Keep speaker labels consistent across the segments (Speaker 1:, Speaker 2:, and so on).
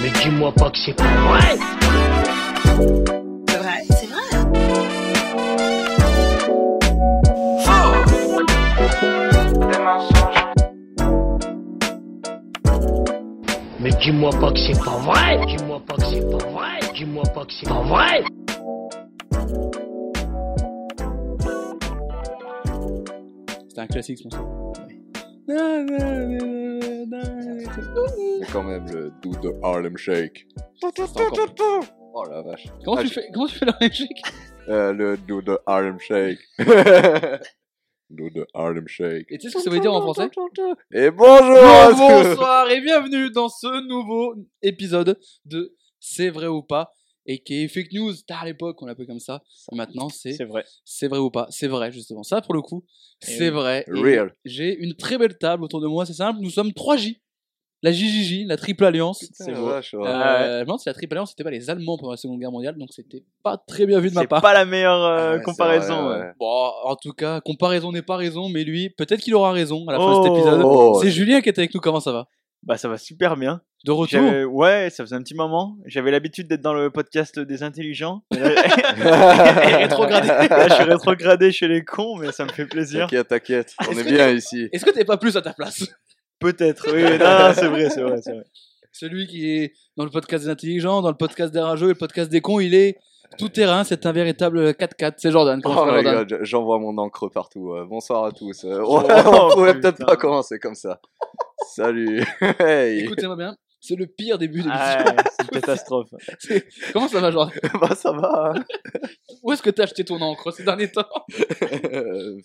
Speaker 1: mais dis-moi pas que c'est pas vrai.
Speaker 2: C'est vrai. C'est vrai.
Speaker 1: Mais dis-moi pas que c'est pas vrai. Dis-moi pas que c'est pas vrai. Dis-moi pas que c'est pas vrai.
Speaker 3: C'était un classique, ce morceau. Na, na, na, na, na.
Speaker 4: Mais quand même, le doute de Harlem Shake. C'est encore- Oh la vache.
Speaker 3: Comment
Speaker 4: Ah,
Speaker 3: tu
Speaker 4: j'ai-
Speaker 3: fais, comment tu fais la musique
Speaker 4: Euh, le doute de Harlem Shake. doute de Harlem Shake.
Speaker 3: Et tu sais ce que ça veut dire en français
Speaker 4: Et bonjour à
Speaker 3: Bon,
Speaker 4: tous
Speaker 3: Bonsoir et bienvenue dans ce nouveau épisode de C'est vrai ou pas et qui est fake news. Tard à l'époque, on l'appelait comme ça. Maintenant, c'est
Speaker 5: C'est vrai.
Speaker 3: c'est vrai ou pas. C'est vrai, justement. Ça, pour le coup,
Speaker 5: Eh
Speaker 3: c'est
Speaker 5: oui.
Speaker 3: vrai. Et
Speaker 4: Real.
Speaker 3: J'ai une très belle table autour de moi. C'est simple, nous sommes 3J. La JJJ, la Triple Alliance.
Speaker 4: Putain, la vache, ouais.
Speaker 5: Ah
Speaker 3: Euh, je me demande si la Triple Alliance, c'était pas les Allemands pendant la Seconde Guerre mondiale, donc c'était pas très bien vu de ma
Speaker 5: C'est
Speaker 3: part.
Speaker 5: pas la meilleure euh,
Speaker 4: Ah ouais, c'est
Speaker 5: comparaison.
Speaker 4: vrai,
Speaker 5: ouais.
Speaker 4: ouais.
Speaker 3: Bon, en tout cas, comparaison n'est pas raison, mais lui, peut-être qu'il aura raison à la fin de
Speaker 5: Oh.
Speaker 3: cet épisode.
Speaker 4: Oh,
Speaker 3: C'est Julien qui est avec nous, comment ça va
Speaker 5: Bah ça va super bien.
Speaker 3: De retour
Speaker 5: J'avais- Ouais, ça faisait un petit moment. J'avais l'habitude d'être dans le podcast des intelligents. Et là,
Speaker 3: rétrogradé.
Speaker 5: là, je suis rétrogradé chez les cons, mais ça me fait plaisir.
Speaker 4: T'inquiète, t'inquiète, on
Speaker 3: Est-ce
Speaker 4: est
Speaker 3: que
Speaker 4: bien ici.
Speaker 3: Est-ce que t'es pas plus à ta place
Speaker 5: Peut-être. Oui, non, non, c'est vrai, c'est vrai, c'est vrai.
Speaker 3: Celui qui est dans le podcast des intelligents, dans le podcast des rageux et le podcast des cons, il est tout terrain, c'est un véritable 4x4. C'est Jordan. Comment
Speaker 4: Oh
Speaker 3: ça va,
Speaker 4: my
Speaker 3: Jordan
Speaker 4: god, j'envoie mon encre partout. euh, bonsoir à tous. euh,
Speaker 5: Oh,
Speaker 4: on pouvait
Speaker 5: putain.
Speaker 4: peut-être pas commencer comme ça. Salut. Hey.
Speaker 3: Écoutez-moi bien, c'est le pire début d'émission.
Speaker 5: Ah, c'est une catastrophe.
Speaker 3: C'est-
Speaker 5: Ah.
Speaker 3: Comment ça va, Jordan
Speaker 4: bah ça va. hein.
Speaker 3: Où est-ce que t'as acheté ton encre ces derniers temps
Speaker 4: Euh,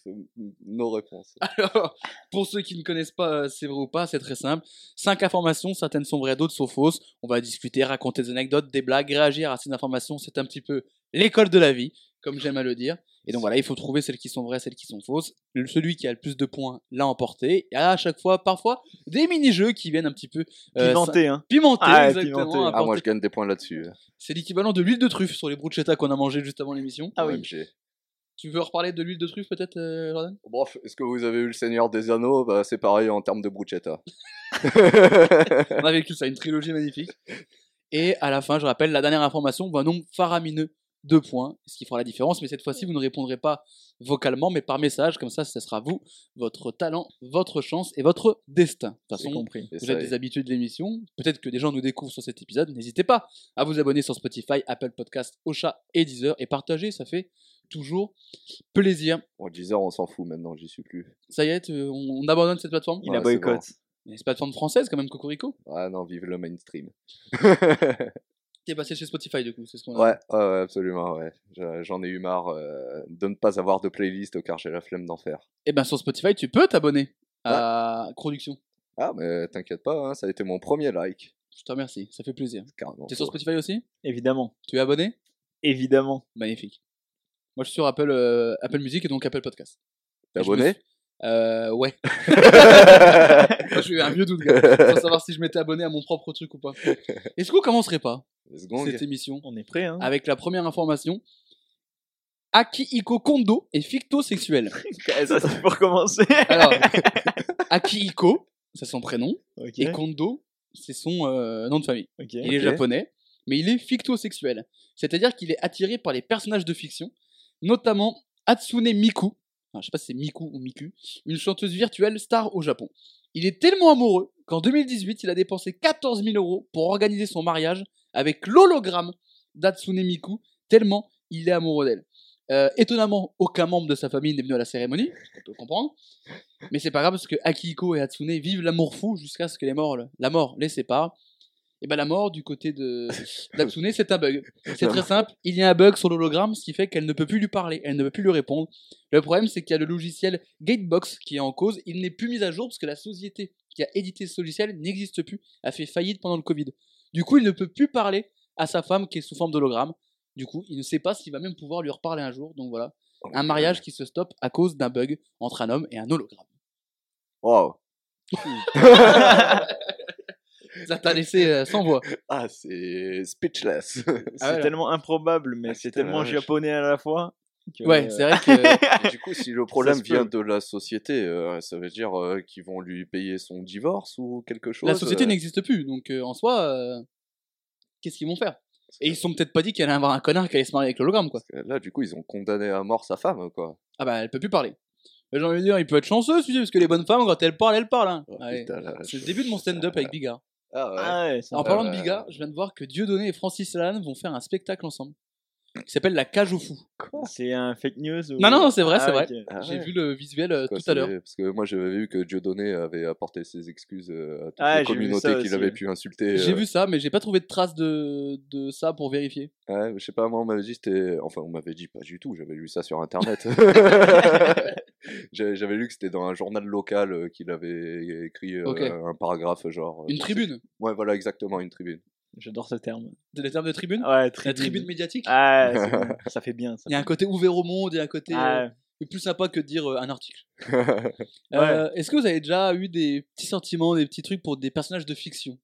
Speaker 4: Nos réponses.
Speaker 3: Ah, Alors, pour ceux qui ne connaissent pas euh, C'est vrai ou pas, c'est très simple. Cinq informations, certaines sont vraies, d'autres sont fausses. On va discuter, raconter des anecdotes, des blagues, réagir à ces informations. C'est un petit peu l'école de la vie, comme j'aime à le dire. Et donc voilà, il faut trouver celles qui sont vraies, celles qui sont fausses. Le- Celui qui a le plus de points l'a emporté. Il y a à chaque fois, parfois, des mini-jeux qui viennent un petit peu euh,
Speaker 5: Pimenté, hein.
Speaker 3: ça- pimenter,
Speaker 5: Ah,
Speaker 3: exactement.
Speaker 4: Ah
Speaker 5: pimenter.
Speaker 4: moi
Speaker 3: apporter-
Speaker 4: je gagne des points là-dessus.
Speaker 3: C'est l'équivalent de l'huile de truffe sur les bruschetta qu'on a mangé juste avant l'émission.
Speaker 4: OMG.
Speaker 3: Tu veux reparler de l'huile de truffe peut-être, euh, Jordan
Speaker 4: Bref, est-ce que vous avez eu le Seigneur des Anneaux bah, C'est pareil en termes de bruschetta.
Speaker 3: On a vécu ça, une trilogie magnifique. Et à la fin, je rappelle, la dernière information, un nombre faramineux de points, ce qui fera la différence. Mais cette fois-ci, vous ne répondrez pas vocalement, mais par message. Comme ça, ce sera vous, votre talent, votre chance et votre destin. De toute
Speaker 4: J'ai
Speaker 3: façon,
Speaker 4: compris.
Speaker 3: vous êtes
Speaker 4: Essaye.
Speaker 3: des habitués de l'émission. Peut-être que des gens nous découvrent sur cet épisode. N'hésitez pas à vous abonner sur Spotify, Apple Podcast, Ocha et Deezer. Et partager, ça fait toujours plaisir.
Speaker 4: Bon, Deezer, on s'en fout maintenant, j'y suis plus.
Speaker 3: Ça y est, tu- on on abandonne cette plateforme.
Speaker 5: Il
Speaker 4: Ouais,
Speaker 5: a
Speaker 4: c'est
Speaker 5: boycott.
Speaker 3: Mais c'est une plateforme française quand même, Cocorico.
Speaker 4: Ah non, vive le mainstream.
Speaker 3: T'es passé chez Spotify du coup, c'est ce qu'on a.
Speaker 4: Ouais, ouais, ouais, absolument, ouais. Je- J'en ai eu marre euh, de ne pas avoir de playlist car j'ai la flemme d'en faire.
Speaker 3: Eh ben sur Spotify, tu peux t'abonner à Production.
Speaker 4: Ah, mais t'inquiète pas, hein, ça a été mon premier like.
Speaker 3: Je te remercie, ça fait plaisir.
Speaker 4: C'est Carrément.
Speaker 3: T'es sur Spotify aussi
Speaker 5: Évidemment.
Speaker 3: Tu es abonné
Speaker 5: Évidemment.
Speaker 3: Magnifique. Moi, je suis sur Apple, euh, Apple Music et donc Apple Podcast.
Speaker 4: T'es
Speaker 3: Et je me
Speaker 4: abonné
Speaker 3: suis- Euh, ouais. Moi, j'ai eu un vieux doute, gars, sans
Speaker 4: Les
Speaker 3: savoir si je m'étais abonné à mon propre truc ou pas. Est-ce qu'on commencerait pas
Speaker 4: secondes.
Speaker 3: cette émission
Speaker 5: On est prêt, hein.
Speaker 3: avec la première information Akihiko Kondo est ficto-sexuel.
Speaker 5: ça c'est pour commencer.
Speaker 3: Alors, Akihiko, c'est son prénom,
Speaker 5: ok.
Speaker 3: et Kondo, c'est son euh, nom de famille.
Speaker 5: ok.
Speaker 3: Il est
Speaker 4: Ok.
Speaker 3: japonais, mais il est fictosexuel. C'est-à-dire qu'il est attiré par les personnages de fiction, notamment Hatsune Miku, enfin, je sais pas si c'est Miku ou Miku, une chanteuse virtuelle star au Japon. Il est tellement amoureux qu'en 2018, il a dépensé 14 000 euros pour organiser son mariage avec l'hologramme d'Hatsune Miku, tellement il est amoureux d'elle. Euh, étonnamment, aucun membre de sa famille n'est venu à la cérémonie, on peut comprendre. Mais c'est pas grave parce que Akihiko et Hatsune vivent l'amour fou jusqu'à ce que les morts, la mort les sépare. Et ben la mort du côté de d'Hatsune, c'est un bug. C'est très simple, il y a un bug sur l'hologramme, ce qui fait qu'elle ne peut plus lui parler, elle ne peut plus lui répondre. Le problème, c'est qu'il y a le logiciel Gatebox qui est en cause. Il n'est plus mis à jour parce que la société qui a édité ce logiciel n'existe plus, a fait faillite pendant le Covid. Du coup, il ne peut plus parler à sa femme qui est sous forme d'hologramme. Du coup, il ne sait pas s'il va même pouvoir lui reparler un jour. Donc voilà, un mariage qui se stoppe à cause d'un bug entre un homme et un hologramme.
Speaker 4: Wow.
Speaker 3: Ça t'a laissé euh, sans voix.
Speaker 4: Ah, c'est speechless.
Speaker 5: C'est
Speaker 3: Ah ouais.
Speaker 5: tellement improbable, mais
Speaker 4: Ah,
Speaker 5: c'est
Speaker 4: putain, la
Speaker 5: tellement
Speaker 4: vache.
Speaker 5: japonais à la fois. que- euh,
Speaker 3: Ouais, c'est vrai que
Speaker 4: Et du coup, si le problème
Speaker 5: se peut.
Speaker 4: vient de la société, euh, ça veut dire euh, qu'ils vont lui payer son divorce ou quelque chose
Speaker 3: la société
Speaker 4: euh,
Speaker 3: n'existe plus. Donc euh, en soi, euh, qu'est-ce qu'ils vont faire Et ils se sont peut-être pas dit qu'il allait y avoir un connard qui allait se marier avec l'hologramme, quoi.
Speaker 4: Euh, Là, du coup, ils ont condamné à mort sa femme, quoi.
Speaker 3: Ah bah, elle peut plus parler. Et J'ai envie de dire, il peut être chanceux, celui-ci, parce que les bonnes femmes, quand elles parlent, elles parlent. hein.
Speaker 4: Oh,
Speaker 3: Allez.
Speaker 4: putain, là,
Speaker 3: C'est le
Speaker 4: je-
Speaker 3: début de mon stand-up avec Bigard.
Speaker 4: Ah ouais.
Speaker 5: Ah ouais, ça
Speaker 3: En
Speaker 5: va.
Speaker 3: parlant de
Speaker 4: ouais.
Speaker 3: Bigard, je viens de voir que Dieudonné et Francis Lalanne vont faire un spectacle ensemble. Qui s'appelle La Cage aux Fous.
Speaker 5: C'est un fake news ou...
Speaker 3: Non, non, non, c'est vrai,
Speaker 5: Ah,
Speaker 3: c'est
Speaker 5: ok.
Speaker 3: vrai.
Speaker 4: Ah
Speaker 3: J'ai
Speaker 4: ouais.
Speaker 3: vu le visuel euh,
Speaker 4: Quoi,
Speaker 3: tout à l'heure.
Speaker 4: c'est- Parce que moi, j'avais vu que Dieudonné avait apporté ses excuses euh, à toutes
Speaker 5: Ah,
Speaker 4: les
Speaker 5: j'ai vu
Speaker 4: communautés
Speaker 5: ça
Speaker 4: qu'il
Speaker 5: aussi.
Speaker 4: avait pu insulter.
Speaker 3: J'ai
Speaker 4: euh.
Speaker 3: vu ça, mais j'ai pas trouvé de trace de, de ça pour vérifier.
Speaker 4: Ouais, je sais pas, moi, on m'avait dit, c'était. Enfin, on m'avait dit pas du tout, j'avais lu ça sur internet. j'avais j'avais lu que c'était dans un journal local euh, qu'il avait écrit euh,
Speaker 3: Ok.
Speaker 4: un paragraphe, genre. euh,
Speaker 3: Une tribune
Speaker 4: Ouais, voilà, exactement, une tribune.
Speaker 5: J'adore ce terme.
Speaker 3: Le terme de tribune
Speaker 4: Ah,
Speaker 5: Ouais,
Speaker 3: La
Speaker 5: tribune.
Speaker 3: tribune médiatique
Speaker 5: Ah, c'est bon, ça fait bien. Ça
Speaker 3: Il y a un côté ouvert au monde, il y a un côté
Speaker 5: fait-
Speaker 3: euh,
Speaker 5: Ah,
Speaker 3: plus sympa que de dire euh, un article. Euh, Est-ce que vous avez déjà eu des petits sentiments, des petits trucs pour des personnages de fiction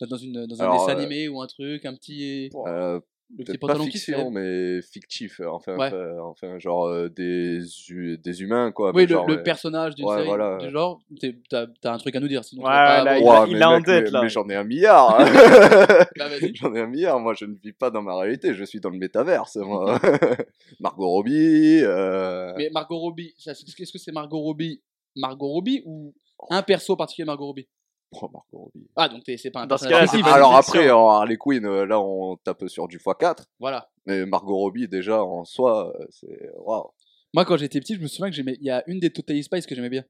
Speaker 3: dans, une, dans un
Speaker 4: Alors,
Speaker 3: dessin
Speaker 4: euh,
Speaker 3: animé ou un truc, un petit,
Speaker 4: Euh,
Speaker 3: le petit
Speaker 4: Peut-être pas
Speaker 3: pantalon qui se lève.
Speaker 4: fiction, mais fictif, euh, enfin,
Speaker 3: Ouais.
Speaker 4: euh, enfin genre euh, des, hu- des humains, quoi. mais
Speaker 3: Oui, le,
Speaker 4: genre,
Speaker 3: le
Speaker 4: ouais.
Speaker 3: personnage d'une
Speaker 4: Ouais,
Speaker 3: série
Speaker 4: voilà.
Speaker 3: du genre, t'es- t'as t'as un truc à nous dire, sinon tu
Speaker 5: Ouais,
Speaker 3: vas pas
Speaker 5: là,
Speaker 3: avoir-
Speaker 5: il a-
Speaker 4: Ouah, mais
Speaker 5: en
Speaker 4: mec,
Speaker 5: tête,
Speaker 4: mais-
Speaker 5: là.
Speaker 4: Mais j'en ai un milliard hein.
Speaker 3: Bah, vas-y.
Speaker 4: J'en ai un milliard, moi je ne vis pas dans ma réalité, je suis dans le métaverse, moi. Margot Robbie, euh,
Speaker 3: Mais Margot Robbie, ça, c'est- qu'est-ce que c'est Margot Robbie Margot Robbie ou un perso particulier Margot Robbie
Speaker 4: oh, Margot Robbie.
Speaker 3: Ah, donc t'es- c'est pas un
Speaker 5: Dans ce
Speaker 3: personnage
Speaker 5: cas-là, c'est
Speaker 3: fictif.
Speaker 5: pas une
Speaker 4: Alors
Speaker 5: fiction.
Speaker 4: après, en Harley Quinn, euh, là on tape sur du x4,
Speaker 3: Voilà.
Speaker 4: mais Margot Robbie déjà en soi, euh, c'est waouh.
Speaker 3: Moi, quand j'étais petit, je me souviens que j'aimais. Il y a une des Totally Spice que j'aimais bien.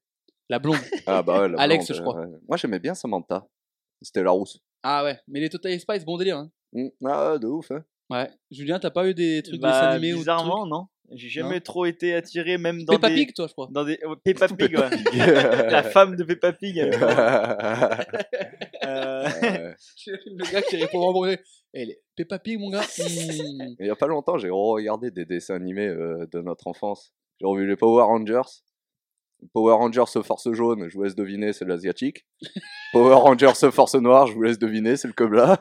Speaker 3: La blonde.
Speaker 4: Ah bah ouais, la
Speaker 3: Alex,
Speaker 4: blonde,
Speaker 3: je crois.
Speaker 4: euh, ouais. Moi j'aimais bien Samantha, c'était la rousse.
Speaker 3: ah ouais, mais les Totally Spice, bon délire. Hein.
Speaker 4: Mm, Ah, de ouf, hein.
Speaker 3: Ouais. Julien, t'as pas eu des trucs
Speaker 5: bah,
Speaker 3: dessins animés ou des trucs
Speaker 5: bizarrement, non. J'ai jamais trop été attiré, même dans
Speaker 3: Peppa
Speaker 5: des...
Speaker 3: Pig, toi, je crois.
Speaker 5: Dans des... ouais, Peppa Pig, ouais. La femme de Peppa Pig. elle est trop- euh,
Speaker 3: Le gars qui répond en vrai. Eh, les- Peppa Pig, mon gars. hmm.
Speaker 4: Il y a pas longtemps, j'ai regardé des dessins animés euh, de notre enfance. J'ai revu les Power Rangers. Power Rangers Force Jaune, je vous laisse deviner, c'est l'asiatique. Power Rangers Force Noire, je vous laisse deviner, c'est le Kebla.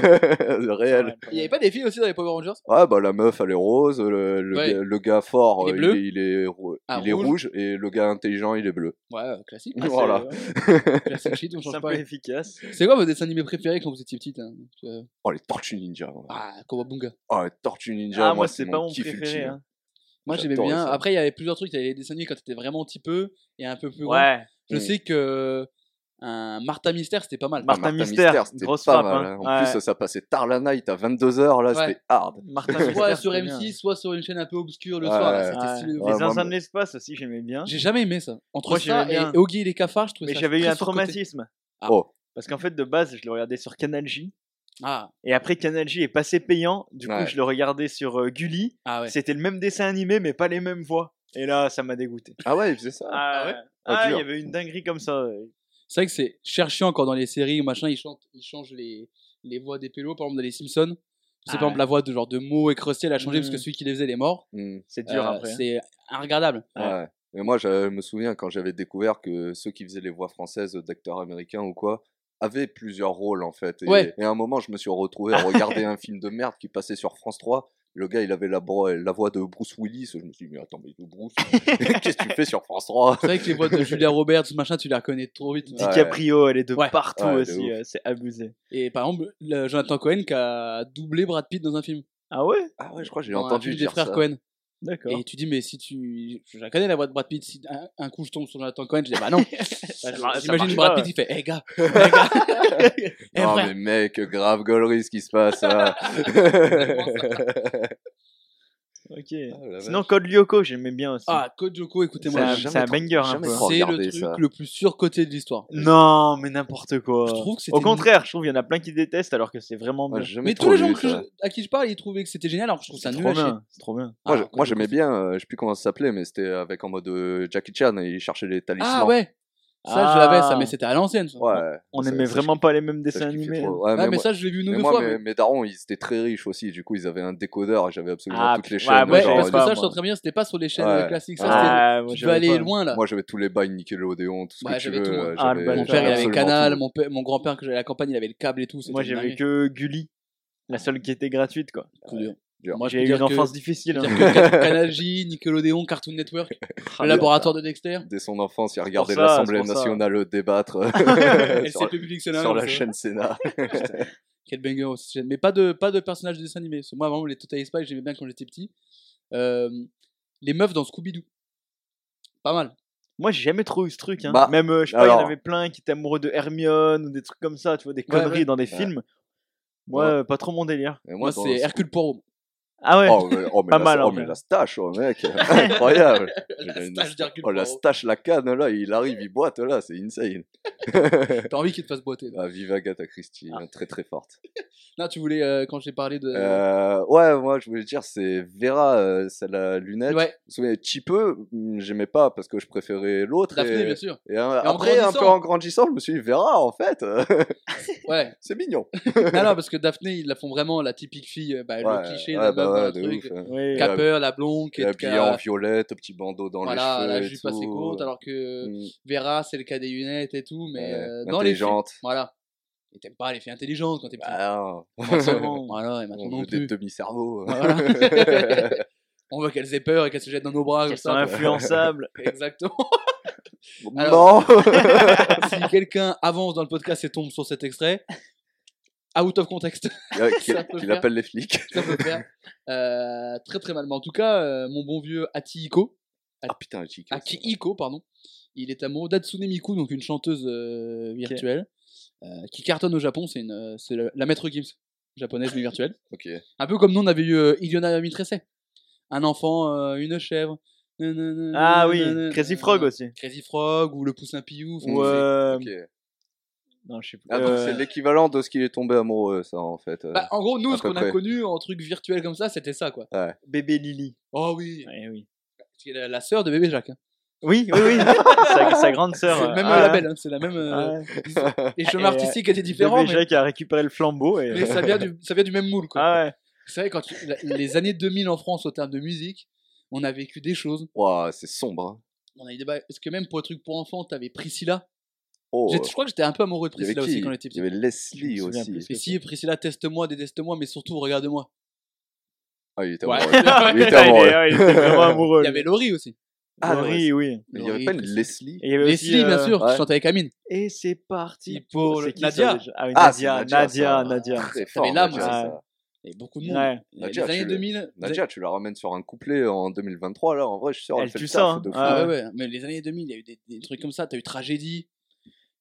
Speaker 4: Réel.
Speaker 5: ouais.
Speaker 3: Il y avait pas des filles aussi dans les Power Rangers
Speaker 4: Ah bah la meuf, elle est rose, le, le
Speaker 3: Ouais.
Speaker 4: gars- le gars fort,
Speaker 3: Il est
Speaker 4: euh,
Speaker 3: bleu.
Speaker 4: il, est, il est ro-
Speaker 3: Ah,
Speaker 4: il est
Speaker 3: rouge.
Speaker 4: rouge. et le gars intelligent, il est bleu.
Speaker 3: Ouais, euh, classique.
Speaker 5: Ah, c'est-
Speaker 4: Voilà.
Speaker 5: ouais,
Speaker 3: Classique shit, on
Speaker 5: C'est
Speaker 3: change
Speaker 5: un
Speaker 3: pas.
Speaker 5: peu efficace.
Speaker 3: C'est quoi vos dessins animés préférés quand vous étiez petite hein Euh,
Speaker 4: Oh les Tortues Ninja. ouais.
Speaker 3: Ah, Kowabunga.
Speaker 4: Oh les Tortues Ninja,
Speaker 5: Ah, moi, c'est pas mon
Speaker 4: kiff
Speaker 5: préféré.
Speaker 4: ultime.
Speaker 5: hein.
Speaker 3: Moi j'aimais
Speaker 4: J'adorais
Speaker 3: bien.
Speaker 4: ça.
Speaker 3: Après il y avait plusieurs trucs. Il y avait les dessins animés quand t'étais vraiment petit peu et un peu plus grand.
Speaker 5: Ouais.
Speaker 3: Je
Speaker 4: Mm.
Speaker 3: sais que un Martha Mystère c'était pas mal.
Speaker 4: Ah,
Speaker 5: Martha Mystère,
Speaker 4: c'était
Speaker 5: grosse
Speaker 4: pas
Speaker 5: frappe,
Speaker 4: mal,
Speaker 5: hein.
Speaker 4: hein. En
Speaker 5: Ouais.
Speaker 4: plus, ça passait tard la night à 22h, là,
Speaker 3: Ouais.
Speaker 4: c'était hard.
Speaker 5: Martin
Speaker 3: soit
Speaker 5: Mystère,
Speaker 3: sur
Speaker 5: très
Speaker 3: M6,
Speaker 5: bien.
Speaker 3: soit sur une chaîne un peu obscure le
Speaker 4: Ouais,
Speaker 3: soir. là,
Speaker 4: ouais.
Speaker 3: c'était
Speaker 5: Ouais.
Speaker 3: stylé de
Speaker 4: Ouais,
Speaker 3: ouf.
Speaker 5: Les
Speaker 4: moi,
Speaker 5: Instants de
Speaker 4: moi-
Speaker 5: l'espace aussi, j'aimais bien.
Speaker 3: J'ai jamais aimé ça. Entre
Speaker 5: Hein Moi,
Speaker 3: ça
Speaker 5: j'aimais
Speaker 3: et
Speaker 5: bien.
Speaker 3: Oggy et les cafards, je trouvais
Speaker 5: Mais
Speaker 3: ça
Speaker 5: j'avais eu
Speaker 3: très
Speaker 5: un
Speaker 3: surcoté.
Speaker 5: traumatisme.
Speaker 3: Ah.
Speaker 4: Oh,
Speaker 5: Parce qu'en fait, de base, je le regardais sur Canal J.
Speaker 3: Ah,
Speaker 5: Et après, Canal J est passé payant. Du coup,
Speaker 4: Ouais.
Speaker 5: je le regardais sur euh, Gulli.
Speaker 3: ah ouais.
Speaker 5: C'était le même dessin animé, mais pas les mêmes voix. Et là, ça m'a dégoûté.
Speaker 4: ah ouais, il faisait ça.
Speaker 5: Ah,
Speaker 3: ouais
Speaker 5: Ah,
Speaker 4: Ah,
Speaker 5: il
Speaker 4: dur.
Speaker 5: y avait une dinguerie comme ça. euh.
Speaker 3: C'est vrai que c'est chercher encore dans les séries, machin, ils, chantent, ils changent les, les voix des pélos. Par exemple, dans les Simpsons, c'est par
Speaker 5: Ah
Speaker 3: exemple la voix de genre de Mo et Krusty, elle a changé parce que
Speaker 5: Mm.
Speaker 3: celui qui les faisait, il est mort.
Speaker 4: Mm,
Speaker 5: C'est dur
Speaker 3: Euh,
Speaker 5: après. hein.
Speaker 3: C'est regardable.
Speaker 4: ouais. Mais moi, je me souviens quand j'avais découvert que ceux qui faisaient les voix françaises d'acteurs américains ou quoi avaient plusieurs rôles en fait. Et,
Speaker 3: Ouais.
Speaker 4: et à un moment, je me suis retrouvé à regarder un film de merde qui passait sur France 3. Le gars, il avait la, bro- la voix de Bruce Willis. Je me suis dit, mais attends, mais Bruce, qu'est-ce que tu fais sur France 3
Speaker 3: C'est vrai que les voix de Julia Roberts, machin, tu les reconnais trop vite.
Speaker 4: Ouais.
Speaker 5: DiCaprio, elle est de
Speaker 3: Ouais.
Speaker 5: partout
Speaker 4: Ouais, de
Speaker 5: aussi.
Speaker 4: ouf.
Speaker 5: euh, c'est abusé.
Speaker 3: Et par exemple, le Jonathan Cohen qui a doublé Brad Pitt dans un film.
Speaker 5: Ah ouais
Speaker 4: Ah ouais, je crois que j'ai
Speaker 3: Dans un
Speaker 4: entendu
Speaker 3: film
Speaker 4: dire
Speaker 3: des frères
Speaker 4: ça.
Speaker 3: Cohen.
Speaker 5: D'accord.
Speaker 3: Et tu dis, mais si tu. Je la connais la voix de Brad Pitt. Si un, un coup je tombe sur Jonathan Cohen, je dis, bah non.
Speaker 5: Ça
Speaker 3: Bah,
Speaker 5: marche
Speaker 3: J'imagine
Speaker 5: pas,
Speaker 3: Brad Pitt,
Speaker 5: ouais.
Speaker 3: il fait, hé gars, hé gars, hé
Speaker 4: Non,
Speaker 3: frère.
Speaker 4: mais mec, grave gaulerie ce qui se passe. hein.
Speaker 5: Ok.
Speaker 4: Ah, la
Speaker 5: Sinon, Code Lyoko, j'aimais bien aussi.
Speaker 3: Ah, Code Joko,
Speaker 5: c'est
Speaker 3: écoutez-moi.
Speaker 5: un,
Speaker 4: j'ai
Speaker 5: c'est
Speaker 4: jamais
Speaker 5: un
Speaker 4: trop-
Speaker 5: banger un
Speaker 4: jamais
Speaker 5: peu. hein.
Speaker 4: trop.
Speaker 3: C'est le
Speaker 4: regarder
Speaker 3: truc
Speaker 4: ça.
Speaker 3: le plus surcoté de l'histoire.
Speaker 5: Non, mais n'importe quoi.
Speaker 3: Je trouve que c'était.
Speaker 5: Au contraire, je trouve qu'il y en a plein qui détestent alors que c'est vraiment
Speaker 4: Moi,
Speaker 5: bien.
Speaker 4: j'ai jamais
Speaker 3: Mais
Speaker 4: trop
Speaker 3: tous les
Speaker 4: lu
Speaker 3: gens que
Speaker 4: ça.
Speaker 3: je- à qui je parle, ils trouvaient que c'était génial, alors que je trouve ça
Speaker 5: C'est
Speaker 3: nul
Speaker 5: trop
Speaker 3: à chier.
Speaker 5: bien. C'est trop bien.
Speaker 4: Moi,
Speaker 3: Ah,
Speaker 4: je-
Speaker 3: Code Lyoko,
Speaker 4: moi, j'aimais bien, euh, je sais plus comment ça s'appelait, mais c'était avec en mode euh, Jackie Chan et il cherchait les talismans.
Speaker 3: Ah ouais Ça, je
Speaker 5: Ah.
Speaker 3: l'avais, ça, mais c'était à l'ancienne. ça.
Speaker 4: Ouais,
Speaker 5: On
Speaker 4: ça-
Speaker 5: aimait
Speaker 4: ça,
Speaker 5: vraiment pas les mêmes
Speaker 4: je- ça, je
Speaker 5: dessins
Speaker 4: kiffais
Speaker 5: animés.
Speaker 4: trop.
Speaker 5: hein.
Speaker 4: Ouais,
Speaker 3: Ah,
Speaker 4: mais
Speaker 3: mais
Speaker 4: moi,
Speaker 3: ça, je l'ai vu une ou
Speaker 4: mais
Speaker 3: deux
Speaker 4: moi,
Speaker 3: fois.
Speaker 4: mes,
Speaker 3: mais-
Speaker 4: mes darons, ils étaient très riches aussi, du coup, ils avaient un décodeur et j'avais absolument
Speaker 5: Ah,
Speaker 4: toutes
Speaker 5: putain,
Speaker 4: les
Speaker 5: ouais,
Speaker 4: chaînes.
Speaker 5: moi,
Speaker 3: Ouais,
Speaker 4: genre,
Speaker 5: j'avais
Speaker 3: parce
Speaker 4: euh,
Speaker 3: que
Speaker 5: pas,
Speaker 3: ça, je suis
Speaker 5: moi.
Speaker 3: en train de dire, c'était pas sur les chaînes
Speaker 4: Ouais.
Speaker 3: euh, classiques. Ça,
Speaker 4: Ah,
Speaker 3: c'était-
Speaker 5: Ah, moi,
Speaker 3: tu peux
Speaker 5: j'avais
Speaker 3: aller
Speaker 5: pas.
Speaker 3: loin là.
Speaker 4: moi, j'avais tous les bails Nickelodeon, tout ce
Speaker 3: Ouais,
Speaker 4: que tu
Speaker 3: j'avais
Speaker 4: veux.
Speaker 3: tout, hein. moi.
Speaker 4: euh,
Speaker 5: Ah, le
Speaker 4: j'avais-
Speaker 5: bail.
Speaker 3: Mon
Speaker 4: j'avais
Speaker 3: père, il avait
Speaker 4: absolument
Speaker 3: Canal,
Speaker 4: tout.
Speaker 3: mon, père- mon grand-père que j'avais à la campagne, il avait le câble et tout. c'était
Speaker 5: Moi,
Speaker 3: une
Speaker 5: j'avais
Speaker 3: dinguerie.
Speaker 5: que Gulli, la seule qui était gratuite quoi.
Speaker 3: Coup dur.
Speaker 4: dur.
Speaker 3: Moi, je peux
Speaker 5: J'ai eu
Speaker 3: dire
Speaker 5: une
Speaker 3: que-
Speaker 5: enfance difficile.
Speaker 3: dire
Speaker 5: hein.
Speaker 3: que Can- Canal J, Nickelodeon, Cartoon Network, le laboratoire de Dexter,
Speaker 4: Dès son enfance, il regardait
Speaker 5: pour ça, c'est
Speaker 4: l'Assemblée
Speaker 5: pour ça.
Speaker 4: nationale débattre
Speaker 3: LCP
Speaker 4: sur,
Speaker 3: Public
Speaker 4: sur
Speaker 3: Sénat.
Speaker 4: la
Speaker 3: ça.
Speaker 4: chaîne Sénat.
Speaker 3: Quel banger aussi, cette chaîne. Mais pas de, pas de personnages de dessin animé. Parce que Moi, vraiment, les Total Spies, j'aimais bien quand j'étais petit. Euh, les meufs dans Scooby-Doo. Pas mal.
Speaker 5: Moi, j'ai jamais trop eu ce truc. Hein.
Speaker 4: Bah,
Speaker 5: Même, euh, je sais pas, il y en
Speaker 4: alors.
Speaker 5: avait plein qui étaient amoureux de Hermione ou des trucs comme ça, tu vois, des
Speaker 3: Ouais,
Speaker 5: conneries
Speaker 3: ouais.
Speaker 5: dans des films. Moi,
Speaker 4: Ouais.
Speaker 5: euh, pas trop mon délire.
Speaker 4: Et
Speaker 3: Moi,
Speaker 4: dans-
Speaker 3: c'est Hercule Poirot.
Speaker 5: Ah ouais
Speaker 4: Oh, mais, oh, mais
Speaker 5: Pas
Speaker 4: la,
Speaker 5: mal,
Speaker 4: oh,
Speaker 5: hein,
Speaker 4: mais
Speaker 5: mais-
Speaker 4: la stache, oh, mec, incroyable.
Speaker 3: La
Speaker 4: Une-
Speaker 3: stache d'Hercule
Speaker 4: oh, la
Speaker 3: Poirot.
Speaker 4: stache, la canne, là, il arrive, il boite, là, c'est insane.
Speaker 3: T'as envie qu'il te fasse boiter. là.
Speaker 4: Ah, vive Agatha Christie, hein, très très forte.
Speaker 3: Non, tu voulais, euh, quand j'ai parlé de.
Speaker 4: Euh, ouais, moi, je voulais dire, c'est Vera, euh, celle à lunettes.
Speaker 3: ouais,
Speaker 4: Vous vous souvenez, Chipeux, mm, j'aimais pas parce que je préférais l'autre.
Speaker 3: Daphné,
Speaker 4: Et,
Speaker 3: bien sûr.
Speaker 4: et, euh,
Speaker 3: en
Speaker 4: après, un peu
Speaker 3: grandissant.
Speaker 4: en grandissant, je me suis dit, Vera, en fait,
Speaker 3: Ouais.
Speaker 4: c'est mignon.
Speaker 3: non, non, parce que Daphné, ils la font vraiment la typique fille, euh, bah,
Speaker 4: Ouais,
Speaker 3: le cliché,
Speaker 4: ouais,
Speaker 3: la
Speaker 4: bah
Speaker 3: meuf,
Speaker 4: ouais,
Speaker 3: dans le
Speaker 4: de
Speaker 3: truc.
Speaker 4: ouf, hein.
Speaker 5: Oui.
Speaker 4: Cap-
Speaker 3: Capeur, la blonde, qui
Speaker 4: Et
Speaker 3: est
Speaker 4: habillée en violette, petit bandeau dans
Speaker 3: Voilà,
Speaker 4: les cheveux.
Speaker 3: la
Speaker 4: et
Speaker 3: jupe assez
Speaker 4: tout. euh.
Speaker 3: courte, alors que
Speaker 4: Mm,
Speaker 3: Vera, c'est le cas des lunettes et tout, mais
Speaker 4: ouais,
Speaker 3: euh, dans les films,
Speaker 4: intelligente.
Speaker 3: voilà. Et t'aimes pas les filles intelligentes quand t'es petit.
Speaker 4: Bah, non.
Speaker 5: forcément.
Speaker 3: voilà, et maintenant
Speaker 4: On
Speaker 3: non
Speaker 4: veut des
Speaker 3: plus.
Speaker 4: demi-cerveaux. euh.
Speaker 3: Voilà. On veut qu'elles aient peur et qu'elles se jettent dans nos bras, comme
Speaker 5: Ils sont
Speaker 3: ça.
Speaker 5: influençables.
Speaker 3: Exactement.
Speaker 4: Non
Speaker 3: si quelqu'un avance dans le podcast et tombe sur cet extrait, out of context,
Speaker 4: Euh,
Speaker 3: Ça
Speaker 4: Qu'il
Speaker 3: peut
Speaker 4: qu'il
Speaker 3: faire.
Speaker 4: appelle les flics.
Speaker 3: ça peut faire. Euh, très très mal. Mais en tout cas, euh, mon bon vieux Atiiko,
Speaker 4: Ah putain, le chic.
Speaker 3: Akihiko, pardon. Il est amoureux d'Atsune Miku, donc une chanteuse euh, virtuelle, euh, qui cartonne au Japon. C'est une, euh, c'est la, la maître Gims japonaise mais virtuelle.
Speaker 4: Ok.
Speaker 3: Un peu comme nous on avait eu euh, Iliona Mitressé. Un enfant, euh, une chèvre. nanana,
Speaker 5: Ah oui,
Speaker 3: nanana,
Speaker 5: Crazy Frog aussi.
Speaker 3: Crazy Frog ou le poussin Piou. enfin,
Speaker 5: Ou euh,
Speaker 4: ok.
Speaker 5: Non, je sais plus.
Speaker 4: Ah, donc
Speaker 5: Euh,
Speaker 4: c'est l'équivalent de ce qu'il est tombé amoureux, ça en fait. euh.
Speaker 3: Bah, en gros, nous,
Speaker 4: à
Speaker 3: ce
Speaker 4: peu
Speaker 3: qu'on a
Speaker 4: près.
Speaker 3: connu en truc virtuel comme ça, c'était ça, quoi.
Speaker 5: Bébé Lily.
Speaker 3: Oh oui,
Speaker 5: Eh oui.
Speaker 3: c'est la, la sœur de bébé Jacques. hein.
Speaker 5: Oui, oui, oui. sa, sa grande sœur.
Speaker 3: C'est le
Speaker 5: euh,
Speaker 3: même
Speaker 5: ah,
Speaker 3: label, hein, c'est la même. euh,
Speaker 5: ah,
Speaker 3: Les chemins
Speaker 5: Et, euh,
Speaker 3: artistiques étaient différents,
Speaker 5: Différent.
Speaker 3: mais,
Speaker 5: qui a récupéré le flambeau. Et...
Speaker 3: mais ça, vient du, ça vient du même moule, quoi.
Speaker 5: Ah ouais.
Speaker 3: C'est vrai, quand tu- la- les années 2000 en France, au terme de musique, on a vécu des choses.
Speaker 4: Ouah, c'est sombre. hein.
Speaker 3: On a eu des bails. Parce que même pour un truc pour enfants, t'avais Priscilla.
Speaker 4: Oh,
Speaker 3: J'étais- Je crois que j'étais un peu amoureux de
Speaker 4: il y avait
Speaker 3: Priscilla
Speaker 4: qui
Speaker 3: aussi quand j'étais
Speaker 4: Il
Speaker 3: petit.
Speaker 4: y avait Leslie
Speaker 5: Je me souviens
Speaker 4: aussi.
Speaker 5: plus.
Speaker 3: Et si Priscilla, teste-moi, déteste-moi, mais surtout regarde-moi.
Speaker 4: Ah, il était
Speaker 3: Ouais.
Speaker 4: amoureux. Il était
Speaker 5: Putain, il,
Speaker 4: amoureux.
Speaker 5: est- ouais, il était vraiment amoureux.
Speaker 3: Il y avait Laurie aussi.
Speaker 4: Ah,
Speaker 5: Laurie,
Speaker 4: ouais, c'est-
Speaker 5: oui.
Speaker 4: Mais Il n'y avait pas une Leslie
Speaker 5: Et il y avait aussi,
Speaker 3: Leslie, bien
Speaker 5: euh,
Speaker 3: sûr,
Speaker 4: ouais.
Speaker 3: qui chantait avec Amine.
Speaker 5: Et c'est parti
Speaker 3: Et pour le-
Speaker 5: C'est qui, ça,
Speaker 3: Nadia.
Speaker 5: déjà Ah oui,
Speaker 4: Ah,
Speaker 5: Nadia,
Speaker 4: c'est
Speaker 5: Nadia,
Speaker 4: ça.
Speaker 5: Nadia.
Speaker 4: Très
Speaker 3: Ça
Speaker 4: fort,
Speaker 3: fait l'âme,
Speaker 4: Nadia,
Speaker 5: ouais.
Speaker 4: ça.
Speaker 3: Et beaucoup de monde.
Speaker 5: Ouais.
Speaker 3: Et
Speaker 4: Nadia,
Speaker 3: les années
Speaker 4: tu le-
Speaker 3: 2000.
Speaker 4: Nadia, tu la ramènes sur un couplet en 2023, là, en vrai, je suis sûr,
Speaker 5: Elle
Speaker 4: elle fait
Speaker 5: tue
Speaker 4: le
Speaker 5: ça, hein.
Speaker 4: taf de fou.
Speaker 5: Ah
Speaker 3: Ah
Speaker 5: ouais.
Speaker 3: ouais, ouais, mais les années 2000, il y a eu des, des trucs comme ça. T'as eu Tragédie.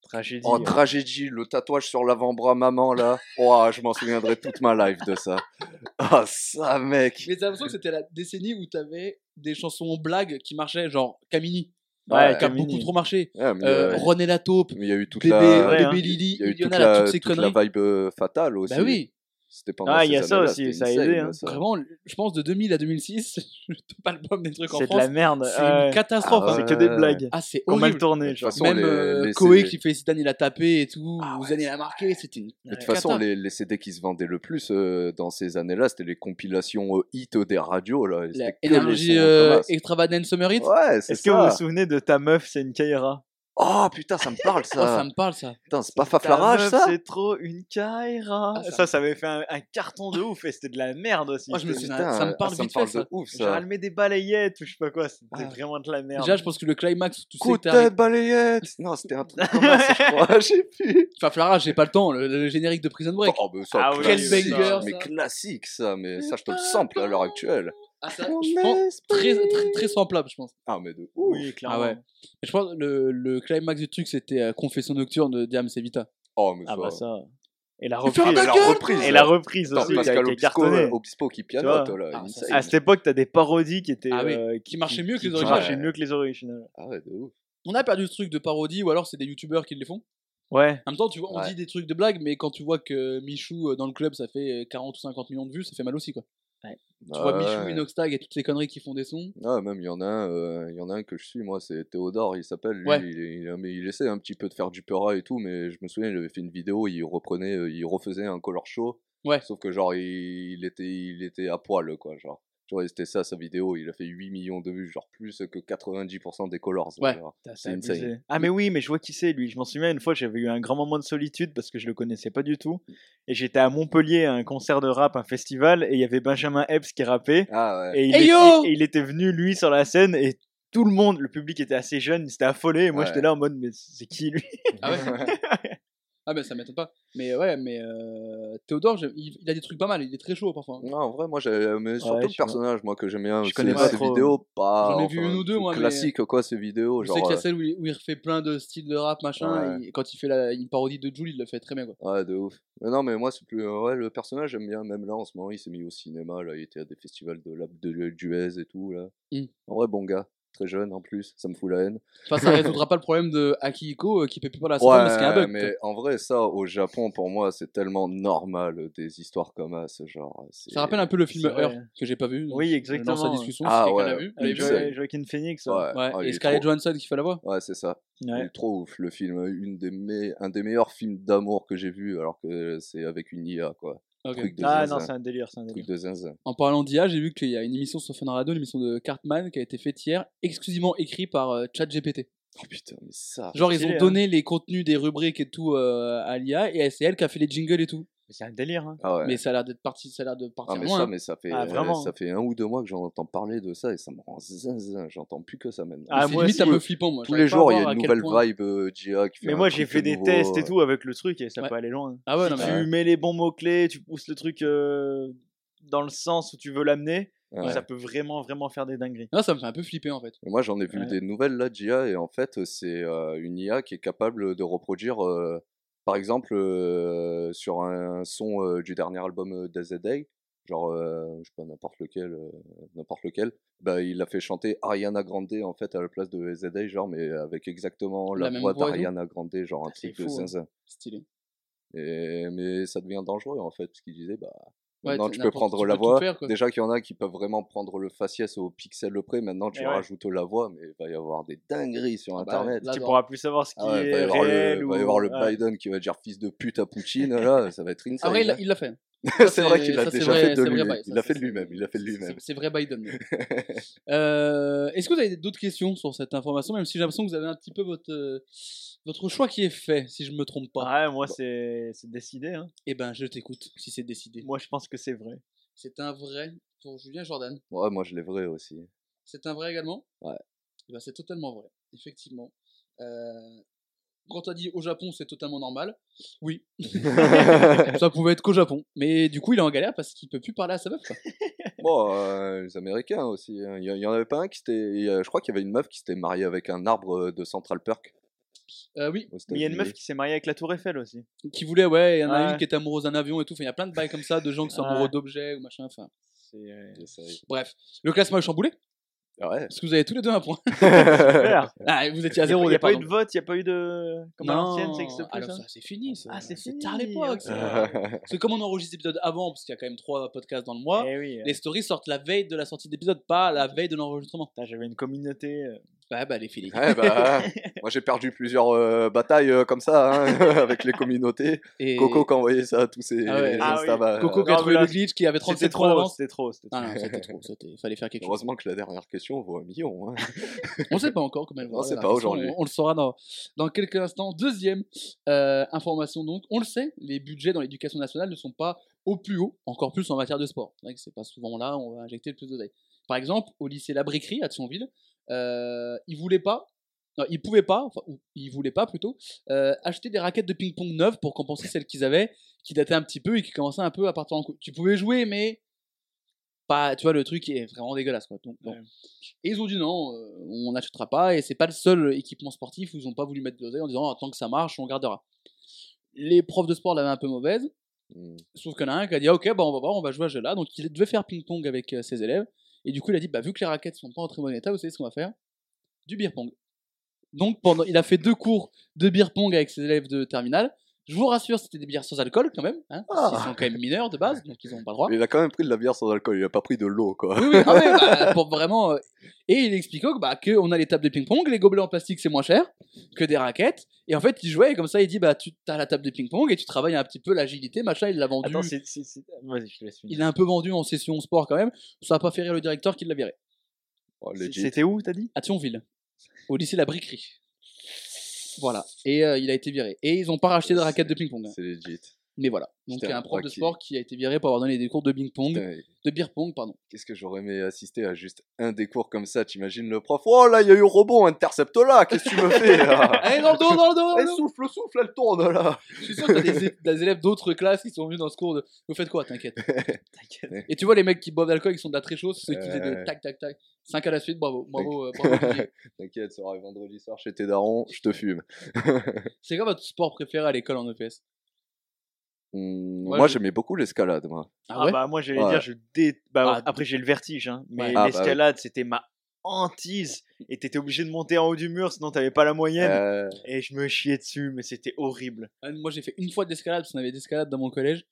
Speaker 5: Tragédie.
Speaker 3: hein.
Speaker 4: Oh, tragédie, le tatouage sur l'avant-bras maman, là. Oh, je m'en souviendrai toute ma life de ça. Ah, ça, mec.
Speaker 3: Mais t'as l'impression que c'était la décennie où t'avais des chansons en blague qui marchaient, genre Camini,
Speaker 5: Ouais,
Speaker 3: qui a
Speaker 5: Camini.
Speaker 3: beaucoup trop marché.
Speaker 4: Ouais, mais,
Speaker 3: Euh,
Speaker 4: euh,
Speaker 3: René la taupe,
Speaker 4: mais il y a eu toute
Speaker 3: Bébé,
Speaker 4: la...
Speaker 5: Ouais, hein.
Speaker 3: Bébé Lily,
Speaker 4: Il y a eu toute
Speaker 3: Iliona,
Speaker 4: la,
Speaker 3: toutes ces
Speaker 4: toute la
Speaker 3: conneries.
Speaker 4: vibe euh, fatale aussi.
Speaker 3: Bah oui,
Speaker 4: C'était pendant
Speaker 5: Ah,
Speaker 4: ces
Speaker 5: il y a ça
Speaker 4: années-là,
Speaker 5: aussi,
Speaker 4: c'était
Speaker 5: ça a aidé, hein.
Speaker 4: ça.
Speaker 3: vraiment, je pense de 2000 à 2006, le top album des trucs en
Speaker 5: C'est de
Speaker 3: France,
Speaker 5: la merde.
Speaker 3: c'est
Speaker 5: ouais.
Speaker 3: une catastrophe.
Speaker 4: Ah
Speaker 3: hein.
Speaker 5: C'est que des
Speaker 4: Ouais.
Speaker 5: blagues.
Speaker 3: Ah, c'est
Speaker 5: Qu'on mal
Speaker 3: horrible.
Speaker 4: De
Speaker 5: tourné,
Speaker 4: toute
Speaker 5: genre.
Speaker 4: façon,
Speaker 3: Même
Speaker 4: les-
Speaker 3: euh,
Speaker 4: les
Speaker 3: Koé
Speaker 4: CD
Speaker 3: qui fait cette année la taper et tout,
Speaker 4: Ah
Speaker 3: vous
Speaker 4: ouais,
Speaker 3: allez la marquer, c'était une.
Speaker 4: De toute
Speaker 3: Ouais.
Speaker 4: façon,
Speaker 3: Cata.
Speaker 4: les, les CD qui se vendaient le plus euh, dans ces années-là, c'était les compilations euh, hit des radios. Là. et
Speaker 3: La
Speaker 4: c'était que les
Speaker 3: énergie
Speaker 4: sons
Speaker 3: euh,
Speaker 4: comme ça.
Speaker 3: extravagance summer hit.
Speaker 4: Ouais, c'est
Speaker 5: Est-ce que vous
Speaker 4: ça.
Speaker 5: vous souvenez de ta meuf, c'est une Kaira
Speaker 4: Oh putain, ça me parle
Speaker 3: Oh, ça
Speaker 4: ça.
Speaker 3: me parle ça.
Speaker 4: Putain, c'est pas
Speaker 5: Ta
Speaker 4: Faflarage
Speaker 5: meuf,
Speaker 4: ça
Speaker 5: C'est trop une Kaira.
Speaker 3: Ah, ça-
Speaker 5: ça, ça, avait fait un, un carton de ouf et c'était de la merde aussi.
Speaker 3: Moi, je me
Speaker 5: C'était-
Speaker 3: souviens ça me parle
Speaker 4: ça me
Speaker 3: vite
Speaker 4: parle
Speaker 3: fait, ça.
Speaker 4: de ouf
Speaker 5: Genre,
Speaker 4: ça.
Speaker 5: elle met des balayettes ou je sais pas quoi, c'était
Speaker 4: Ah.
Speaker 5: vraiment de la merde.
Speaker 3: Déjà, je pense que le climax, tu sais
Speaker 4: Coup
Speaker 3: que
Speaker 4: de
Speaker 3: t'arrives-
Speaker 4: tête, balayette. Non, c'était un truc comme ça, je crois, je sais plus.
Speaker 3: Enfin, Flara, j'ai pas le temps, le, le générique de Prison Break.
Speaker 4: Oh, mais ça,
Speaker 5: Ah oui,
Speaker 3: quel
Speaker 4: classique,
Speaker 3: banger,
Speaker 4: mais
Speaker 3: ça.
Speaker 4: classique ça, mais ça je te le sample à l'heure actuelle.
Speaker 3: Ah, ça, je pense, très, très, très samplable, je pense.
Speaker 4: Ah mais de ouf.
Speaker 5: Oui,
Speaker 3: Ah
Speaker 5: clairement.
Speaker 3: ouais. Je pense que le, le climax du truc, c'était euh, Confession Nocturne de Diam Sevita.
Speaker 4: Oh mais
Speaker 5: Ah
Speaker 4: ça.
Speaker 5: bah ça. Et la
Speaker 3: fermes
Speaker 5: reprise.
Speaker 3: ta
Speaker 4: la
Speaker 3: gueule,
Speaker 4: reprise.
Speaker 5: Et la reprise
Speaker 4: Attends,
Speaker 5: aussi, qui a,
Speaker 4: Pascal
Speaker 5: qui a
Speaker 4: Obispo, euh,
Speaker 5: cartonné.
Speaker 4: Obispo qui pianote
Speaker 5: Tu
Speaker 4: là.
Speaker 3: Ah, ça,
Speaker 4: insane.
Speaker 5: À cette époque, t'as des parodies qui étaient.
Speaker 3: Ah oui,
Speaker 5: euh,
Speaker 3: qui marchaient mieux que les
Speaker 5: qui
Speaker 3: originales.
Speaker 5: marchaient mieux que les originales.
Speaker 4: Ah ouais, de ouf.
Speaker 3: On a perdu ce truc de parodie, ou alors c'est des youtubeurs qui les font.
Speaker 5: Ouais.
Speaker 3: En même temps, tu vois, on
Speaker 4: Ouais.
Speaker 3: dit des trucs de blague, mais quand tu vois que Michou euh, dans le club, ça fait euh, 40 ou 50 millions de vues, ça fait mal aussi, quoi. Tu vois Michou, Inoxtag et toutes les conneries qui font des sons.
Speaker 4: Ah, même il y en a un, euh, il y en a un que je suis moi, c'est Théodore, il s'appelle. Lui,
Speaker 3: Ouais.
Speaker 4: il, est- il, a- mais il essaie un petit peu de faire du pera et tout, mais je me souviens, il avait fait une vidéo, il reprenait, euh, il refaisait un color show.
Speaker 3: Ouais.
Speaker 4: Sauf que genre il, il était, il était à poil quoi, genre. Tu vois, c'était ça sa vidéo, il a fait 8 millions de vues, genre plus que 90% des colors.
Speaker 3: Ouais.
Speaker 4: genre.
Speaker 5: Putain,
Speaker 4: C'est
Speaker 5: c'est
Speaker 4: insane.
Speaker 5: abusé. Ah mais oui, mais je vois qui c'est lui. Je m'en souviens une fois, j'avais eu un grand moment de solitude parce que je le connaissais pas du
Speaker 4: Mm.
Speaker 5: tout. Et j'étais à Montpellier à un concert de rap, un festival, et il y avait Benjamin Epps qui rappait.
Speaker 4: Ah ouais.
Speaker 5: Et il,
Speaker 3: Hey
Speaker 5: était,
Speaker 3: yo
Speaker 5: et il était venu lui sur la scène et tout le monde, le public était assez jeune, il s'était affolé. Et moi
Speaker 4: Ouais.
Speaker 5: j'étais là en mode mais c'est qui lui
Speaker 3: Ah ouais Ah, ben ça m'étonne pas. Mais ouais, mais euh, Théodore, j'aime- il, il a des trucs pas mal, il est très chaud parfois.
Speaker 4: Non, en vrai, moi, j'ai- mais surtout
Speaker 5: Ouais, je
Speaker 4: le
Speaker 5: sais pas.
Speaker 4: personnage, moi, que j'aime bien.
Speaker 5: Je
Speaker 4: c'est-
Speaker 5: connais pas
Speaker 4: ces
Speaker 5: trop.
Speaker 4: vidéos, pas.
Speaker 3: J'en ai vu une ou deux, moi, mais-
Speaker 4: Classique, quoi, ces vidéos.
Speaker 3: Je
Speaker 4: genre,
Speaker 3: sais qu'il y a
Speaker 4: euh,
Speaker 3: celle où il, où il refait plein de styles de rap, machin.
Speaker 4: Ouais.
Speaker 3: et quand il fait la, une parodie de Jules, il le fait très bien, quoi.
Speaker 4: Ouais, de ouf. Mais non, mais moi, c'est plus. euh, Ouais, le personnage, j'aime bien. Même là, en ce moment, il s'est mis au cinéma. Là, il était à des festivals de la de Duez et tout. Là.
Speaker 3: Mm.
Speaker 4: En vrai, bon gars. Très jeune, en plus. Ça me fout la haine.
Speaker 3: Enfin, ça résoudra pas le problème de Akihiko euh, qui peut plus parler à sa femme parce qu'il y a un bug.
Speaker 4: mais en vrai, ça, au Japon, pour moi, c'est tellement normal. euh, Des histoires comme ça, genre. c'est-
Speaker 3: Ça rappelle un peu le film
Speaker 5: C'est vrai.
Speaker 3: Heure que j'ai pas vu.
Speaker 5: Oui,
Speaker 3: Dans sa
Speaker 5: exactement.
Speaker 3: discussion, si
Speaker 4: Ah,
Speaker 3: quelqu'un
Speaker 4: ouais.
Speaker 3: l'a vu. vous l'avez
Speaker 5: Avec
Speaker 3: vu
Speaker 4: Une
Speaker 5: Jo-
Speaker 4: seule.
Speaker 5: Joaquin Phoenix.
Speaker 4: Ouais,
Speaker 5: ouais.
Speaker 3: Ouais,
Speaker 4: ah, il
Speaker 3: et
Speaker 4: est
Speaker 3: Scarlett
Speaker 4: trop-
Speaker 3: Johansson qui fait la voix.
Speaker 4: Ouais, c'est ça. Il
Speaker 5: Ouais.
Speaker 4: est trop ouf, le film. Une des me- Un des meilleurs films d'amour que j'ai vu, alors que c'est avec une IA, quoi.
Speaker 3: Ok.
Speaker 4: Truc de
Speaker 5: Ah
Speaker 4: zinzin.
Speaker 5: non, c'est un délire, c'est un
Speaker 4: Truc
Speaker 5: délire.
Speaker 4: de zinzin.
Speaker 3: En parlant d'IA, j'ai vu qu'il y a une émission sur Fun Radio, l'émission de Cartman, qui a été faite hier, exclusivement écrite par euh, ChatGPT.
Speaker 4: Oh putain, mais ça.
Speaker 3: Genre, ils
Speaker 5: stylé,
Speaker 3: ont
Speaker 5: hein.
Speaker 3: donné les contenus des rubriques et tout euh, à l'IA, et c'est elle qui a fait les jingles et tout.
Speaker 5: C'est un délire. hein.
Speaker 4: Ah ouais.
Speaker 3: Mais ça a l'air d'être parti, ça a l'air de
Speaker 4: Ah
Speaker 3: partir
Speaker 4: mais
Speaker 3: loin.
Speaker 4: ça,
Speaker 3: hein.
Speaker 4: mais ça fait,
Speaker 5: Ah,
Speaker 4: euh,
Speaker 5: vraiment.
Speaker 4: ça fait un ou deux mois que j'en entends parler de ça et ça me rend zinzin. J'entends plus que ça maintenant.
Speaker 5: Ah,
Speaker 3: c'est
Speaker 5: moi
Speaker 3: limite
Speaker 5: aussi,
Speaker 3: un peu
Speaker 5: ouais.
Speaker 3: flippant, moi.
Speaker 4: Tous
Speaker 3: J'arrive
Speaker 4: les
Speaker 3: pas à
Speaker 4: jours, il y
Speaker 3: voir
Speaker 4: a
Speaker 3: à
Speaker 4: une
Speaker 3: quel
Speaker 4: nouvelle
Speaker 3: point-
Speaker 4: vibe euh, d'IA qui fait.
Speaker 5: Mais
Speaker 4: un
Speaker 5: moi, j'ai
Speaker 4: truc
Speaker 5: fait
Speaker 4: de
Speaker 5: des
Speaker 4: nouveau,
Speaker 5: tests
Speaker 4: euh,
Speaker 5: et tout avec le truc et ça
Speaker 3: Ouais.
Speaker 5: peut aller loin.
Speaker 3: Ah ouais,
Speaker 5: si
Speaker 3: non, mais
Speaker 5: tu
Speaker 4: ouais.
Speaker 5: mets les bons mots-clés, tu pousses le truc euh, dans le sens où tu veux l'amener,
Speaker 4: ouais.
Speaker 5: ça peut vraiment, vraiment faire des dingueries.
Speaker 3: Non, ça me fait un peu flipper en fait.
Speaker 4: Et Moi, j'en ai vu
Speaker 5: Ouais.
Speaker 4: des nouvelles là d'IA et en fait, c'est euh, une IA qui est capable de reproduire, euh, par exemple, euh, sur un son euh, du dernier album euh, d'AZA, genre, euh, je sais pas, n'importe lequel, euh, n'importe lequel, bah, il a fait chanter Ariana Grande en fait à la place de AZA, genre, mais avec exactement la,
Speaker 3: La même
Speaker 4: voix
Speaker 3: voix et tout
Speaker 4: d'Ariana Grande, genre un
Speaker 3: c'est
Speaker 4: truc de
Speaker 3: fou, hein.
Speaker 4: zinzin.
Speaker 3: Stylé.
Speaker 4: Et- mais ça devient dangereux en fait, parce qu'il disait, bah,
Speaker 3: Ouais,
Speaker 4: maintenant
Speaker 3: t'es-
Speaker 4: tu peux
Speaker 3: n'importe-
Speaker 4: prendre
Speaker 3: tu
Speaker 4: la
Speaker 3: peux tout
Speaker 4: voix.
Speaker 3: faire, quoi.
Speaker 4: Déjà qu'il y en a qui peuvent vraiment prendre le faciès au pixel le près, maintenant tu
Speaker 5: Eh ouais.
Speaker 4: rajoutes la voix, mais il va y avoir des dingueries sur
Speaker 3: Ah bah,
Speaker 4: internet.
Speaker 3: là,
Speaker 5: tu
Speaker 3: dans-
Speaker 5: pourras plus savoir ce qui
Speaker 4: Ah ouais, il va y
Speaker 5: est
Speaker 4: avoir
Speaker 5: réel
Speaker 4: le,
Speaker 5: ou.
Speaker 4: va y avoir le
Speaker 5: Ouais.
Speaker 4: Biden qui va dire fils de pute à Poutine, là, ça va être insane.
Speaker 3: Ah ouais, il
Speaker 4: hein.
Speaker 3: l'a- il l'a fait.
Speaker 4: c'est vrai qu'il l'a
Speaker 3: ça, c'est
Speaker 4: déjà
Speaker 3: vrai-
Speaker 4: fait de
Speaker 3: c'est vrai,
Speaker 4: lui-même.
Speaker 3: Biden.
Speaker 4: Il
Speaker 3: Ça,
Speaker 4: l'a fait
Speaker 3: c'est-
Speaker 4: de lui-même. Il l'a fait de lui-même.
Speaker 3: C'est- C'est vrai Biden. mais. Euh, Est-ce que vous avez d'autres questions sur cette information, même si j'ai l'impression que vous avez un petit peu votre, euh, votre choix qui est fait, si je me trompe pas
Speaker 5: Ouais, moi, c'est c'est décidé. hein.
Speaker 3: Eh ben, je t'écoute, si c'est décidé.
Speaker 5: Moi, je pense que c'est vrai.
Speaker 3: C'est un vrai pour Julien Jordan.
Speaker 4: Ouais, moi je l'ai vrai aussi.
Speaker 3: C'est un vrai également
Speaker 4: Ouais.
Speaker 3: Eh ben, c'est totalement vrai, effectivement. Euh, Quand t'as dit au Japon, c'est totalement normal. Oui, ça pouvait être qu'au Japon. Mais du coup, il est en galère parce qu'il peut plus parler à sa meuf. quoi.
Speaker 4: Bon, euh, les Américains aussi. hein. Il y, il y en avait pas un qui s'était. il y a- Je crois qu'il y avait une meuf qui s'était mariée avec un arbre euh, de Central Perk.
Speaker 3: Euh, oui,
Speaker 4: aux
Speaker 5: Mais il y a une meuf
Speaker 4: États-Unis.
Speaker 5: qui s'est mariée avec la Tour Eiffel aussi.
Speaker 3: qui voulait, ouais, il y en a
Speaker 5: Ouais.
Speaker 3: une qui était amoureuse d'un avion et tout. Enfin, Il y a plein de bails comme ça, de gens qui sont
Speaker 5: Ouais.
Speaker 3: amoureux d'objets ou machin. Enfin,
Speaker 5: C'est euh,
Speaker 4: Yes, I-
Speaker 3: bref. Le classement est chamboulé,
Speaker 4: Ah Ouais.
Speaker 3: parce que vous avez tous les deux un point.
Speaker 5: super.
Speaker 3: Ah, vous étiez à
Speaker 5: Il n'y
Speaker 3: zéro
Speaker 5: a,
Speaker 3: au départ.
Speaker 5: pas eu de vote, il n'y a pas eu de. Comme à l'ancienne, c'est existe plus.
Speaker 3: Alors
Speaker 5: ça.
Speaker 3: ça, c'est fini. ça.
Speaker 5: Ah, c'est fini,
Speaker 3: tard l'époque.
Speaker 5: ok.
Speaker 3: ça. Parce que comme on enregistre l'épisode avant, parce qu'il y a quand même trois podcasts dans le
Speaker 4: Oh.
Speaker 3: mois,
Speaker 5: Eh oui. euh,
Speaker 3: les stories sortent la veille de la sortie de l'épisode, pas la veille de l'enregistrement.
Speaker 5: putain, J'avais une communauté. euh,
Speaker 3: Ouais, bah, les Philippe.
Speaker 4: Ouais, bah, moi j'ai perdu plusieurs euh, batailles euh, comme ça hein, avec les communautés.
Speaker 3: Et...
Speaker 4: Coco qui a envoyé ça à tous ses
Speaker 3: Ah ouais.
Speaker 5: Ah
Speaker 4: Insta,
Speaker 5: oui.
Speaker 4: bah,
Speaker 3: Coco qui a
Speaker 5: Non, mais
Speaker 3: trouvé
Speaker 5: là,
Speaker 3: le glitch qui avait
Speaker 5: C'était
Speaker 3: 37 points
Speaker 5: trop,
Speaker 3: d'avance.
Speaker 5: c'était trop. c'était trop.
Speaker 3: Ah non, c'était trop, c'était- fallait faire quelque chose.
Speaker 4: Heureusement que la dernière question vaut un million. hein.
Speaker 3: On ne sait pas encore comment elle va.
Speaker 4: On sait
Speaker 3: la
Speaker 4: pas
Speaker 3: question,
Speaker 4: aujourd'hui.
Speaker 3: On, on le saura dans, dans quelques instants. Deuxième euh, information, donc, on le sait, les budgets dans l'éducation nationale ne sont pas au plus haut, encore plus en matière de sport. C'est vrai que c'est pas souvent là où on va injecter le plus d'oseille. Par exemple, au lycée La Briquerie à Thionville, euh, ils voulaient pas. Non, ils pouvaient pas, enfin, ou ils voulaient pas plutôt, euh, acheter des raquettes de ping-pong neuves pour compenser celles qu'ils avaient, qui dataient un petit peu et qui commençaient un peu à partir en couille. Tu pouvais jouer, mais pas, tu vois, le truc est vraiment dégueulasse. Quoi. Donc, bon.
Speaker 5: Ouais.
Speaker 3: Et ils ont dit non, euh, on n'achètera pas, et c'est pas le seul équipement sportif où ils n'ont pas voulu mettre de l'oseille en disant Ah, tant que ça marche, on gardera. Les profs de sport l'avaient un peu mauvaise,
Speaker 4: Mm.
Speaker 3: sauf qu'il y en a un qui a dit Ah, Ok, bah, on va voir, on va jouer à ce jeu-là. Donc il devait faire ping-pong avec euh, ses élèves, et du coup il a dit bah, Vu que les raquettes sont pas en très bon état, vous savez ce qu'on va faire Du beer-pong. Donc pendant, il a fait deux cours de beer-pong avec ses élèves de terminale. Je vous rassure, c'était des bières sans alcool quand même, hein, parce qu'ils sont quand même mineurs de base, donc ils n'ont pas le droit.
Speaker 4: Mais il a quand même pris de la bière sans alcool, il a pas pris de l'eau quoi.
Speaker 3: Oui, oui, ah ouais, bah, pour vraiment. euh, Et il expliquait que, bah, qu'on a les tables de ping-pong, les gobelets en plastique c'est moins cher que des raquettes. Et en fait, il jouait et comme ça, il dit bah, tu as la table de ping-pong et tu travailles un petit peu l'agilité, machin. Il l'a vendu.
Speaker 5: Attends, c'est. c'est- c'est- Vas-y, je te laisse
Speaker 3: il
Speaker 5: finir.
Speaker 3: a un peu vendu en session sport quand même. Ça n'a pas fait rire le directeur qui l'a viré.
Speaker 4: Oh,
Speaker 5: C'est-
Speaker 4: legit.
Speaker 5: C'était où, t'as dit
Speaker 3: À Thionville, au lycée La Briquerie. Voilà. Et euh, il a été viré. Et ils n'ont pas racheté de raquettes de ping-pong. hein.
Speaker 4: C'est legit.
Speaker 3: Mais voilà. Donc il y a
Speaker 4: Putain,
Speaker 3: un prof de
Speaker 4: ok.
Speaker 3: sport qui a été viré pour avoir donné des cours de ping pong,
Speaker 4: Putain,
Speaker 3: de beer pong, pardon.
Speaker 4: Qu'est-ce que j'aurais aimé assister à juste un des cours comme ça T'imagines le prof Oh là, il y a eu rebond, intercepte là, qu'est-ce que tu me fais là
Speaker 3: Allez dans le dos, dans le dos, dans Oh,
Speaker 4: Eh,
Speaker 3: le dos
Speaker 4: souffle, souffle, elle tourne là
Speaker 3: Je suis sûr que t'as des, é- des élèves d'autres classes qui sont venus dans ce cours de. Vous faites quoi T'inquiète.
Speaker 5: T'inquiète.
Speaker 3: Et tu vois les mecs qui boivent d'alcool, ils sont de la très chaude, ceux qui faisaient
Speaker 4: Ouais.
Speaker 3: de tac tac tac. 5 à la suite, bravo, bravo, euh, bravo. Didier.
Speaker 4: T'inquiète, ça aura vendredi soir chez tes darons, je te fume.
Speaker 3: C'est quoi votre sport préféré à l'école en E EPS
Speaker 4: Hmm,
Speaker 3: Ouais,
Speaker 4: moi,
Speaker 3: je-
Speaker 4: j'aimais beaucoup l'escalade, moi.
Speaker 5: Ah, bah moi j'allais
Speaker 4: Ouais.
Speaker 5: dire je dé... bah,
Speaker 3: Ah.
Speaker 5: après j'ai le vertige hein, mais
Speaker 3: Ouais.
Speaker 4: Ah, bah
Speaker 5: l'escalade c'était ma hantise et t'étais obligé de monter en haut du mur sinon t'avais pas la
Speaker 3: Eh ben.
Speaker 5: moyenne
Speaker 4: Euh,
Speaker 5: et je me chiais dessus mais c'était horrible.
Speaker 3: Ah, Moi, j'ai fait une fois d'escalade parce qu'on avait d'escalade dans mon collège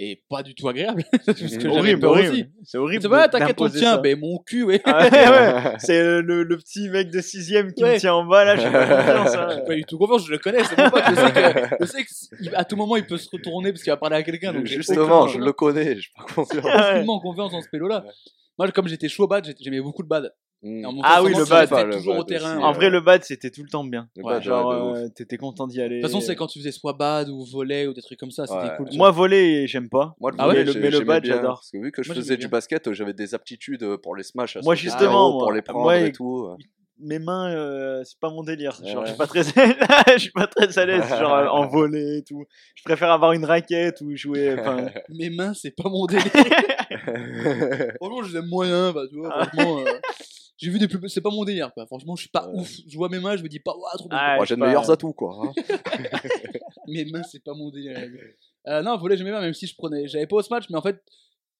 Speaker 3: et pas du tout agréable. parce que
Speaker 4: Mmh.
Speaker 3: j'avais
Speaker 5: Horrible,
Speaker 3: peur aussi.
Speaker 5: horrible. C'est horrible.
Speaker 3: C'est pas
Speaker 5: de-
Speaker 3: t'inquiète, on
Speaker 5: d'imposer
Speaker 3: tient,
Speaker 5: ça.
Speaker 3: mais mon cul, Eh ouais.
Speaker 5: Ah ouais, ouais. C'est euh, le, le petit mec de 6ème qui me
Speaker 3: Ouais.
Speaker 5: tient en bas là, j'ai pas confiance. hein.
Speaker 3: J'ai pas du tout confiance, je le connais, c'est mon pote, je sais que, je sais que s- il- à tout moment il peut se retourner parce qu'il va parler à quelqu'un. Donc j'ai
Speaker 4: Justement,
Speaker 3: aucun-
Speaker 4: je le connais, je pas confiance.
Speaker 3: aucunement confiance en ce pélo là. Moi, comme j'étais chaud au bad, j'étais- j'aimais beaucoup le bad.
Speaker 4: Hmm.
Speaker 3: Et en mon
Speaker 5: Ah
Speaker 3: sens,
Speaker 5: oui,
Speaker 3: on
Speaker 5: le
Speaker 3: se
Speaker 5: bad.
Speaker 3: restait
Speaker 4: Ah, le
Speaker 3: toujours au
Speaker 4: bad
Speaker 3: terrain.
Speaker 4: aussi,
Speaker 3: ouais.
Speaker 5: En
Speaker 4: ouais.
Speaker 5: vrai, le bad c'était tout le temps bien.
Speaker 4: Le
Speaker 3: Ouais,
Speaker 4: badge,
Speaker 5: Genre,
Speaker 4: ouais, de ouf.
Speaker 5: euh, t'étais content d'y aller.
Speaker 3: De toute façon, c'est quand tu faisais soit bad ou volet ou des trucs comme ça, c'était
Speaker 4: Ouais.
Speaker 3: cool. tu
Speaker 5: Moi, voler, j'aime pas.
Speaker 4: Moi, le
Speaker 3: Ah ouais,
Speaker 4: volley,
Speaker 5: mais le-
Speaker 4: j'ai-
Speaker 5: mais le
Speaker 4: j'aimais
Speaker 5: badge,
Speaker 4: bien,
Speaker 5: j'adore.
Speaker 4: Parce que vu que je
Speaker 3: Moi, j'aimais
Speaker 4: faisais du
Speaker 3: bien.
Speaker 4: basket, euh, j'avais des aptitudes euh, pour les smash. à
Speaker 5: Moi,
Speaker 4: sauter
Speaker 5: justement,
Speaker 4: très haut,
Speaker 5: moi.
Speaker 4: Pour les prendre
Speaker 5: Moi,
Speaker 4: et
Speaker 5: et-
Speaker 4: tout. euh.
Speaker 5: Mes mains, euh, c'est pas mon délire. Genre,
Speaker 4: Ouais.
Speaker 5: je suis pas très, je suis pas très à l'aise. Genre, euh, en voler et tout. Je préfère avoir une raquette ou jouer. Enfin,
Speaker 3: vois. Mes mains, c'est pas mon délire. Franchement, je les aime moyen, bah, tu vois, franchement. euh, J'ai vu des plus. C'est pas mon délire, quoi. Franchement, je suis pas
Speaker 4: Ouais.
Speaker 3: ouf. Je vois mes mains, je me dis pas, ouah, trop bien.
Speaker 5: Ah,
Speaker 4: Moi,
Speaker 5: je
Speaker 4: j'ai de
Speaker 5: sais pas.
Speaker 4: meilleurs atouts, quoi. hein.
Speaker 3: Mes mains, c'est pas mon délire. les gars. Euh, non, volet, j'aimais bien, même si je prenais. J'avais pas au smash, mais en fait,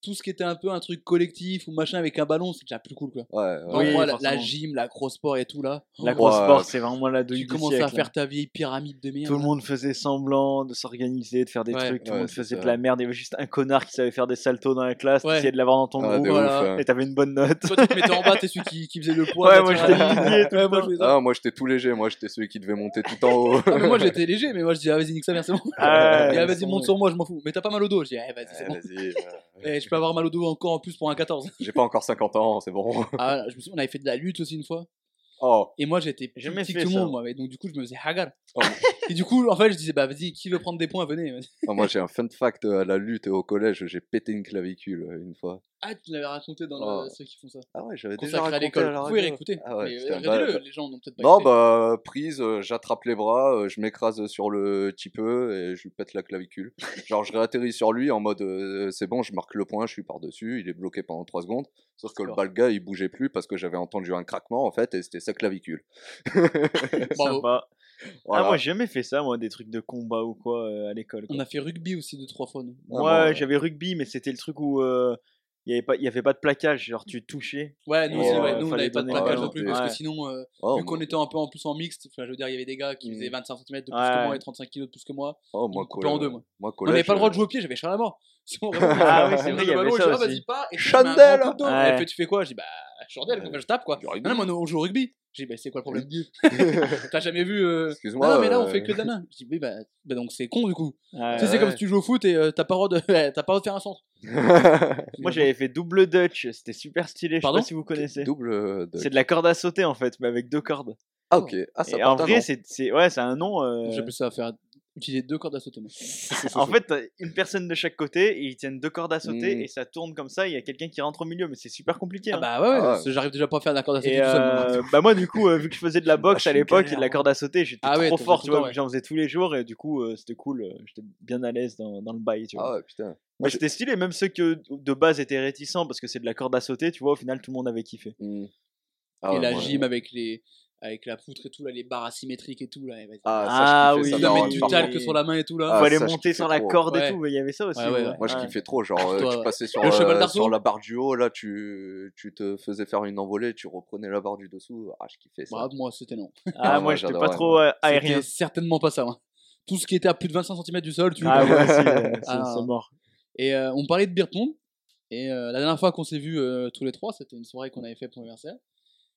Speaker 3: tout ce qui était un peu un truc collectif ou machin avec un ballon, c'est déjà plus cool, quoi.
Speaker 4: Ouais,
Speaker 3: Donc,
Speaker 4: ouais.
Speaker 5: Oui,
Speaker 3: moi, la,
Speaker 5: forcément.
Speaker 3: la gym, la cross sport et tout, là.
Speaker 5: la
Speaker 3: Oh,
Speaker 5: grosse
Speaker 4: Ouais.
Speaker 5: sport, c'est vraiment la douille
Speaker 3: tu
Speaker 5: du
Speaker 3: commences
Speaker 5: siècle. hein.
Speaker 3: à faire ta vieille pyramide de merde.
Speaker 5: Tout le monde faisait semblant de s'organiser, de faire des
Speaker 3: Ouais.
Speaker 5: trucs. Tout
Speaker 4: Ouais,
Speaker 5: le monde
Speaker 4: c'est
Speaker 5: faisait de
Speaker 4: ça.
Speaker 5: la merde. Il y avait juste un connard qui savait faire des saltos dans la classe.
Speaker 3: Ouais.
Speaker 5: Tu essayais de l'avoir dans ton
Speaker 4: Ah, de
Speaker 5: groupe.
Speaker 4: ouf.
Speaker 3: Voilà.
Speaker 4: hein.
Speaker 5: Et t'avais une bonne note.
Speaker 3: Toi, tu te mettais en bas, t'es celui qui, qui faisait le poids.
Speaker 5: Ouais,
Speaker 3: là,
Speaker 5: moi,
Speaker 3: tu
Speaker 5: j'étais
Speaker 3: vois.
Speaker 5: humilié tout le
Speaker 3: Ouais, moi,
Speaker 5: temps.
Speaker 3: je faisais ça.
Speaker 4: Ah, moi, j'étais tout léger. Moi, j'étais celui qui devait monter tout en haut.
Speaker 3: Ah, mais moi, j'étais léger, mais moi, je dis, ah, vas-y, nique sa mère, c'est bon.
Speaker 5: Ah,
Speaker 3: Il dit, ah, vas-y, monte sur moi, je m'en fous. Mais t'as pas mal au dos. Je dis, eh, vas-y, c'est
Speaker 4: Ouais,
Speaker 3: bon.
Speaker 4: Vas-y. euh,
Speaker 3: Eh, je peux avoir mal au dos encore en plus pour un 14.
Speaker 4: J'ai pas encore 50 ans, c'est bon.
Speaker 3: Ah, voilà, je me souviens, on avait fait de la lutte aussi une fois.
Speaker 4: Oh,
Speaker 3: Et moi, j'étais
Speaker 5: J'ai
Speaker 3: plus
Speaker 5: jamais
Speaker 3: petit
Speaker 5: fait
Speaker 3: que tout le
Speaker 5: ça.
Speaker 3: monde, moi. Mais donc, du coup, je me faisais hagar.
Speaker 4: Oh.
Speaker 3: Et du coup, en fait, je disais, bah, vas-y, qui veut prendre des points, venez.
Speaker 4: Ah, moi, j'ai un fun fact euh, à la lutte au collège. J'ai pété une clavicule euh, une fois.
Speaker 3: Ah, tu l'avais raconté dans le-
Speaker 4: Oh.
Speaker 3: ceux qui font ça.
Speaker 4: Ah ouais, j'avais déjà
Speaker 3: Consacré à
Speaker 4: raconté
Speaker 3: l'école.
Speaker 4: la
Speaker 3: Vous pouvez
Speaker 4: radio.
Speaker 3: réécouter.
Speaker 4: Ah ouais,
Speaker 3: Mais,
Speaker 4: putain,
Speaker 3: euh, regardez-le,
Speaker 4: bah,
Speaker 3: les gens n'ont peut-être pas
Speaker 4: Non,
Speaker 3: écouté.
Speaker 4: bah, prise, euh, j'attrape les bras, euh, je m'écrase sur le petit peu et je lui pète la clavicule. Genre, je réatterris sur lui en mode euh, c'est bon, je marque le point, je suis par-dessus, il est bloqué pendant 3 secondes. Sauf que le
Speaker 5: D'accord.
Speaker 4: bas, le gars, il bougeait plus parce que j'avais entendu un craquement en fait et c'était sa clavicule.
Speaker 3: Ah, Bravo.
Speaker 5: Sympa.
Speaker 4: Voilà.
Speaker 5: Ah, moi, j'ai jamais fait ça, moi, des trucs de combat ou quoi euh, à l'école. quoi.
Speaker 3: On a fait rugby aussi deux, trois fois, nous.
Speaker 4: Ah,
Speaker 5: Moi,
Speaker 4: bon, ouais.
Speaker 5: j'avais rugby, mais c'était le truc où euh, il y avait pas, il y avait pas de plaquage. Genre, tu touchais.
Speaker 3: Ouais, nous
Speaker 4: Et,
Speaker 3: aussi, ouais,
Speaker 4: euh,
Speaker 3: nous, on
Speaker 5: fallait
Speaker 3: n'avait pas de
Speaker 5: donner
Speaker 4: la
Speaker 3: plaquage
Speaker 4: main,
Speaker 3: non plus,
Speaker 4: ouais.
Speaker 3: parce que sinon, euh,
Speaker 4: Oh,
Speaker 3: vu qu'on
Speaker 4: moi-
Speaker 3: était un peu en plus en mixte, enfin, je veux dire, il y avait des gars qui
Speaker 4: Mm.
Speaker 3: faisaient 25 cm de plus
Speaker 5: Ouais.
Speaker 3: que moi et 35 kg de plus que moi.
Speaker 4: oh,
Speaker 3: ils
Speaker 4: moi,
Speaker 3: me coupaient en
Speaker 4: collège-
Speaker 3: deux, moi.
Speaker 4: moi,
Speaker 3: On n'avait
Speaker 4: collège,
Speaker 3: pas le droit de
Speaker 4: euh,
Speaker 3: jouer au pied, j'avais Charles à mort. Sinon,
Speaker 5: Ah oui, c'est
Speaker 3: il
Speaker 5: vrai,
Speaker 3: me dit,
Speaker 5: il y
Speaker 3: bah
Speaker 5: avait
Speaker 3: non,
Speaker 5: ça
Speaker 3: je dis, ah,
Speaker 5: aussi.
Speaker 3: vas-y, pas. Et puis,
Speaker 4: Chandelle
Speaker 3: il m'a un grand coup de dos.
Speaker 5: Ouais.
Speaker 3: Elle fait, tu fais quoi Je dis, bah, chandelle, quoi,
Speaker 4: Ouais.
Speaker 3: je tape, quoi.
Speaker 4: Du rugby.
Speaker 3: Non, non, mais nous, on joue au rugby. Je dis, bah, c'est quoi le problème T'as jamais vu. euh,
Speaker 4: Excuse-moi.
Speaker 3: Non, non, mais là, on
Speaker 4: euh,
Speaker 3: fait que de la main. Je dis, oui, bah, bah, donc c'est con, du coup.
Speaker 5: Ouais.
Speaker 3: Tu sais, c'est
Speaker 4: ouais.
Speaker 3: comme si tu joues au foot et euh, t'as pas le droit de t'as pas le droit de faire un centre.
Speaker 5: Moi, j'avais fait double dutch. C'était super stylé.
Speaker 3: Pardon
Speaker 5: je sais pas si vous connaissez.
Speaker 4: Double. euh, de-
Speaker 5: C'est de la corde à sauter en fait, mais avec deux cordes.
Speaker 4: Ah, ok. Ah, ça
Speaker 5: Et en
Speaker 4: porte un
Speaker 5: vrai,
Speaker 4: nom.
Speaker 5: c'est c'est- ouais, c'est un nom. euh,
Speaker 3: J'appelle ça faire utiliser deux cordes à sauter. moi.
Speaker 5: en fait, t'as une personne de chaque côté, et ils tiennent deux cordes à sauter,
Speaker 4: Mm.
Speaker 5: et ça tourne comme ça. Il y a quelqu'un qui rentre au milieu, mais c'est super compliqué.
Speaker 3: Ah
Speaker 5: hein.
Speaker 3: bah ouais, ouais,
Speaker 4: Ah ouais.
Speaker 3: parce que j'arrive déjà pas à faire de la corde à sauter
Speaker 5: Et
Speaker 3: tout seul. moi.
Speaker 5: euh, bah moi du coup euh, vu que je faisais de la boxe
Speaker 4: Ah,
Speaker 5: à
Speaker 4: je suis
Speaker 5: l'époque et de
Speaker 4: galère,
Speaker 5: la
Speaker 4: moi.
Speaker 5: corde à sauter j'étais
Speaker 3: Ah ouais,
Speaker 5: trop
Speaker 3: t'en
Speaker 5: fort
Speaker 3: faisais
Speaker 5: tu
Speaker 3: tout le
Speaker 5: vois
Speaker 3: temps, ouais.
Speaker 5: j'en faisais tous les jours et du coup euh, c'était cool euh, j'étais bien à l'aise dans, dans le bail tu vois
Speaker 4: Ah, ouais, putain.
Speaker 5: mais c'était stylé même ceux que de base étaient réticents parce que c'est de la corde à sauter tu vois au final tout le monde avait kiffé
Speaker 4: Hmm. Ah,
Speaker 3: et
Speaker 4: ouais,
Speaker 3: la
Speaker 4: moi,
Speaker 3: gym avec les avec la poutre et tout là, les barres asymétriques et tout là. et vas-y.
Speaker 4: Ah, ça, je
Speaker 5: Ah
Speaker 4: kiffais,
Speaker 5: oui,
Speaker 3: Tu
Speaker 4: ça
Speaker 5: oui,
Speaker 3: dois
Speaker 4: me
Speaker 3: mettre
Speaker 5: mais
Speaker 4: rend
Speaker 3: du
Speaker 5: par
Speaker 4: fou.
Speaker 3: talc
Speaker 5: contre.
Speaker 3: sur la main et tout
Speaker 5: il
Speaker 3: là.
Speaker 4: Ah,
Speaker 5: fallait
Speaker 4: ça, je
Speaker 5: monter sur
Speaker 4: kiffais
Speaker 5: la
Speaker 4: trop.
Speaker 5: corde et
Speaker 3: Ouais.
Speaker 5: tout mais il y avait ça aussi
Speaker 3: Ouais, ouais, ouais.
Speaker 4: Moi, je
Speaker 5: Ouais.
Speaker 4: kiffais trop. Genre,
Speaker 3: Ah,
Speaker 4: euh,
Speaker 3: toi,
Speaker 4: tu
Speaker 3: ouais.
Speaker 4: passais sur,
Speaker 3: Le cheval
Speaker 4: euh,
Speaker 3: d'arceau
Speaker 4: sur la barre du haut, là, tu, tu te faisais faire une envolée, tu reprenais la barre du dessous. Ah, je kiffais ça.
Speaker 3: Bah, moi c'était non.
Speaker 5: ah,
Speaker 4: Ah, moi,
Speaker 5: moi j'étais pas
Speaker 4: j'adorais,
Speaker 5: trop euh, aérien
Speaker 3: C'était certainement pas ça. moi. Tout ce qui était à plus de 25 cm du sol, tu
Speaker 5: ah ouais si, euh, c'est
Speaker 3: Ah.
Speaker 5: c'est mort
Speaker 3: Et euh, on parlait de beer pong. Et euh, la dernière fois qu'on s'est vus euh, tous les trois, c'était une soirée qu'on avait fait pour l'anniversaire.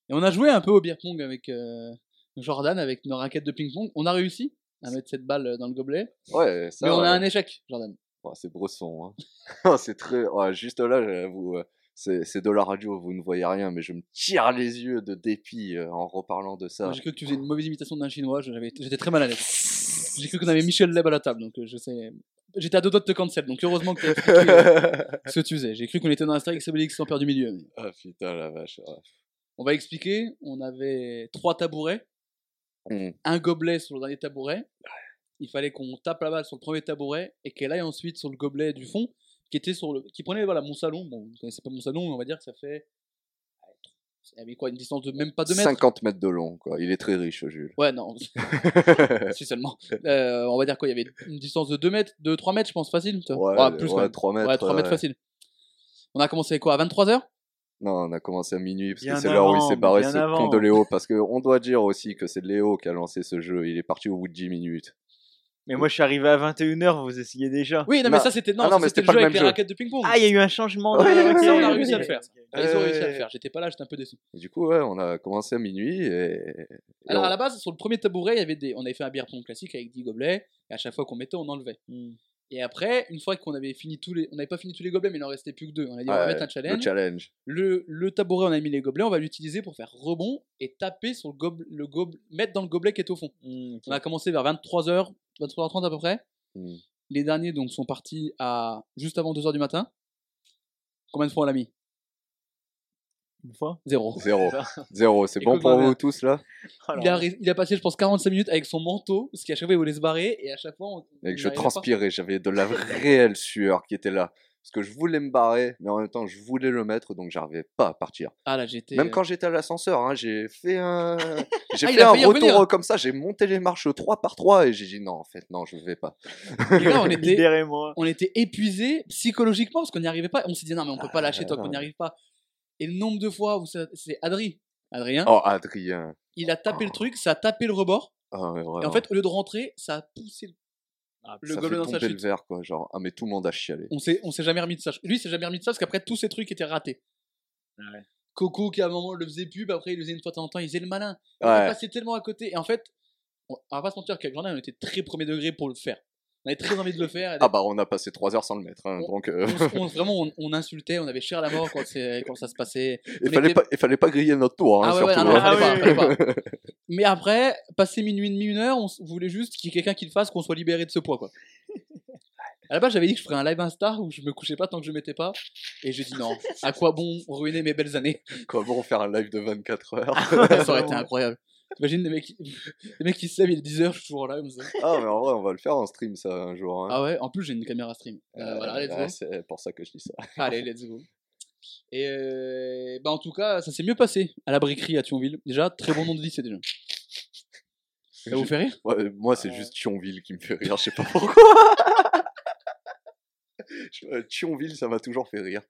Speaker 3: Et on a joué un peu au beer pong avec euh, Jordan, avec nos raquettes de ping-pong. On a réussi à mettre cette balle euh, dans le gobelet.
Speaker 4: Ouais, ça.
Speaker 3: Mais on a
Speaker 4: ouais.
Speaker 3: un échec, Jordan.
Speaker 4: Oh, c'est bresson. Hein. Oh, c'est très. ouais, juste là, j'avoue. euh, C'est c'est de la radio, vous ne voyez rien, mais je me tire les yeux de dépit euh, en reparlant de ça.
Speaker 3: Moi, J'ai cru que tu faisais une mauvaise imitation d'un chinois. je- j'avais- J'étais très mal à l'aise. J'ai cru qu'on avait Michel Leb à la table, donc euh, je sais. J'étais à deux doigts de te cancel, donc heureusement que t'as expliqué euh, ce que tu faisais. J'ai cru qu'on était dans un Star X Obélix sans peur du milieu. mais-
Speaker 4: Ah putain, la vache. ouais.
Speaker 3: On va expliquer. On avait trois tabourets,
Speaker 4: Mm.
Speaker 3: un gobelet sur le dernier tabouret. Il fallait qu'on tape la balle sur le premier tabouret et qu'elle aille ensuite sur le gobelet du fond, qui était sur le, qui prenait voilà mon salon. Bon, vous ne connaissez pas mon salon, mais on va dire que ça fait, ça avait quoi, une distance de même pas deux mètres.
Speaker 4: 50 mètres de long, quoi. Il est très riche, Jules.
Speaker 3: Ouais, non, si seulement. Euh, on va dire quoi, il y avait une distance de 2 mètres, de 3 mètres, je pense, facile. tu vois. Ouais, Ah, plus quand même.
Speaker 4: 3 mètres. euh,
Speaker 3: Ouais, 3 mètres
Speaker 4: ouais.
Speaker 3: facile. On a commencé quoi, à 23h
Speaker 4: Non, on a commencé à minuit parce
Speaker 5: Bien
Speaker 4: que c'est l'heure où il
Speaker 5: avant,
Speaker 4: s'est barré
Speaker 5: bien
Speaker 4: ce
Speaker 5: avant.
Speaker 4: con de Léo. Parce qu'on doit dire aussi que c'est Léo qui a lancé ce jeu. Il est parti au bout de 10 minutes.
Speaker 5: Mais moi, je suis arrivé à 21h, vous essayez déjà.
Speaker 3: Oui, non, mais
Speaker 4: Non.
Speaker 3: ça c'était non,
Speaker 4: Ah non,
Speaker 3: ça,
Speaker 4: mais
Speaker 3: c'était
Speaker 4: c'était
Speaker 3: le
Speaker 4: pas
Speaker 3: jeu
Speaker 4: le
Speaker 3: avec
Speaker 4: même
Speaker 3: les
Speaker 4: jeu.
Speaker 3: raquettes de ping-pong.
Speaker 5: Ah, il y a eu un changement.
Speaker 4: Ouais,
Speaker 5: Ah, ok,
Speaker 4: ouais,
Speaker 3: ça, on a
Speaker 5: ok,
Speaker 3: réussi à
Speaker 5: ok,
Speaker 3: le faire.
Speaker 5: ok.
Speaker 3: Ah, Ils ont réussi à le
Speaker 4: Ouais.
Speaker 3: faire. J'étais pas là, j'étais un peu déçu.
Speaker 4: Et du coup, ouais, on a commencé à minuit et. et
Speaker 3: Alors
Speaker 4: on-
Speaker 3: à la base, sur le premier tabouret, il y avait des... on avait fait un beer pong classique avec 10 gobelets. Et à chaque fois qu'on mettait, on enlevait.
Speaker 4: Hmm.
Speaker 3: Et après, une fois qu'on avait fini tous les, on n'avait pas fini tous les gobelets, mais il en restait plus que deux. On a dit on va
Speaker 4: Ouais,
Speaker 3: mettre un
Speaker 4: Le
Speaker 3: challenge.
Speaker 4: challenge.
Speaker 3: Le, le tabouret, on a mis les gobelets, on va l'utiliser pour faire rebond et taper sur le gobelet, le gobe- mettre dans le gobelet qui est au fond.
Speaker 5: Hmm, ok.
Speaker 3: On a commencé vers 23h, 23h30 à peu près.
Speaker 4: Mm.
Speaker 3: Les derniers donc sont partis à juste avant 2h du matin. Combien de fois on l'a mis
Speaker 5: Une fois
Speaker 3: Zéro.
Speaker 4: Zéro. Zéro. C'est
Speaker 3: Écoute,
Speaker 4: bon pour
Speaker 3: ma
Speaker 4: vous
Speaker 3: mère.
Speaker 4: tous là
Speaker 5: Oh là
Speaker 3: Il a,
Speaker 5: là.
Speaker 3: ré- il a passé, je pense, 45 minutes avec son manteau, parce qu'à chaque fois, il voulait se barrer, et à chaque fois, on. on
Speaker 4: Et que je
Speaker 3: n'arrivait pas.
Speaker 4: transpirais. J'avais de la réelle sueur qui était là. Parce que je voulais me barrer, mais en même temps, je voulais le mettre, donc j'arrivais pas à partir.
Speaker 3: Ah là, j'étais.
Speaker 4: Même quand j'étais à l'ascenseur, hein, j'ai fait un, j'ai
Speaker 3: Ah, il
Speaker 4: fait
Speaker 3: a
Speaker 4: un
Speaker 3: failli
Speaker 4: retour
Speaker 3: revenir.
Speaker 4: euh, comme ça, j'ai monté les marches 3 par 3 et j'ai dit non, en fait, non, je vais pas.
Speaker 3: Les gars, on était,
Speaker 5: Libérez-moi.
Speaker 3: on était épuisés psychologiquement, parce qu'on n'y arrivait pas. On s'est dit, non, mais on peut pas
Speaker 4: Ah,
Speaker 3: lâcher, toi, qu'on n'y arrive pas. Et le nombre de fois où ça- c'est Adri, Adrien,
Speaker 4: Oh, Adrien.
Speaker 3: il a tapé le truc, ça a tapé le rebord,
Speaker 4: Ah, mais
Speaker 3: et en
Speaker 4: vraiment,
Speaker 3: fait, au lieu de rentrer, ça a poussé le- le
Speaker 4: ça
Speaker 3: gobelet
Speaker 4: fait
Speaker 3: dans sa
Speaker 4: tomber le
Speaker 3: chute.
Speaker 4: verre, quoi. Genre, ah, mais tout le monde a chialé.
Speaker 3: on s'est, on s'est jamais remis de ça. Lui, il s'est jamais remis de ça parce qu'après, tous ces trucs étaient ratés.
Speaker 5: Ouais.
Speaker 3: Coco, qui à un moment le faisait pub, après il le faisait une fois de temps en temps, il faisait le malin. Il est
Speaker 4: Ouais,
Speaker 3: passé tellement à côté. Et en fait, on, on va pas se mentir qu'avec Jordan, on était très premier degré pour le faire. On avait très envie de le faire. et
Speaker 4: ah, bah, on a passé 3 heures sans le mettre, hein,
Speaker 3: On-
Speaker 4: donc euh,
Speaker 3: on s- on- vraiment, on, on insultait, on avait cher à la mort quand, c'est- quand ça se passait.
Speaker 4: il,
Speaker 3: on
Speaker 4: fallait
Speaker 3: était-
Speaker 4: pas, il fallait pas griller notre tour, hein,
Speaker 3: ah ouais, ouais,
Speaker 4: surtout.
Speaker 3: non, non,
Speaker 4: hein.
Speaker 5: Ah
Speaker 3: fallait
Speaker 5: oui,
Speaker 3: pas, fallait pas. Mais après, passé minuit et demi, une heure, on s- voulait juste qu'il y ait quelqu'un qui le fasse, qu'on soit libéré de ce poids. Quoi. À la base, j'avais dit que je ferais un live Insta où je me couchais pas tant que je mettais pas. Et j'ai dit non, à quoi bon ruiner mes belles années
Speaker 4: Comment faire un live de 24 heures
Speaker 3: Ça aurait été incroyable. T'imagines les mecs, qui- les mecs qui se lèvent, il est 10h, je suis toujours là comme ça.
Speaker 4: Ah, mais en vrai, on va le faire en stream, ça, un jour. hein.
Speaker 3: Ah ouais, en plus j'ai une caméra stream. Euh,
Speaker 4: Euh,
Speaker 3: voilà, let's go.
Speaker 4: ouais, c'est pour ça que je dis ça.
Speaker 3: Allez, let's go. Et euh, bah en tout cas, ça s'est mieux passé à la briquerie à Thionville. Déjà, très bon nom de lycée déjà. Ça vous fait rire
Speaker 4: Ouais, moi, c'est
Speaker 3: Euh.
Speaker 5: Ouais.
Speaker 4: juste Thionville qui me fait rire, je sais pas pourquoi. Je- euh, Thionville, ça m'a toujours fait rire.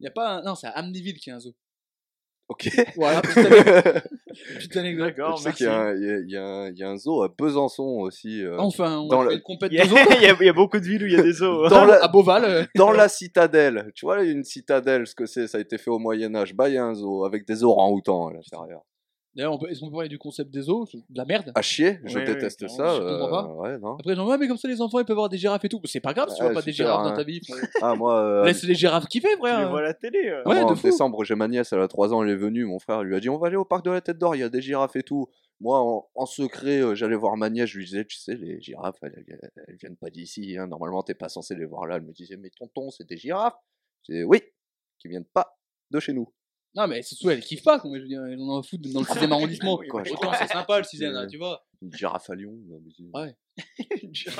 Speaker 3: y a pas un- Non, c'est à Amnéville qu'il y a un zoo.
Speaker 4: Ok.
Speaker 3: Voilà, petite ane-
Speaker 4: je
Speaker 3: petite anecdote.
Speaker 5: D'accord,
Speaker 4: sais
Speaker 5: merci.
Speaker 4: qu'il y, a un- euh, il y a- il y a un- il y a un zoo à Besançon aussi. euh,
Speaker 3: Enfin, on
Speaker 4: Dans
Speaker 3: a fait
Speaker 4: le-
Speaker 3: une compète
Speaker 5: Il y a-
Speaker 3: de zoo quoi.
Speaker 5: il y a- il y a beaucoup de villes où il y a des hein. eaux.
Speaker 4: Dans la-
Speaker 3: à Beauval. euh.
Speaker 4: Dans la citadelle. Tu vois, une citadelle, ce que c'est, ça a été fait au Moyen-Âge. Bah, il y a un zoo avec des orangs-outans à l'intérieur.
Speaker 3: D'ailleurs, on peut- est-ce qu'on peut parler du concept des zoos C'est De la merde.
Speaker 4: À chier, je
Speaker 5: Oui, oui,
Speaker 4: déteste
Speaker 5: clairement,
Speaker 4: ça. euh,
Speaker 3: je comprends pas.
Speaker 4: ouais, non.
Speaker 3: Après, genre, ouais, mais comme ça, les enfants, ils peuvent avoir des girafes et tout. C'est pas grave si tu
Speaker 4: Ouais,
Speaker 3: vois pas des
Speaker 4: super,
Speaker 3: girafes dans
Speaker 4: hein.
Speaker 3: ta vie.
Speaker 4: Ah, moi, euh,
Speaker 3: Laisse les girafes kiffer,
Speaker 5: Tu les
Speaker 3: frère.
Speaker 5: vois à la télé. euh.
Speaker 3: Ouais,
Speaker 4: Moi,
Speaker 3: de
Speaker 4: en
Speaker 3: fou.
Speaker 4: décembre, j'ai ma nièce, elle a 3 ans, elle est venue, mon frère lui a dit on va aller au parc de la Tête d'Or, il y a des girafes et tout. Moi, en, en secret, euh, j'allais voir ma nièce, je lui disais, tu sais, les girafes, elles, elles- elles viennent pas d'ici, hein. normalement, t'es pas censé les voir là. Elle me disait, mais tonton, c'est des girafes. Je disais, oui, qui viennent pas de chez nous.
Speaker 3: Non, mais surtout, elles kiffent pas. quoi. Je veux dire, elles en ont foutre dans le 6 arrondissement.
Speaker 4: Oui, quoi, je
Speaker 3: Autant, c'est sympa le 6
Speaker 4: Ouais.
Speaker 3: tu vois.
Speaker 4: Une girafe à Lyon. non, mais c'est-
Speaker 3: Ouais.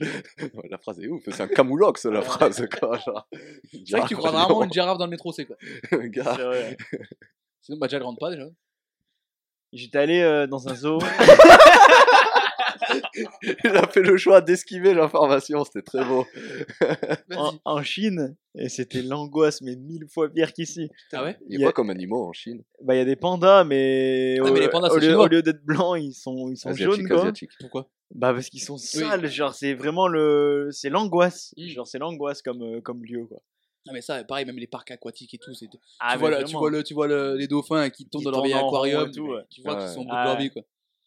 Speaker 4: Ouais, la phrase est ouf, c'est un camoulox, la phrase, quoi. Genre, une
Speaker 3: C'est vrai que tu
Speaker 4: girafe à
Speaker 3: crois vraiment
Speaker 4: Lyon,
Speaker 3: une girafe dans le métro, c'est quoi.
Speaker 4: gars.
Speaker 5: C'est vrai.
Speaker 3: Sinon, bah, déjà, elle rentre pas déjà.
Speaker 5: J'étais allé euh, dans un zoo.
Speaker 4: Il a fait le choix d'esquiver l'information, c'était très beau. Oh,
Speaker 5: en, en Chine et c'était l'angoisse mais mille fois pire qu'ici.
Speaker 3: Ah ouais
Speaker 4: Il
Speaker 5: Il y
Speaker 4: y
Speaker 5: a-
Speaker 4: a pas comme animaux en Chine.
Speaker 5: Bah il y a des pandas mais,
Speaker 3: Ah,
Speaker 5: au-
Speaker 3: mais les pandas,
Speaker 5: au,
Speaker 3: c'est
Speaker 5: lieu,
Speaker 3: chinois.
Speaker 5: au lieu d'être blancs ils sont ils sont jaunes
Speaker 4: Asiatique,
Speaker 5: quoi.
Speaker 4: asiatique.
Speaker 3: Pourquoi
Speaker 5: Bah parce qu'ils sont sales genre c'est vraiment le c'est l'angoisse
Speaker 3: Mm.
Speaker 5: genre c'est l'angoisse comme euh, comme lieu quoi.
Speaker 3: Ah, mais ça, pareil, même les parcs aquatiques et tout. c'est-
Speaker 5: Ah,
Speaker 3: tu, vois le, tu vois, le, tu vois le- les dauphins qui tombent
Speaker 5: Qui
Speaker 3: dans leur
Speaker 5: tournent
Speaker 3: vieil
Speaker 5: en rond
Speaker 3: aquarium.
Speaker 5: et tout,
Speaker 3: mais
Speaker 5: ouais.
Speaker 3: Tu vois qu'ils
Speaker 4: Ouais.
Speaker 3: sont au bout de leur
Speaker 5: Ah.
Speaker 3: vie, quoi.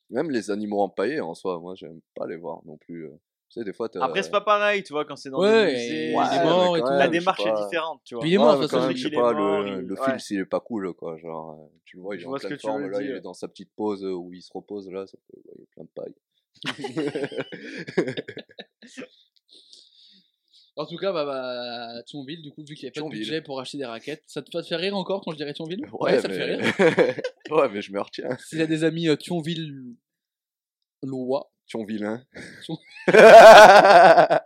Speaker 4: Même les animaux empaillés en soi, moi j'aime pas les voir non plus. euh. Tu sais, des fois t'as-
Speaker 5: Après c'est pas pareil tu vois quand c'est dans
Speaker 3: Ouais,
Speaker 5: des musées. euh,
Speaker 3: et
Speaker 5: c'est-
Speaker 3: il est
Speaker 4: ouais,
Speaker 3: mort
Speaker 4: mais
Speaker 3: et
Speaker 4: quand
Speaker 3: tout.
Speaker 4: même,
Speaker 5: La
Speaker 4: je sais
Speaker 5: démarche est
Speaker 4: pas. euh,
Speaker 5: différente tu vois.
Speaker 3: Puis il est mort,
Speaker 4: Ouais,
Speaker 3: de
Speaker 4: mais
Speaker 3: toute
Speaker 4: quand
Speaker 3: façon.
Speaker 4: même,
Speaker 5: il
Speaker 4: je sais
Speaker 5: est
Speaker 4: pas,
Speaker 5: mort,
Speaker 4: le,
Speaker 5: il-
Speaker 4: le
Speaker 5: ouais.
Speaker 4: film s'il est pas cool quoi. Genre, euh, tu le vois, il
Speaker 5: Je
Speaker 4: est en
Speaker 5: vois ce
Speaker 4: pleine
Speaker 5: que tu veux
Speaker 4: forme là, il
Speaker 5: dire.
Speaker 4: est dans sa petite pause euh, où il se repose là, sauf que, ouais, il est plein de paille.
Speaker 3: En tout cas, bah, bah, Thionville, du coup, vu qu'il n'y avait pas de
Speaker 4: Thionville.
Speaker 3: budget pour acheter des raquettes, ça te fait rire encore quand je dirais Thionville ça te fait rire.
Speaker 4: mais... ouais, mais je me retiens.
Speaker 3: S'il y a des amis euh, Thionville lois,
Speaker 4: Thionville,
Speaker 3: Thion-
Speaker 4: hein.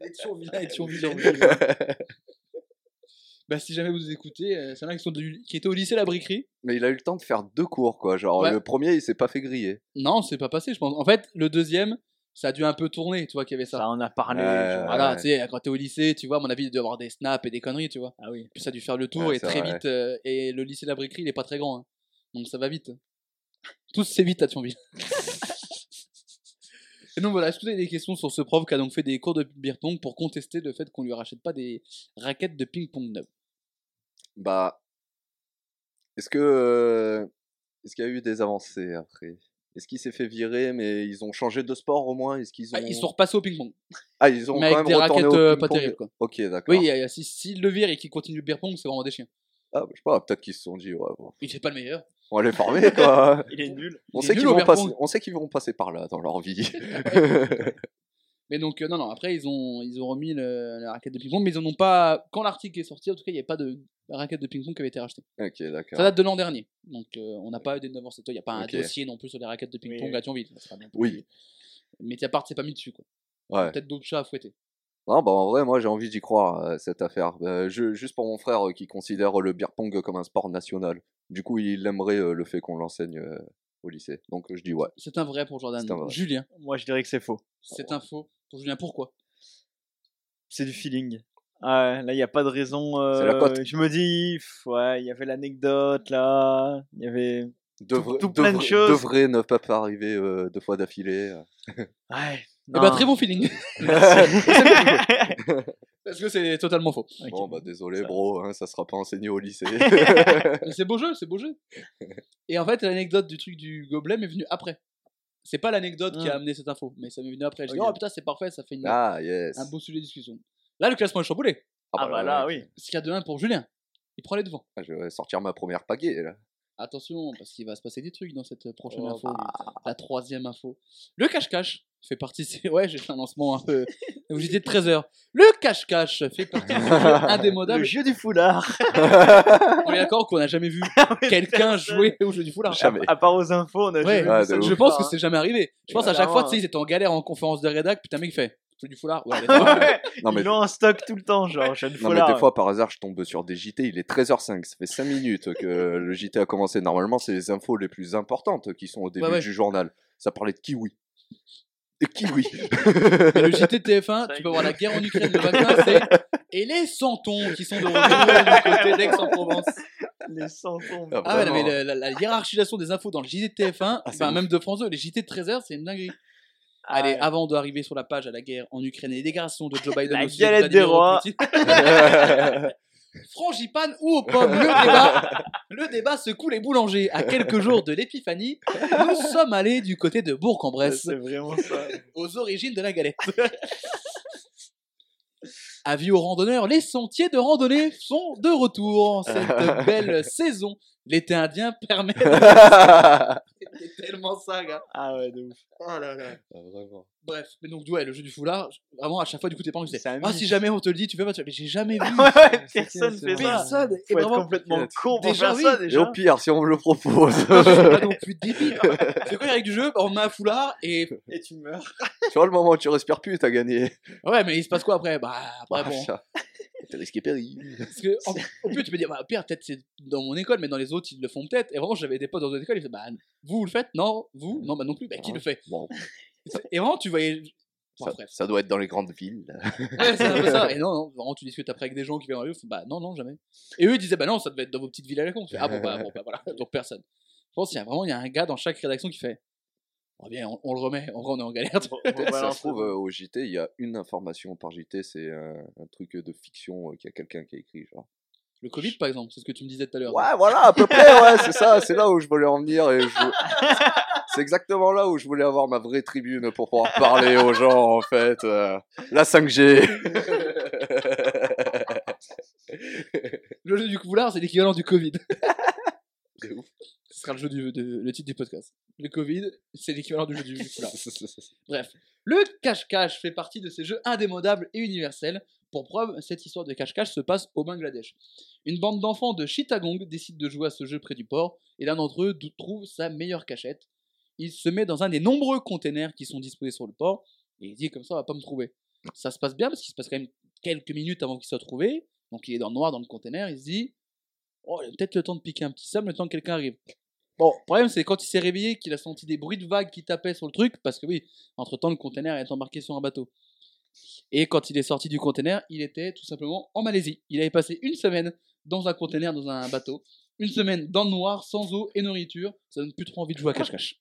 Speaker 3: et Thionville et Thionville hein. bah si jamais vous écoutez, euh, c'est un mec qui sont du- qui était au lycée La Briquerie.
Speaker 4: mais il a eu le temps de faire deux cours, quoi. Genre,
Speaker 3: Ouais.
Speaker 4: le premier, il s'est pas fait griller.
Speaker 3: Non, c'est pas passé, je pense. En fait, le deuxième, ça a dû un peu tourner, tu vois, qu'il y avait ça.
Speaker 5: Ça, on a parlé.
Speaker 4: Ouais,
Speaker 5: genre.
Speaker 3: voilà,
Speaker 4: Euh, ouais.
Speaker 3: tu sais, quand t'es au lycée, tu vois, à mon avis, il doit y avoir des snaps et des conneries, tu vois.
Speaker 5: Ah oui.
Speaker 3: Puis ça a dû faire le tour
Speaker 4: Ouais,
Speaker 3: et
Speaker 4: c'est
Speaker 3: très
Speaker 4: vrai.
Speaker 3: vite. euh, et le lycée de la briquerie, il est pas très grand. hein. Donc ça va vite. Tout c'est vite à Thionville. et donc voilà, est-ce que vous avez des questions sur ce prof qui a donc fait des cours de beer pong pour contester le fait qu'on lui rachète pas des raquettes de ping-pong neuves
Speaker 4: Bah. Est-ce que. euh, Est-ce qu'il y a eu des avancées après Est-ce qu'il s'est fait virer, mais ils ont changé de sport au moins Est-ce qu'ils ont.
Speaker 3: Ah, Ils sont repassés au ping-pong,
Speaker 4: Ah, ils ont
Speaker 3: mais
Speaker 4: quand
Speaker 3: avec
Speaker 4: même
Speaker 3: des
Speaker 4: retourné
Speaker 3: raquettes
Speaker 4: au
Speaker 3: euh,
Speaker 4: ping-pong.
Speaker 3: pas terribles. Quoi.
Speaker 4: Ok, d'accord.
Speaker 3: Oui, euh, si, si le vire et qu'il continue le beer pong, c'est vraiment des chiens.
Speaker 4: Ah, bah, je sais pas, peut-être qu'ils se sont dit, ouais, bon,
Speaker 3: Il fait pas le meilleur.
Speaker 4: on va les former, quoi.
Speaker 5: Il est nul.
Speaker 4: On
Speaker 3: Il est
Speaker 4: sait, qu'ils
Speaker 3: nul au
Speaker 4: vont passer,
Speaker 3: ping-pong.
Speaker 4: on sait qu'ils vont passer par là dans leur vie.
Speaker 3: Mais donc, euh, non, non, après, ils ont, ils ont remis le- la raquette de ping-pong, mais ils en ont pas. Quand l'article est sorti, en tout cas, il n'y a pas de raquette de ping-pong qui avait été rachetée.
Speaker 4: ok, d'accord.
Speaker 3: Ça date de l'an dernier. Donc, euh, on n'a pas eu des 9 Il n'y a pas un
Speaker 4: Ah. Ok.
Speaker 3: dossier non plus sur les raquettes de ping-pong
Speaker 5: Oui, oui.
Speaker 3: à Thionville. Ça sera non plus-
Speaker 4: Oui.
Speaker 3: Mais Mediapart s'est pas mis dessus. quoi.
Speaker 4: Ouais.
Speaker 3: Peut-être d'autres chats à fouetter.
Speaker 4: Non, bah, en vrai, moi, j'ai envie d'y croire, euh, cette affaire. Euh, je- juste pour mon frère euh, qui considère le beer pong comme un sport national. Du coup, il aimerait euh, le fait qu'on l'enseigne euh, au lycée. Donc, euh, je dis ouais.
Speaker 3: C'est un vrai pour Jordan.
Speaker 4: C'est un vrai. Ah
Speaker 3: Julien,
Speaker 5: Moi, je dirais que c'est faux.
Speaker 3: c'est un faux. Pour Julien, pourquoi
Speaker 5: C'est du feeling. Ah, là, il n'y a pas de raison. euh,
Speaker 4: C'est la cote.
Speaker 5: Je me dis, pff, ouais, il y avait l'anecdote là. Il y avait.
Speaker 4: Devrait,
Speaker 5: tout plein de choses.
Speaker 4: devrait ne pas arriver euh, deux fois d'affilée. euh.
Speaker 5: Ouais.
Speaker 3: Eh
Speaker 5: non. Ah,
Speaker 3: ben, très bon feeling.
Speaker 5: Merci.
Speaker 3: Parce que c'est totalement faux.
Speaker 5: Ok.
Speaker 4: Bon, bah, désolé,
Speaker 5: Ça-
Speaker 4: bro, hein, ça sera pas enseigné au lycée.
Speaker 3: Mais c'est beau jeu, c'est beau jeu. Et en fait, l'anecdote du truc du gobelet m'est venue après. C'est pas l'anecdote qui a
Speaker 5: Ah.
Speaker 3: amené cette info, mais ça m'est venu après. Je dis,
Speaker 5: Ok.
Speaker 3: oh putain, c'est parfait, ça fait une-
Speaker 4: ah, yes.
Speaker 3: un beau sujet de discussion. Là, le classement est chamboulé.
Speaker 5: Ah bah là, oui.
Speaker 3: Ce qu'il y a de 1 pour Julien. Il prend les devants.
Speaker 4: Ah, Je vais sortir ma première pagaie, là.
Speaker 3: Attention, parce qu'il va se passer des trucs dans cette euh, prochaine
Speaker 5: Oh,
Speaker 3: info,
Speaker 4: bah.
Speaker 3: la troisième info. Le cache-cache fait partie. de ces- Ouais, j'ai fait un lancement un peu. Donc j'étais de 13h. Le cache-cache fait partie de ces jeux
Speaker 5: Le
Speaker 3: indémodables.
Speaker 5: jeu du foulard.
Speaker 3: On est d'accord qu'on n'a jamais vu quelqu'un jouer au jeu du foulard.
Speaker 4: Jamais.
Speaker 5: À part aux infos, on a
Speaker 3: Ouais,
Speaker 5: jamais vu
Speaker 4: Ouais, de
Speaker 5: ça
Speaker 4: ouf.
Speaker 5: du
Speaker 3: Je pense
Speaker 5: foulard,
Speaker 3: que
Speaker 5: hein.
Speaker 3: c'est jamais arrivé. Je pense à chaque fois, tu sais, ils étaient en galère en conférence de rédac, putain, mec, il fait jeu du foulard. Ouais, allez,
Speaker 5: Ouais,
Speaker 3: ouais.
Speaker 4: Non, mais
Speaker 5: Ils l'ont en stock tout le temps, genre, jeune
Speaker 4: Non, mais
Speaker 5: foulard.
Speaker 4: des fois, par hasard, je tombe sur des JT, il est 13h05, ça fait 5 minutes que le JT a commencé. Normalement, c'est les infos les plus importantes qui sont au début
Speaker 3: ouais.
Speaker 4: du journal. Ça parlait de kiwi. De kiwi
Speaker 3: Et le JT TF1,
Speaker 5: Ça
Speaker 3: tu peux voir la guerre en Ukraine le matin, c'est. Et les santons qui sont de retour du côté d'Aix-en-Provence.
Speaker 5: Les santons.
Speaker 4: Ah,
Speaker 3: Ah ouais, non,
Speaker 4: Vraiment.
Speaker 3: mais le- la, la hiérarchisation des infos dans le JT de TF1,
Speaker 4: Ah, c'est
Speaker 3: enfin,
Speaker 4: ouf.
Speaker 3: ben, même de France 2, les JT de 13h, c'est une dinguerie.
Speaker 5: Ah
Speaker 3: Allez,
Speaker 4: ah,
Speaker 3: avant d'arriver sur la page à la guerre en Ukraine et les déclarations de Joe Biden,
Speaker 5: La
Speaker 3: au sujet de
Speaker 5: galette
Speaker 3: Vladimir
Speaker 5: des rois.
Speaker 3: Poutine. Ah, Frangipane ou aux pommes, le débat, le débat secoue les boulangers. À quelques jours de l'épiphanie, nous sommes allés du côté de Bourg-en-Bresse,
Speaker 5: C'est vraiment ça.
Speaker 3: aux origines de la galette. Avis aux randonneurs, les sentiers de randonnée sont de retour. Cette belle saison, l'été indien permet
Speaker 4: Ah,
Speaker 3: C'était tellement ça, gars.
Speaker 5: Ah ouais, de ouf.
Speaker 3: Oh là là.
Speaker 4: Vraiment.
Speaker 3: Bref, mais donc, ouais, le jeu du foulard, je- vraiment, à chaque fois, du coup, tes parents ils disaient
Speaker 5: C'est un
Speaker 3: Ah,
Speaker 5: mythe.
Speaker 3: si jamais on te le dit, tu fais pas, tu fais, mais j'ai jamais vu
Speaker 5: Ouais, ouais,
Speaker 4: c'est-
Speaker 5: personne
Speaker 4: c'est
Speaker 5: fait
Speaker 4: vrai.
Speaker 5: ça.
Speaker 3: personne. Et
Speaker 5: Faut être
Speaker 3: vraiment,
Speaker 5: complètement con pour
Speaker 3: Déjà,
Speaker 5: faire
Speaker 3: oui.
Speaker 5: ça,
Speaker 4: Et au
Speaker 5: déjà.
Speaker 4: pire, si on me le propose,
Speaker 3: non, je suis pas non plus débile. C'est quoi la règle du jeu On met un foulard et.
Speaker 5: Et tu meurs.
Speaker 4: tu vois, le moment où tu respires plus, t'as gagné.
Speaker 3: Ouais, mais il se passe quoi après Bah, après,
Speaker 4: Ah,
Speaker 3: bon.
Speaker 4: ça. T'es risqué péril.
Speaker 3: Parce que, en- au plus, tu peux dire, bah, au pire, peut-être c'est dans mon école, mais dans les autres, ils le font peut-être. Et vraiment, j'avais des potes dans d'autres écoles, ils disaient, bah, vous, vous le faites Non, vous Non, bah, non plus. Bah, qui le fait
Speaker 4: Bon,
Speaker 3: Et vraiment, tu voyais. Bon,
Speaker 4: Hein? ça,
Speaker 3: bref.
Speaker 4: ça doit être dans les grandes villes.
Speaker 3: Ouais, c'est un peu ça. Et non, non, vraiment, tu discutes après avec des gens qui viennent dans la rue, ils font, bah non, non, jamais. Et eux, ils disaient, bah non, ça devait être dans vos petites villes à la con. Tu fais, ah bon, bah, bon, bah, voilà, donc personne. Je pense qu'il y a vraiment il y a un gars dans chaque rédaction qui fait, oh, bien, on, on le remet, en vrai, on est en galère.
Speaker 4: ça se trouve, euh, au JT, il y a une information par JT, c'est euh, un truc de fiction euh, qu'il y a quelqu'un qui a écrit, genre.
Speaker 3: Le Covid, par exemple, c'est ce que tu me disais tout à l'heure.
Speaker 4: Ouais, voilà, à peu près, ouais, c'est ça, c'est là où je voulais en venir et je- C'est exactement là où je voulais avoir ma vraie tribune pour pouvoir parler aux gens, en fait. euh, la 5G.
Speaker 3: Le jeu du foulard, c'est l'équivalent du Covid.
Speaker 4: C'est ouf.
Speaker 3: Ce sera le, jeu du, de- le titre du podcast. Le Covid, c'est l'équivalent du jeu du foulard. Bref, le cache-cache fait partie de ces jeux indémodables et universels Pour preuve, cette histoire de cache-cache se passe au Bangladesh. Une bande d'enfants de Chittagong décide de jouer à ce jeu près du port, et l'un d'entre eux dou- trouve sa meilleure cachette. Il se met dans un des nombreux containers qui sont disposés sur le port, et il dit comme ça, on va pas me trouver. Ça se passe bien, parce qu'il se passe quand même quelques minutes avant qu'il soit trouvé, donc il est dans le noir dans le container, il se dit, oh, il a peut-être le temps de piquer un petit sable, le temps que quelqu'un arrive. Bon, le problème, c'est quand il s'est réveillé, qu'il a senti des bruits de vagues qui tapaient sur le truc, parce que oui, entre-temps, le container est embarqué sur un bateau. Et quand il est sorti du container, il était tout simplement en Malaisie. Il avait passé une semaine dans un container, dans un bateau, une semaine dans le noir, sans eau et nourriture. Ça donne plus trop envie de jouer à cache-cache.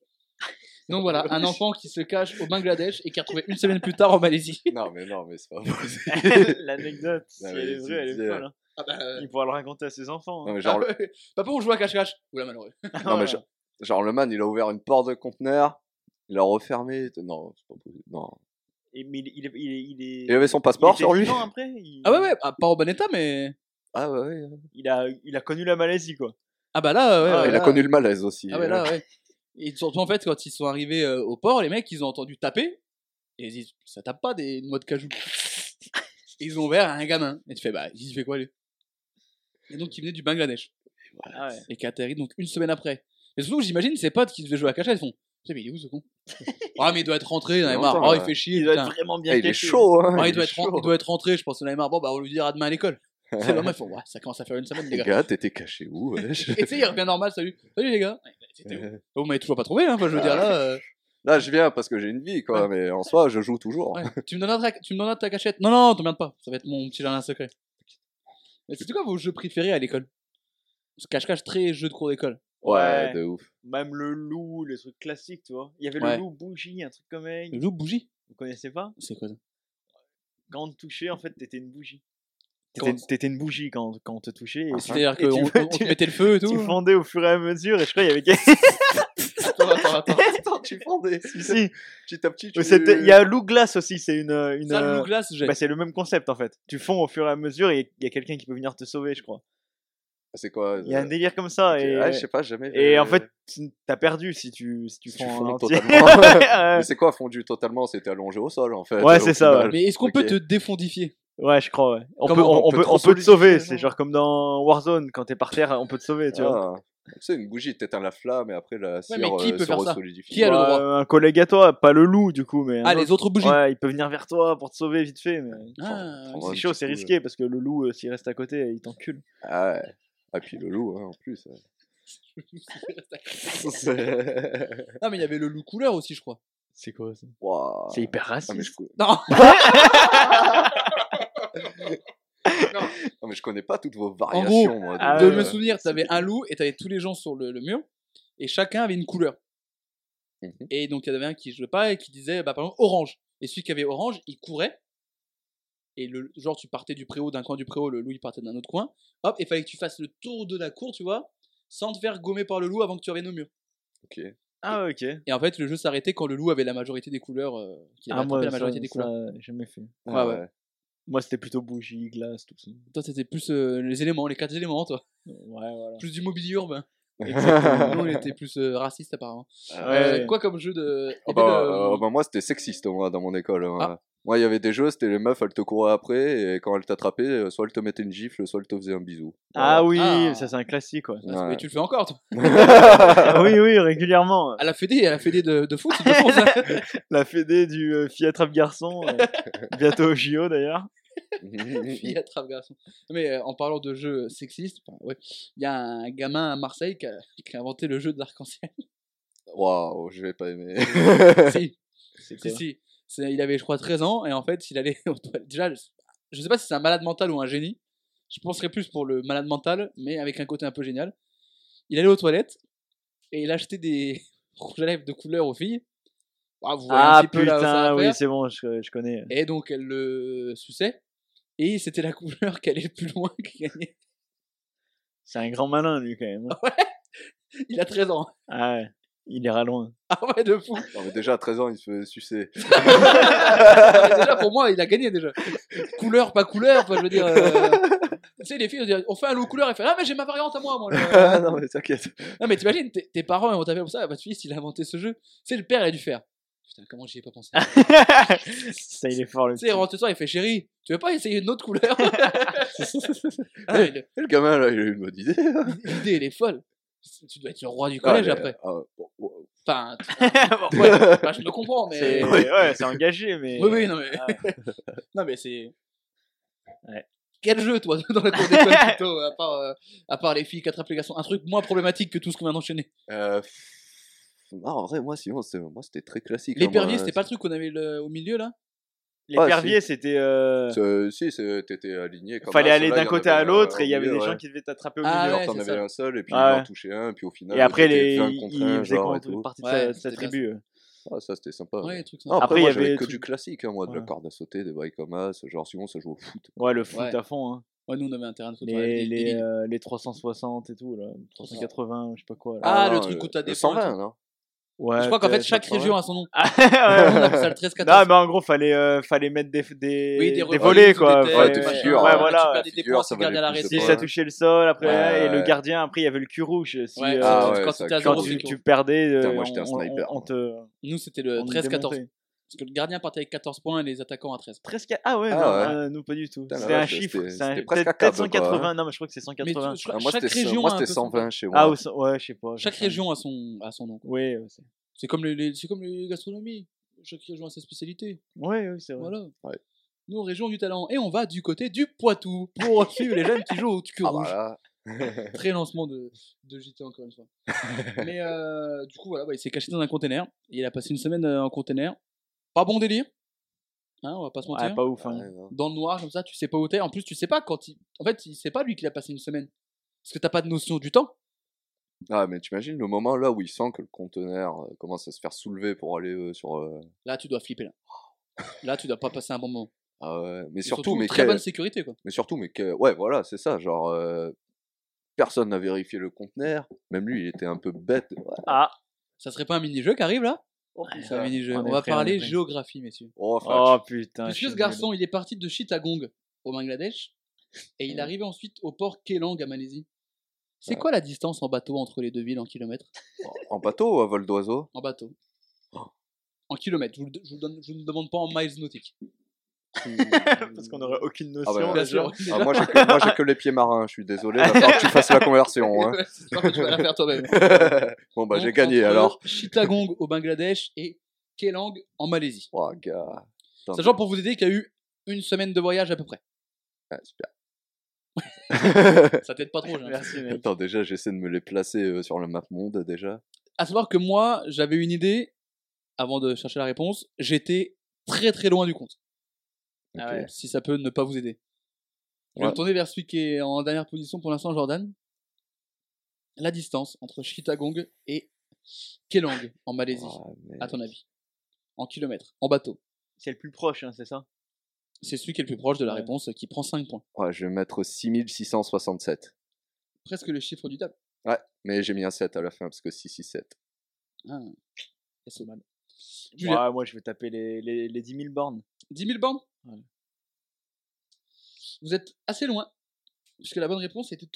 Speaker 3: Donc voilà, un enfant qui se cache au Bangladesh et qui est retrouvé une semaine plus tard en Malaisie.
Speaker 4: Non, mais non, mais c'est pas possible.
Speaker 5: L'anecdote, si
Speaker 4: Ah
Speaker 5: elle
Speaker 4: oui,
Speaker 5: est
Speaker 4: tu
Speaker 5: vraie, elle est
Speaker 4: disais,
Speaker 5: folle. hein.
Speaker 4: euh,
Speaker 5: Il pourra le raconter à ses enfants.
Speaker 4: Non,
Speaker 5: hein.
Speaker 4: mais genre,
Speaker 3: Ah ouais. Papa, on joue à cache-cache. Oula, malheureux.
Speaker 4: non, mais je- genre, le man, il a ouvert une porte de conteneur, il l'a refermé. Non, c'est pas possible. Non.
Speaker 5: Et- mais il, il, il, il est.
Speaker 4: Il avait son passeport
Speaker 5: était
Speaker 4: sur lui.
Speaker 5: vivant après il,
Speaker 3: Ah ouais, ouais, ah, pas en bon état, mais.
Speaker 4: Ah ouais, ouais.
Speaker 5: Il a, il a connu la Malaisie, quoi.
Speaker 3: Ah bah là, ouais,
Speaker 5: Ah,
Speaker 3: ouais,
Speaker 4: il
Speaker 3: là,
Speaker 4: a connu le malaise aussi. euh.
Speaker 3: Ah ouais, là, ouais. Et surtout, en fait, quand ils sont arrivés euh, au port, les mecs, ils ont entendu taper. Et ils disent, ça tape pas des noix de cajou. Et ils ont ouvert à un gamin. Et tu fais, bah, il fait quoi, lui Et donc, il venait du Bangladesh.
Speaker 5: Ah ouais.
Speaker 3: Et qui a atterri, donc, une semaine après. Et surtout, j'imagine, ses potes qui devaient jouer à cachet, ils font, putain, mais il est où ce con Ah, mais il doit être rentré, il
Speaker 4: longtemps,
Speaker 3: marre. Oh, il
Speaker 4: ouais.
Speaker 3: fait chier,
Speaker 5: Il doit
Speaker 3: putain.
Speaker 5: être vraiment bien
Speaker 4: Eh, il est
Speaker 5: caché.
Speaker 4: chaud, hein.
Speaker 3: Ah, il,
Speaker 4: est
Speaker 3: doit être, ren-
Speaker 4: chaud.
Speaker 3: il doit être rentré, je pense, Neymar. Bon, bah, on lui dira demain à l'école. C'est le moment, ils font, ouais, ça commence à faire une semaine, les
Speaker 4: Les
Speaker 3: gars.
Speaker 4: gars, t'étais caché où wesh
Speaker 3: Et tu sais, il revient normal, salut. Salut, les gars. Ouais, bah, c'était où
Speaker 4: Euh,
Speaker 3: Vous m'avez toujours pas trouvé, hein, enfin, je veux dire,
Speaker 5: Ah,
Speaker 3: là. euh,
Speaker 4: Là, je viens parce que j'ai une vie, quoi. Mais en soi, je joue toujours.
Speaker 3: Ouais, tu me donneras ta, tu me donneras ta cachette. Non, non, t'emmerdes pas. Ça va être mon petit jardin secret. Mais c'est quoi vos jeux préférés à l'école Parce que Cache-cache, très jeu de cours d'école.
Speaker 4: Ouais,
Speaker 5: Ouais.
Speaker 4: de ouf.
Speaker 5: Même le loup, les trucs classiques, tu vois. Il y avait
Speaker 3: Ouais.
Speaker 5: le loup bougie, un truc comme elle.
Speaker 3: Le loup bougie
Speaker 5: Vous connaissez pas
Speaker 3: C'est quoi ça
Speaker 5: Quand on te touchait, en fait, t'étais une bougie.
Speaker 3: Comment-
Speaker 5: T'étais t'étais une bougie quand, quand on te
Speaker 4: Ah,
Speaker 5: touchait. Et tu-
Speaker 3: Ah, C'est-à-dire
Speaker 5: et tu-
Speaker 3: qu'on on te
Speaker 5: tu-
Speaker 3: mettait le feu et tout
Speaker 5: tu fondais au fur et à mesure, et je crois qu'il y avait
Speaker 3: Attends, attends, attends.
Speaker 4: Attends, tu fondais.
Speaker 5: si, si.
Speaker 4: Petit à petit,
Speaker 5: Mais c'était- Il y a loup glace aussi, c'est une. euh, une
Speaker 3: Ça, le
Speaker 5: euh,
Speaker 3: loup glace, j'ai.
Speaker 5: bah, c'est le même concept en fait. Tu fonds au fur et à mesure et il y a quelqu'un qui peut venir te sauver, je crois.
Speaker 4: C'est quoi
Speaker 5: Il y a un
Speaker 4: euh,
Speaker 5: délire comme ça.
Speaker 4: ok,
Speaker 5: Et,
Speaker 4: ouais, je sais pas, jamais.
Speaker 5: et
Speaker 4: je-
Speaker 5: en fait, tu- t'as perdu si tu, si tu
Speaker 4: Tu
Speaker 5: fonds
Speaker 4: fonds
Speaker 5: en
Speaker 4: totalement.
Speaker 5: entier.
Speaker 4: Mais c'est quoi fondu totalement C'était allongé au sol en fait.
Speaker 5: Ouais,
Speaker 4: au
Speaker 5: c'est ça,
Speaker 4: final.
Speaker 3: Mais est-ce qu'on
Speaker 4: Ok.
Speaker 3: peut te défondifier
Speaker 5: Ouais, je crois, ouais. On
Speaker 4: Comment
Speaker 5: peut, on,
Speaker 4: on
Speaker 5: on
Speaker 4: peut
Speaker 5: peut,
Speaker 4: te
Speaker 5: on peut
Speaker 4: sauver,
Speaker 5: te sauver, c'est
Speaker 4: finalement
Speaker 5: genre comme dans Warzone, quand t'es par terre, on peut te sauver, tu vois.
Speaker 4: Ah. Tu sais, une bougie, t'éteins la flamme et après la cire
Speaker 3: mais qui
Speaker 4: euh,
Speaker 3: peut
Speaker 4: se
Speaker 3: faire ça
Speaker 4: resolidifie.
Speaker 3: Qui a le
Speaker 5: Ouais,
Speaker 3: droit
Speaker 5: euh, Un collègue à toi, pas le loup, du coup, mais. un
Speaker 3: Ah,
Speaker 5: autre.
Speaker 3: les autres bougies
Speaker 5: Ouais, il peut venir vers toi pour te sauver vite fait, mais.
Speaker 3: Ah,
Speaker 4: Oh,
Speaker 5: C'est
Speaker 4: ouais,
Speaker 5: chaud,
Speaker 4: du
Speaker 5: c'est
Speaker 4: coup,
Speaker 5: risqué parce que le loup, euh, s'il reste à côté, il t'encule.
Speaker 4: Ah ouais. Ah, puis le loup, hein, en plus. C'est
Speaker 3: Ah, mais il y avait le loup couleur aussi, je crois.
Speaker 5: C'est quoi ça
Speaker 4: Waouh.
Speaker 5: C'est hyper
Speaker 4: Ah, mais
Speaker 5: raciste.
Speaker 4: je... cou-
Speaker 3: Non
Speaker 4: non, mais je connais pas toutes vos
Speaker 3: gros, euh,
Speaker 4: variations. moi, euh, de-
Speaker 5: Ah,
Speaker 3: De
Speaker 5: ouais,
Speaker 3: me
Speaker 5: ouais.
Speaker 3: souvenir, t'avais un loup et t'avais tous les gens sur le, le mur et chacun avait une couleur.
Speaker 5: Mmh
Speaker 4: Mhm.
Speaker 3: Et donc il y en avait un qui jouait pas et qui disait bah, par exemple orange. Et celui qui avait orange, il courait. Et le genre, tu partais du préau, d'un coin du préau, le loup il partait d'un autre coin. Hop, il fallait que tu fasses le tour de la cour, tu vois, sans te faire gommer par le loup avant que tu reviennes au mur.
Speaker 4: Ok.
Speaker 5: Ah, ouais, ok.
Speaker 3: Et en fait, le jeu s'arrêtait quand le loup avait la majorité des couleurs. euh, qu'il avait
Speaker 5: Ah, moi,
Speaker 3: attrapé la
Speaker 5: ça-
Speaker 3: majorité des
Speaker 5: ça,
Speaker 3: couleurs.
Speaker 5: j'ai jamais fait.
Speaker 3: Ouais, ouais.
Speaker 5: Moi, c'était plutôt bougie, glace, tout ça.
Speaker 3: Toi, c'était plus euh, les éléments, les quatre éléments, toi.
Speaker 5: Ouais, voilà.
Speaker 3: Plus du mobilier urbain. Nous,
Speaker 4: Exactement.
Speaker 3: on était plus euh, racistes apparemment.
Speaker 5: Ouais. Oh,
Speaker 3: Euh, quoi comme jeu de.
Speaker 4: Ah
Speaker 3: Eh
Speaker 4: bah,
Speaker 3: ben,
Speaker 4: euh,
Speaker 3: euh,
Speaker 4: bah, moi, c'était sexiste moi, dans mon école. hein.
Speaker 3: Ah.
Speaker 4: Moi, il y avait des jeux, c'était les meufs, elles te couraient après, et quand elles t'attrapaient, euh, soit elles te mettaient une gifle, soit elles te faisaient un bisou.
Speaker 5: Ah oui,
Speaker 3: Ah.
Speaker 5: ça c'est un classique, ouais.
Speaker 3: Ah,
Speaker 4: Ouais.
Speaker 3: Mais tu le fais encore, toi.
Speaker 5: Ah oui, oui, régulièrement.
Speaker 3: À la Fédé, à la Fédé de, de hein. foot, ils le font, ça.
Speaker 5: La fédé du euh, fille attrape garçon, euh, bientôt au JO d'ailleurs.
Speaker 3: Fille attrape garçon. Mais euh, en parlant de jeux sexistes, enfin, ouais, il y a un gamin à Marseille qui a, qui a inventé le jeu de l'arc-en-ciel.
Speaker 4: Waouh, je vais pas aimer.
Speaker 3: si,
Speaker 5: C'est
Speaker 3: si, si. C'est- Il avait, je crois, 13 ans et en fait, il allait. aux toilettes. Déjà, je sais pas si c'est un malade mental ou un génie. Je penserais plus pour le malade mental, mais avec un côté un peu génial. Il allait aux toilettes et il achetait des rouges à lèvres de couleur aux filles. Ah, vous voyez un
Speaker 5: Ah
Speaker 3: petit peu là où ça va
Speaker 5: putain,
Speaker 3: faire.
Speaker 5: oui, c'est bon, je, je connais.
Speaker 3: Et donc, elle le suçait. Et c'était la couleur qui allait le plus loin qui gagnait.
Speaker 5: C'est un grand malin lui quand même. hein.
Speaker 3: Ah Il a 13 ans.
Speaker 5: Ah ouais, il ira loin.
Speaker 3: Ah ouais, de fou.
Speaker 4: Non, mais déjà, à 13 ans, ils se faisaient sucer.
Speaker 3: Ah, mais déjà, pour moi, il a gagné déjà. Couleur, pas couleur. enfin, je veux dire. euh, Tu sais, les filles, on, dit, on fait un lot couleur. Elle fait Ah, mais j'ai ma variante à moi. moi là.
Speaker 4: Ah, non, mais t'inquiète.
Speaker 3: non, mais t'imagines, tes tes parents, ils vont t'appeler comme ça. Votre fils, il a inventé ce jeu. Tu sais, le père, il a dû faire. Putain, comment j'y ai pas pensé
Speaker 5: ça, il est fort le
Speaker 3: Tu sais, il rentre ce soir, il fait chérie, tu veux pas essayer une autre couleur Ah, mais le-
Speaker 4: Et le gamin, là, il a eu une bonne idée.
Speaker 3: L'idée, elle est folle. Tu dois être le roi du
Speaker 4: Ah,
Speaker 3: collège
Speaker 4: mais,
Speaker 3: après.
Speaker 4: ah, bon, bon,
Speaker 3: Enfin,
Speaker 5: Bon,
Speaker 3: ouais, bah, je me comprends, mais.
Speaker 5: c'est ouais, c'est engagé, mais.
Speaker 3: Oui, oui, non, mais.
Speaker 5: Ah.
Speaker 3: non, mais c'est.
Speaker 5: Ouais.
Speaker 3: Quel jeu, toi, dans la cour d'école, plutôt, à part, euh, à part les filles qui attrapent les garçons Un truc moins problématique que tout ce qu'on vient d'enchaîner.
Speaker 4: euh, pff, non, en vrai, moi, sinon, c'était- moi, c'était très classique. hein,
Speaker 5: euh,
Speaker 3: L'épervier,
Speaker 4: moi,
Speaker 3: c'était pas le truc qu'on avait le- au milieu, là
Speaker 5: Les perviers, c'était. euh,
Speaker 4: C'est- Si, c'est- t'étais aligné. Comme
Speaker 5: Fallait
Speaker 4: un,
Speaker 5: aller
Speaker 4: ceux-là,
Speaker 5: d'un
Speaker 4: il y en
Speaker 5: côté
Speaker 4: avait
Speaker 5: à
Speaker 4: un
Speaker 5: l'autre
Speaker 4: au
Speaker 5: et il y avait
Speaker 4: milieu,
Speaker 5: des gens
Speaker 4: ouais.
Speaker 5: qui devaient t'attraper au
Speaker 3: Ah,
Speaker 5: milieu.
Speaker 3: ouais,
Speaker 4: T'en
Speaker 3: c'est
Speaker 4: avais
Speaker 3: ça.
Speaker 4: un seul et puis
Speaker 5: Ouais.
Speaker 4: il en touchait un, puis au final.
Speaker 5: Et après,
Speaker 4: t'étais
Speaker 5: les,
Speaker 4: 20 contre
Speaker 5: ils
Speaker 4: un,
Speaker 5: faisaient
Speaker 4: genre, et
Speaker 5: contre-
Speaker 4: tout.
Speaker 5: partie de
Speaker 3: Ouais,
Speaker 5: sa- sa
Speaker 3: c'était bien
Speaker 5: tribu. euh.
Speaker 4: Ah, ça, c'était sympa.
Speaker 5: Oh.
Speaker 3: Ouais, les trucs
Speaker 4: Non,
Speaker 3: sympas.
Speaker 4: après,
Speaker 5: Après,
Speaker 4: moi,
Speaker 5: il y
Speaker 4: j'avais
Speaker 5: avait
Speaker 4: que
Speaker 5: tout-
Speaker 4: du classique, hein, moi, de la
Speaker 5: Ouais.
Speaker 4: corde à sauter, des bails comme as, genre, sinon, ça joue au foot.
Speaker 5: Ouais, le foot
Speaker 3: Ouais.
Speaker 5: à fond. Hein.
Speaker 3: Ouais, nous, on avait un terrain de foot. ouais,
Speaker 5: Les,
Speaker 3: des- des
Speaker 5: les,
Speaker 3: lignes.
Speaker 5: euh, les 360 et tout, là. 380, je sais pas quoi. Là.
Speaker 3: Ah,
Speaker 4: non,
Speaker 3: le truc où t'as des
Speaker 4: le
Speaker 3: points,
Speaker 4: 120, non
Speaker 5: Ouais,
Speaker 3: je crois qu'en
Speaker 5: t'as-
Speaker 3: fait, chaque
Speaker 5: t'as-
Speaker 3: région a son nom.
Speaker 5: Ah,
Speaker 3: on
Speaker 5: euh, ouais.
Speaker 3: appelle ça le 13-14.
Speaker 5: Non, mais en gros, fallait, euh, fallait mettre des, des,
Speaker 3: Oui,
Speaker 5: des,
Speaker 3: reprises
Speaker 5: volets,
Speaker 3: ou
Speaker 5: quoi.
Speaker 3: têtes,
Speaker 4: Ouais,
Speaker 5: Fallait-
Speaker 4: des
Speaker 3: machins,
Speaker 4: figures,
Speaker 5: Ouais,
Speaker 4: ouais.
Speaker 5: voilà.
Speaker 3: Tu perds des
Speaker 4: Figures,
Speaker 3: points
Speaker 4: ça
Speaker 3: si tu gardes
Speaker 4: valait
Speaker 3: à la
Speaker 4: plus de
Speaker 5: Si
Speaker 3: réception.
Speaker 4: points.
Speaker 5: ça touchait le sol, après,
Speaker 4: Ouais,
Speaker 5: et le
Speaker 4: ouais.
Speaker 5: gardien, après, il y avait le cul rouge. Si,
Speaker 3: Ouais,
Speaker 5: euh,
Speaker 4: Ah,
Speaker 3: quand tu
Speaker 4: ouais,
Speaker 3: étais à
Speaker 4: ça-
Speaker 5: quand
Speaker 3: zéro,
Speaker 4: gros,
Speaker 5: tu,
Speaker 3: c'est
Speaker 5: tu
Speaker 3: chaud.
Speaker 5: perdais, euh,
Speaker 4: Putain, moi, j'étais un
Speaker 5: on, on-
Speaker 4: sniper,
Speaker 5: on te
Speaker 3: Nous, c'était le
Speaker 5: on te
Speaker 3: 13-14.
Speaker 5: démontait.
Speaker 3: Parce que le gardien partait avec 14 points et les attaquants à 13.
Speaker 5: 13 4 Ah ouais,
Speaker 4: Ah
Speaker 5: non,
Speaker 4: ouais.
Speaker 5: euh, nous pas du tout.
Speaker 4: Putain, la
Speaker 5: C'est un
Speaker 4: vache,
Speaker 5: chiffre,
Speaker 4: c'était-
Speaker 5: c'est un-
Speaker 4: c'était presque
Speaker 5: peut-être
Speaker 4: à
Speaker 5: peut-être
Speaker 4: quatre, quoi, hein.
Speaker 5: 180. Non, mais je crois que c'est 180.
Speaker 3: Mais je crois-
Speaker 4: Ah, Moi,
Speaker 3: chaque
Speaker 4: c'était
Speaker 3: région
Speaker 4: moi,
Speaker 3: a un
Speaker 4: c'était
Speaker 3: peu son-
Speaker 4: 120 chez moi.
Speaker 5: Ah, ou cent- ouais, je sais pas.
Speaker 3: Chaque région a son, a son nom. quoi.
Speaker 5: Oui, ouais, c'est
Speaker 3: C'est comme, les, les- c'est comme les gastronomies. Chaque région a sa spécialité.
Speaker 5: ouais, ouais, c'est vrai.
Speaker 3: Voilà.
Speaker 4: Ouais.
Speaker 3: Nous, région du talent. Et on va du côté du Poitou pour suivre les jeunes qui jouent au cul
Speaker 4: Ah,
Speaker 3: rouge.
Speaker 4: bah là,
Speaker 3: Très lancement de, de JT, encore une fois. Mais euh, du coup, voilà, bah, il s'est caché dans un container. Il a passé une semaine euh, en container. Pas bon délire. Hein, on va pas se mentir.
Speaker 5: Ouais, pas ouf. hein.
Speaker 4: ouais, non.
Speaker 3: dans le noir comme ça, tu sais pas où t'es. En plus, tu sais pas quand il. En fait, il sait pas lui qu'il a passé une semaine. Parce que t'as pas de notion du temps.
Speaker 4: Ah, mais t'imagines le moment là où il sent que le conteneur euh, commence à se faire soulever pour aller euh, sur. euh,
Speaker 3: Là, tu dois flipper là. Là, tu dois pas passer un bon moment.
Speaker 4: Ah ouais, mais
Speaker 3: Et
Speaker 4: surtout, mais
Speaker 3: très
Speaker 4: quel-
Speaker 3: bonne sécurité quoi.
Speaker 4: Mais surtout, mais que... ouais, voilà, c'est ça. Genre, euh, personne n'a vérifié le conteneur. Même lui, il était un peu bête. Ouais.
Speaker 5: Ah,
Speaker 3: Ça serait pas un mini jeu qui arrive là C'est un mini jeu.
Speaker 5: Oh, on
Speaker 3: On
Speaker 5: est
Speaker 3: va
Speaker 5: prêt, on est
Speaker 3: parler
Speaker 5: prêt.
Speaker 3: géographie, messieurs.
Speaker 4: Oh, fuck.
Speaker 5: oh putain. je
Speaker 3: Monsieur ce
Speaker 5: suis
Speaker 3: garçon, il est parti de Chittagong au Bangladesh et il est arrivé ensuite au port Kelang à Malaisie. C'est
Speaker 4: Ouais.
Speaker 3: quoi la distance en bateau entre les deux villes en kilomètres
Speaker 4: En bateau ou à vol d'oiseau
Speaker 3: En bateau.
Speaker 5: Oh.
Speaker 3: En kilomètres. Je vous, le- je vous le donne- je vous ne demande pas en miles nautiques.
Speaker 5: nul. Parce qu'on aurait aucune notion.
Speaker 4: bah,
Speaker 3: Bien
Speaker 5: déjà.
Speaker 3: sûr.
Speaker 4: Ah, Moi, j'ai que... moi, j'ai que les pieds marins. Je suis désolé. Il va falloir que tu fasses la conversion. hein.
Speaker 3: Ouais, c'est pas que tu vas la faire toi-même.
Speaker 4: bon, bah, j'ai
Speaker 3: Donc,
Speaker 4: gagné
Speaker 3: entre
Speaker 4: alors.
Speaker 3: Chittagong au Bangladesh et Kelang en Malaisie.
Speaker 4: Oh, gars. Putain.
Speaker 3: Sachant pour vous aider qu'il y a eu une semaine de voyage à peu près.
Speaker 4: Ah, super.
Speaker 3: Ça t'aide pas trop. j'ai l'impression.
Speaker 5: Merci, mec.
Speaker 4: Attends, déjà, j'essaie de me les placer euh, sur le map monde déjà.
Speaker 3: À savoir que moi, j'avais une idée avant de chercher la réponse. J'étais très très loin du compte. euh,
Speaker 5: Ah ouais.
Speaker 3: Si ça peut ne pas vous aider. Je vais
Speaker 4: Ouais.
Speaker 3: me tourner vers celui qui est en dernière position pour l'instant, Jordan. La distance entre Chittagong et Kelang en Malaisie,
Speaker 4: Oh, mais-
Speaker 3: à ton avis. En kilomètres, en bateau.
Speaker 5: C'est le plus proche, hein, c'est ça
Speaker 3: C'est celui qui est le plus proche de la
Speaker 5: Ouais.
Speaker 3: réponse qui prend 5 points.
Speaker 4: Ouais, je vais mettre 6667.
Speaker 3: Presque le chiffre du table.
Speaker 4: Mais j'ai mis un 7 à la fin parce que 6, 6, 7.
Speaker 3: Yes, Oman. Julien,
Speaker 5: Ouais, Moi, je vais taper les, les, les 10 000 bornes.
Speaker 3: 10 000 bornes
Speaker 5: Ouais.
Speaker 3: Vous êtes assez loin, puisque la bonne réponse était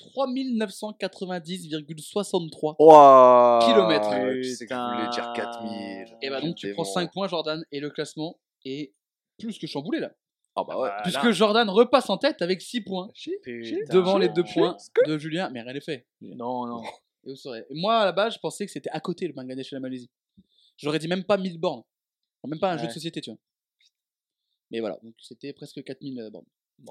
Speaker 3: 3990,63.
Speaker 4: Ouah
Speaker 3: Kilomètres.
Speaker 4: Je sais que je voulais dire 4000.
Speaker 3: Et bah donc tu prends 5 points, Jordan, et le classement est plus que chamboulé là.
Speaker 4: Ah bah ouais.
Speaker 5: Ah,
Speaker 3: puisque
Speaker 5: là.
Speaker 3: Jordan repasse en tête avec 6 points,
Speaker 5: Putain.
Speaker 3: devant les 2 points de Julien, mais rien n'est fait.
Speaker 5: Non, non.
Speaker 3: Et vous saurez. Et moi, à la base, je pensais que c'était à côté le Bangladesh et la Malaisie. J'aurais dit même pas 1000 bornes. Enfin, Même pas un jeu de
Speaker 5: Ouais.
Speaker 3: société, tu vois. Mais voilà, donc c'était presque 4000 bornes.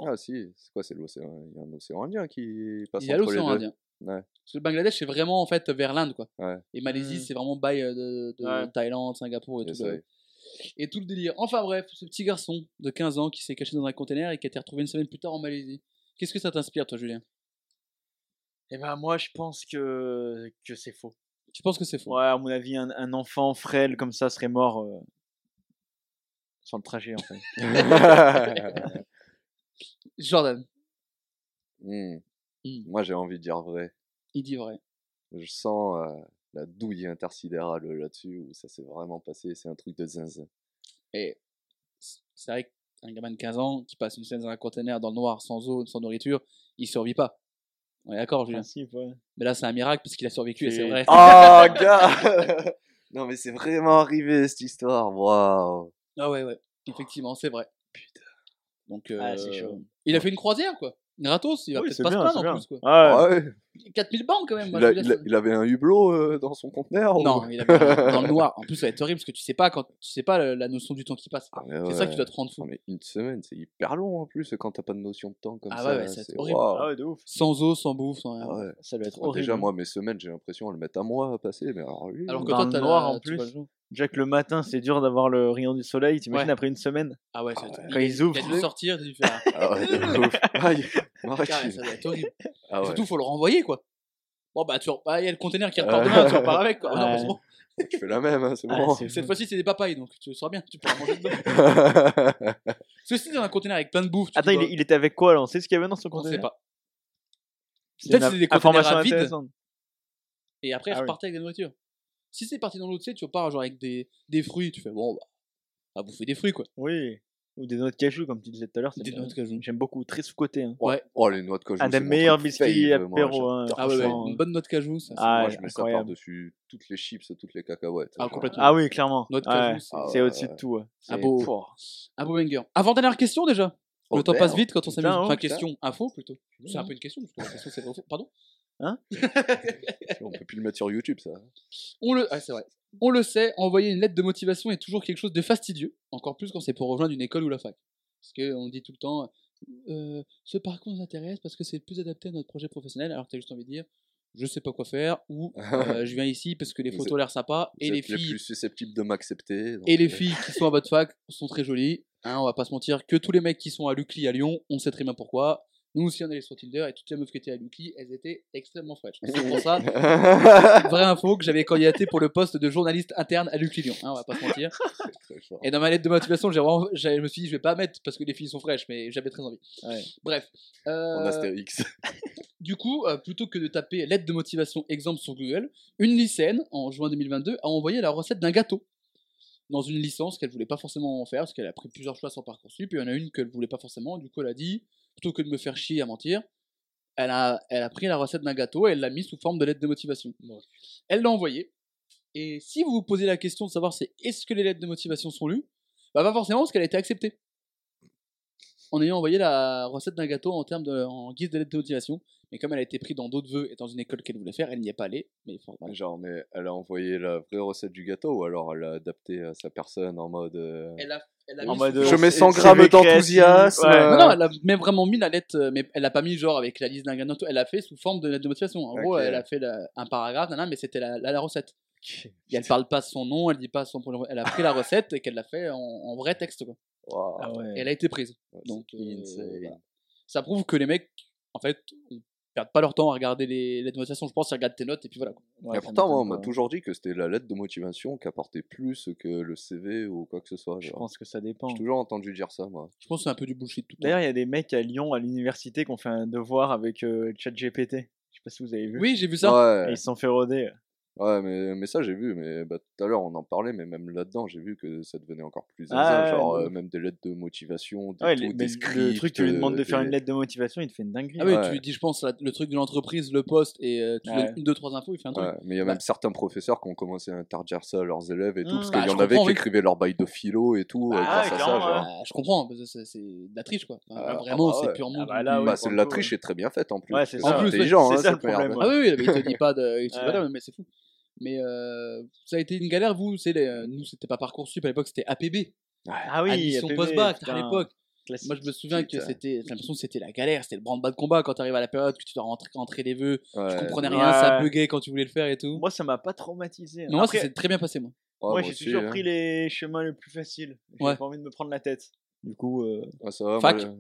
Speaker 4: Ah si, c'est quoi c'est l'océan Il y a un océan Indien qui passe
Speaker 3: bah. Il y a
Speaker 4: entre les deux.
Speaker 3: l'océan Indien.
Speaker 4: Ouais.
Speaker 3: Parce que le Bangladesh, c'est vraiment en fait vers l'Inde, quoi.
Speaker 4: Ouais.
Speaker 3: Et Malaisie,
Speaker 5: Mm.
Speaker 3: c'est vraiment bail euh, de, de
Speaker 5: Ouais.
Speaker 3: Thaïlande, Singapour et
Speaker 4: Yes,
Speaker 3: tout, le,
Speaker 4: ouais.
Speaker 3: et tout le délire. Enfin bref, ce petit garçon de 15 ans qui s'est caché dans un container et qui a été retrouvé une semaine plus tard en Malaisie. Qu'est-ce que ça t'inspire, toi, Julien
Speaker 5: Eh ben, moi, je pense que, que c'est faux.
Speaker 3: Tu penses que c'est faux
Speaker 5: Ouais, à mon avis, un, un enfant frêle comme ça serait mort euh, sur le trajet, en fait.
Speaker 3: Jordan,
Speaker 4: Hmm.
Speaker 3: Hmm.
Speaker 4: Moi j'ai envie de dire vrai.
Speaker 3: il dit vrai.
Speaker 4: Je sens euh, la douille intersidérale euh, là-dessus où ça s'est vraiment passé. C'est un truc de zinzin.
Speaker 3: Et c'est vrai qu'un gamin de 15 ans qui passe une semaine dans un container dans le noir, sans eau, sans nourriture, il survit pas. On est d'accord, Julien
Speaker 5: Principe, ouais.
Speaker 3: Mais là, c'est un miracle parce qu'il a survécu et c'est
Speaker 5: C'est-
Speaker 3: vrai.
Speaker 4: Oh Ah, gars Non, mais c'est vraiment arrivé cette histoire. Waouh.
Speaker 3: Ah ouais, ouais. Effectivement, c'est vrai. Putain. Donc,
Speaker 5: Oh. Ah,
Speaker 3: euh,
Speaker 5: c'est chaud.
Speaker 3: Il a fait une croisière, quoi. Gratos, il va
Speaker 5: Oui,
Speaker 3: peut-être
Speaker 5: c'est
Speaker 3: pas se
Speaker 5: bien, c'est
Speaker 3: plaindre en
Speaker 5: bien.
Speaker 3: plus, quoi.
Speaker 5: Ah, ouais.
Speaker 4: Ouais.
Speaker 3: 4000 bandes quand même. moi,
Speaker 4: il, a-
Speaker 3: je veux
Speaker 4: il a-
Speaker 3: dire,
Speaker 4: il avait un hublot euh, dans son conteneur ou-
Speaker 3: Non, il a mis dans le noir. En plus, ça va être horrible parce que tu sais pas quand tu sais pas la, la notion du temps qui passe.
Speaker 4: Ah, mais
Speaker 3: C'est
Speaker 4: ouais.
Speaker 3: ça qui doit te rendre
Speaker 4: Non,
Speaker 3: fou.
Speaker 4: mais une semaine, c'est hyper long en plus quand t'as pas de notion de temps comme
Speaker 3: Ah
Speaker 4: ça.
Speaker 3: ouais, ouais,
Speaker 4: là,
Speaker 3: ça va être
Speaker 4: c'est-
Speaker 3: horrible.
Speaker 4: waouh.
Speaker 5: Ah ouais, de ouf.
Speaker 3: Sans eau, sans bouffe, sans rien.
Speaker 4: Ah ouais.
Speaker 5: Ça doit être
Speaker 4: Moi,
Speaker 5: horrible.
Speaker 4: déjà, moi, mes semaines, j'ai l'impression, elles mettent un mois à passer. Mais alors, lui,
Speaker 3: Alors que
Speaker 5: Dans
Speaker 3: toi,
Speaker 5: le
Speaker 3: t'as la-
Speaker 5: noir, en
Speaker 3: tu vois
Speaker 5: plus.
Speaker 3: le jour.
Speaker 5: Déjà que le matin, c'est dur d'avoir le rayon du soleil. T'imagines
Speaker 3: Ouais.
Speaker 5: après une semaine
Speaker 3: Ah ouais, ça va
Speaker 4: Ah
Speaker 3: être
Speaker 4: ouais.
Speaker 3: horrible.
Speaker 5: Quand ils ouvrent.
Speaker 3: Il a dû le sortir, il a dû faire.
Speaker 4: Ah ouais, de ouf. Aïe.
Speaker 5: Ah
Speaker 4: Marc,
Speaker 3: Ah, Carré,
Speaker 4: il-
Speaker 3: ça doit être horrible.
Speaker 4: Ah ouais.
Speaker 3: Surtout, faut le renvoyer, quoi. Bon, bah, tu re- bah, il y a le container qui repart demain, tu repars avec, quoi. Ah non,
Speaker 5: Ouais.
Speaker 3: c'est bon.
Speaker 4: Je fais la même, hein, c'est
Speaker 5: Ah,
Speaker 4: bon.
Speaker 5: c'est
Speaker 3: Cette
Speaker 5: fou.
Speaker 3: fois-ci, c'est des papayes, donc tu seras bien, tu pourras manger dedans. Ceci dans un container avec plein de bouffe. tu
Speaker 5: Attends,
Speaker 3: dis,
Speaker 5: il,
Speaker 3: bah,
Speaker 5: il était avec quoi là On sait ce qu'il y avait dans son
Speaker 3: On sait
Speaker 5: conteneur
Speaker 3: pas.
Speaker 5: C'est
Speaker 3: Peut-être
Speaker 5: une
Speaker 3: c'est des conteneurs
Speaker 5: information
Speaker 3: à vide.
Speaker 5: intéressante.
Speaker 3: Et après,
Speaker 5: Ah oui.
Speaker 3: repartir avec la nourriture. Si c'est parti dans l'eau, tu sais, tu repars genre avec des, des fruits, tu fais bon, bah, à bouffer des fruits, quoi.
Speaker 5: Oui. Ou des noix de cajou, comme tu disais tout à l'heure. c'est
Speaker 3: Des
Speaker 5: bien.
Speaker 3: noix de cajou.
Speaker 5: J'aime beaucoup, très sous-côté. hein.
Speaker 3: Ouais.
Speaker 4: Oh, les noix de cajou.
Speaker 5: Un
Speaker 4: c'est
Speaker 5: des
Speaker 4: mon
Speaker 5: meilleurs
Speaker 4: truc
Speaker 5: biscuits
Speaker 4: fave, euh, moi,
Speaker 5: apéro. hein,
Speaker 3: Ah ouais, ouais,
Speaker 5: franchement.
Speaker 3: une bonne note cajou, ça. c'est-
Speaker 5: Ah,
Speaker 4: Moi, je mets ça
Speaker 5: incroyable.
Speaker 4: par-dessus toutes les chips, toutes les cacahuètes.
Speaker 3: Ah,
Speaker 4: genre.
Speaker 3: complètement.
Speaker 5: Ah oui, clairement.
Speaker 3: Noix de
Speaker 5: Ouais.
Speaker 3: cajou, c'est euh,
Speaker 4: Ah
Speaker 5: C'est
Speaker 4: ouais,
Speaker 5: au-dessus de tout. ouais.
Speaker 3: un
Speaker 5: C'est-
Speaker 3: beau,
Speaker 5: Pouah.
Speaker 3: un beau banger. Avant-dernière question, déjà.
Speaker 4: Oh,
Speaker 3: le temps
Speaker 4: merde.
Speaker 3: passe vite quand on s'amuse.
Speaker 5: Putain, oh,
Speaker 3: Enfin,
Speaker 4: putain.
Speaker 3: question, info plutôt. C'est un peu une question, parce que la question c'est vrai ou faux. Pardon
Speaker 4: On peut plus le mettre sur YouTube, ça.
Speaker 3: On le, ah, c'est vrai. On le sait, envoyer une lettre de motivation est toujours quelque chose de fastidieux, encore plus quand c'est pour rejoindre une école ou la fac. Parce qu'on dit tout le temps, euh, ce parcours nous intéresse parce que c'est le plus adapté à notre projet professionnel, alors que t'as juste envie de dire, je sais pas quoi faire, ou euh, je viens ici parce que les
Speaker 4: Ah, Vous
Speaker 3: photos
Speaker 4: êtes-
Speaker 3: ont l'air sympas, et
Speaker 4: Vous
Speaker 3: les
Speaker 4: êtes les
Speaker 3: filles,
Speaker 4: plus susceptibles de m'accepter. donc,
Speaker 3: et les
Speaker 4: euh,
Speaker 3: filles qui sont à votre fac sont très jolies. Hein, on va pas se mentir que tous les mecs qui sont à l'UCLI à Lyon, on sait très bien pourquoi. Nous aussi, on allait sur Tinder et toutes les meufs qui étaient à l'UCLI, elles étaient extrêmement fraîches. C'est pour ça vraie info que j'avais candidaté pour le poste de journaliste interne à Luc Lyon, hein, on va pas se mentir.
Speaker 4: Très fort.
Speaker 3: Et dans ma lettre de motivation, j'ai vraiment, j'ai- je me suis dit, je vais pas mettre parce que les filles sont fraîches, mais j'avais très envie.
Speaker 5: Ouais.
Speaker 3: Bref. euh,
Speaker 4: En astérix.
Speaker 3: du coup, euh, plutôt que de taper lettre de motivation exemple sur Google, une lycéenne, en juin 2022, a envoyé la recette d'un gâteau dans une licence qu'elle voulait pas forcément en faire, parce qu'elle a pris plusieurs choix sur Parcoursup, et il y en a une qu'elle voulait pas forcément, du coup elle a dit, plutôt que de me faire chier à mentir, elle a, elle a pris la recette d'un gâteau et elle l'a mis sous forme de lettre de motivation. Elle l'a envoyée, et si vous vous posez la question de savoir c'est est-ce que les lettres de motivation sont lues, bah pas forcément parce qu'elle a été acceptée. En ayant envoyé la recette d'un gâteau en, termes de, en guise de lettre de motivation, mais comme elle a été prise dans d'autres vœux et dans une école qu'elle voulait faire, elle n'y est pas allée. Mais enfin, voilà.
Speaker 4: Genre, mais elle a envoyé la vraie recette du gâteau ou alors elle l'a adapté à sa personne en mode. euh,
Speaker 3: Elle a, elle a
Speaker 5: En
Speaker 3: mis
Speaker 5: mode,
Speaker 3: sous-
Speaker 5: euh,
Speaker 4: Je mets
Speaker 5: c'est-
Speaker 4: 100
Speaker 5: c'est
Speaker 4: grammes
Speaker 5: récréatif,
Speaker 4: d'enthousiasme.
Speaker 5: ouais.
Speaker 4: euh,
Speaker 3: Non, non, elle a même vraiment mis la lettre, euh, mais elle l'a pas mis genre avec la liste d'ingrédients. tout, Elle l'a fait sous forme de lettre de motivation. En gros,
Speaker 4: Ok.
Speaker 3: elle a fait la- un paragraphe, nanana, mais c'était la, la, la recette. Et elle parle pas son nom, elle dit pas son prénom. Elle a pris la recette et qu'elle l'a fait en, en vrai texte. quoi.
Speaker 4: waouh,
Speaker 5: Ah ouais.
Speaker 3: Et elle a été prise.
Speaker 4: c'est
Speaker 3: Donc, euh,
Speaker 4: insane.
Speaker 3: voilà. ça prouve que les mecs, en fait, ils perdent pas leur temps à regarder les lettres de motivation. Je pense qu'ils regardent tes notes et puis voilà. quoi.
Speaker 5: Ouais,
Speaker 4: et
Speaker 5: ça
Speaker 4: pourtant,
Speaker 5: m'étonne
Speaker 4: moi, on m'a
Speaker 5: pas. hein.
Speaker 4: toujours dit que c'était la lettre de motivation qui apportait plus que le CV ou quoi que ce soit.
Speaker 5: Je
Speaker 4: genre.
Speaker 5: pense que ça dépend.
Speaker 4: J'ai toujours entendu dire ça, moi.
Speaker 3: Je pense que c'est un peu du bullshit tout le temps.
Speaker 5: D'ailleurs, il y a des mecs à Lyon, à l'université, qui ont fait un devoir avec euh, ChatGPT. Je sais pas si vous avez vu.
Speaker 3: Oui, j'ai vu ça.
Speaker 5: Et
Speaker 4: Ouais,
Speaker 5: ils se sont fait rôder.
Speaker 4: ouais mais, mais ça, j'ai vu. Mais bah, tout à l'heure, on en parlait, mais même là-dedans, j'ai vu que ça devenait encore plus
Speaker 5: Ah
Speaker 4: zinzin,
Speaker 5: ouais,
Speaker 4: genre,
Speaker 5: de
Speaker 4: euh,
Speaker 5: ouf.
Speaker 4: même des lettres de motivation, des,
Speaker 5: Ah Ouais,
Speaker 4: tout,
Speaker 5: les-
Speaker 4: des
Speaker 5: mais
Speaker 4: scripts.
Speaker 5: le truc, tu lui demandes de
Speaker 4: euh,
Speaker 5: faire une
Speaker 4: des-
Speaker 5: lettre de motivation, il te fait une dinguerie.
Speaker 3: Ah oui,
Speaker 4: Ouais.
Speaker 3: tu lui dis, je pense, la- le truc de l'entreprise, le poste, et euh, tu lui donnes
Speaker 5: Ouais.
Speaker 3: une, deux, trois infos, il fait un truc.
Speaker 4: Ouais, mais il y a
Speaker 3: Bah.
Speaker 4: même certains professeurs qui ont commencé à interdire ça à leurs élèves et tout,
Speaker 5: Hmm.
Speaker 4: parce
Speaker 3: Bah,
Speaker 4: qu'il y
Speaker 3: je
Speaker 4: en avait
Speaker 3: comprends,
Speaker 4: qui
Speaker 3: oui.
Speaker 4: écrivaient leur bail de philo et tout, euh,
Speaker 5: Bah,
Speaker 4: grâce à ça.
Speaker 5: clairement,
Speaker 4: genre.
Speaker 5: ouais.
Speaker 3: Bah, je comprends, parce que c'est c'est de la triche, quoi. Enfin,
Speaker 4: Ah,
Speaker 3: vraiment,
Speaker 4: ah bah
Speaker 3: c'est
Speaker 4: ouais.
Speaker 3: purement.
Speaker 5: Ah bah
Speaker 3: du-
Speaker 5: là,
Speaker 3: du-
Speaker 5: oui.
Speaker 4: Bah,
Speaker 5: pour
Speaker 4: c'est de
Speaker 5: le
Speaker 4: la
Speaker 5: coup,
Speaker 4: triche
Speaker 5: ouais.
Speaker 4: et très bien faite en plus.
Speaker 5: Ouais,
Speaker 4: parce
Speaker 5: c'est
Speaker 4: que
Speaker 5: ça.
Speaker 4: c'est
Speaker 3: En plus, ouais,
Speaker 4: intelligent,
Speaker 5: c'est
Speaker 4: hein,
Speaker 5: ça,
Speaker 4: cette
Speaker 5: le problème,
Speaker 4: merde.
Speaker 5: ouais.
Speaker 3: Ah oui, oui, mais il te dit pas de. il te dit pas
Speaker 5: Ouais.
Speaker 3: de- mais c'est fou. Mais euh, ça a été une galère, vous, c'est les- euh, nous, c'était pas Parcoursup à l'époque, c'était APB.
Speaker 5: Ah oui,
Speaker 3: Admission
Speaker 5: APB,
Speaker 3: post-bac, à
Speaker 5: putain,
Speaker 3: l'époque.
Speaker 5: classique.
Speaker 3: Moi, je me souviens que
Speaker 4: Putain.
Speaker 3: c'était. J'ai l'impression que c'était la galère, c'était le branle-bas de combat quand t'arrives à la période, que tu dois rentrer, rentrer les vœux,
Speaker 4: Ouais.
Speaker 3: tu comprenais
Speaker 5: Ouais.
Speaker 3: rien, ça buguait quand tu voulais le faire et tout.
Speaker 5: Moi, ça m'a pas traumatisé. hein.
Speaker 3: Mais moi,
Speaker 5: Après,
Speaker 3: ça s'est très bien passé, moi.
Speaker 4: Ouais,
Speaker 5: moi,
Speaker 4: moi
Speaker 5: j'ai
Speaker 4: aussi,
Speaker 5: toujours
Speaker 4: hein.
Speaker 5: pris les chemins les plus faciles. J'ai
Speaker 3: Ouais.
Speaker 5: pas envie de me prendre la tête. Du coup, euh,
Speaker 4: Ouais, ça va,
Speaker 3: Fac.
Speaker 4: moi,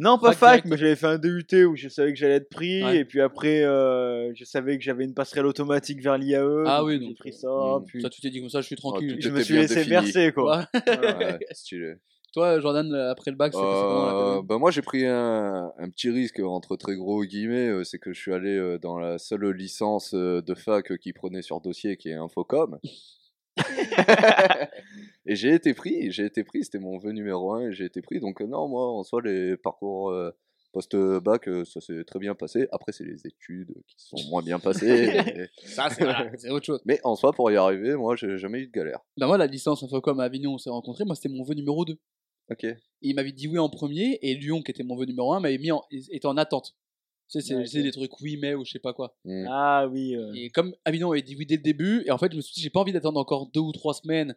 Speaker 5: Non, pas
Speaker 3: Fac
Speaker 5: fac,
Speaker 3: direct.
Speaker 5: mais j'avais fait un DUT où je savais que j'allais être pris,
Speaker 3: Ouais.
Speaker 5: et puis après, euh, je savais que j'avais une passerelle automatique vers l'IAE.
Speaker 3: Ah
Speaker 5: donc
Speaker 3: oui,
Speaker 5: J'ai
Speaker 3: donc,
Speaker 5: pris
Speaker 3: euh,
Speaker 5: ça,
Speaker 4: hmm,
Speaker 5: puis
Speaker 3: Ça, tu t'es dit comme ça, je suis tranquille.
Speaker 4: tout
Speaker 5: je
Speaker 4: était
Speaker 5: me suis
Speaker 4: bien
Speaker 5: laissé
Speaker 4: défini.
Speaker 5: verser, quoi.
Speaker 3: Ouais.
Speaker 5: Ouais.
Speaker 4: ouais, stylé.
Speaker 3: Toi, Jordan, euh, après le bac, c'est passé comment la
Speaker 4: Euh,
Speaker 3: période
Speaker 4: bah moi j'ai pris un, un petit risque entre très gros guillemets, euh, c'est que je suis allé euh, dans la seule licence euh, de fac euh, qui prenait sur dossier qui est Infocom. et j'ai été pris, j'ai été pris, c'était mon vœu numéro un et j'ai été pris. Donc euh, non moi en soi les parcours euh, Post-bac, euh, ça s'est très bien passé. Après, c'est les études qui sont moins bien passées. mais-
Speaker 3: Ça, c'est voilà, c'est autre chose.
Speaker 4: Mais en soi, pour y arriver, moi, j'ai jamais eu de galère.
Speaker 3: Bah, moi, la licence Infocom à Avignon, on s'est rencontrés. Moi, c'était mon vœu numéro 2. Et
Speaker 4: Ok.
Speaker 3: il m'avait dit oui en premier, et Lyon, qui était mon vœu numéro 1, m'avait mis en, était en attente. Tu sais, c'est
Speaker 5: Ouais,
Speaker 3: c'est des trucs oui, mais ou je sais pas quoi.
Speaker 4: Mm.
Speaker 5: Ah oui. euh,
Speaker 3: Et comme Avignon avait dit oui dès le début, et en fait, je me suis dit, j'ai pas envie d'attendre encore deux ou trois semaines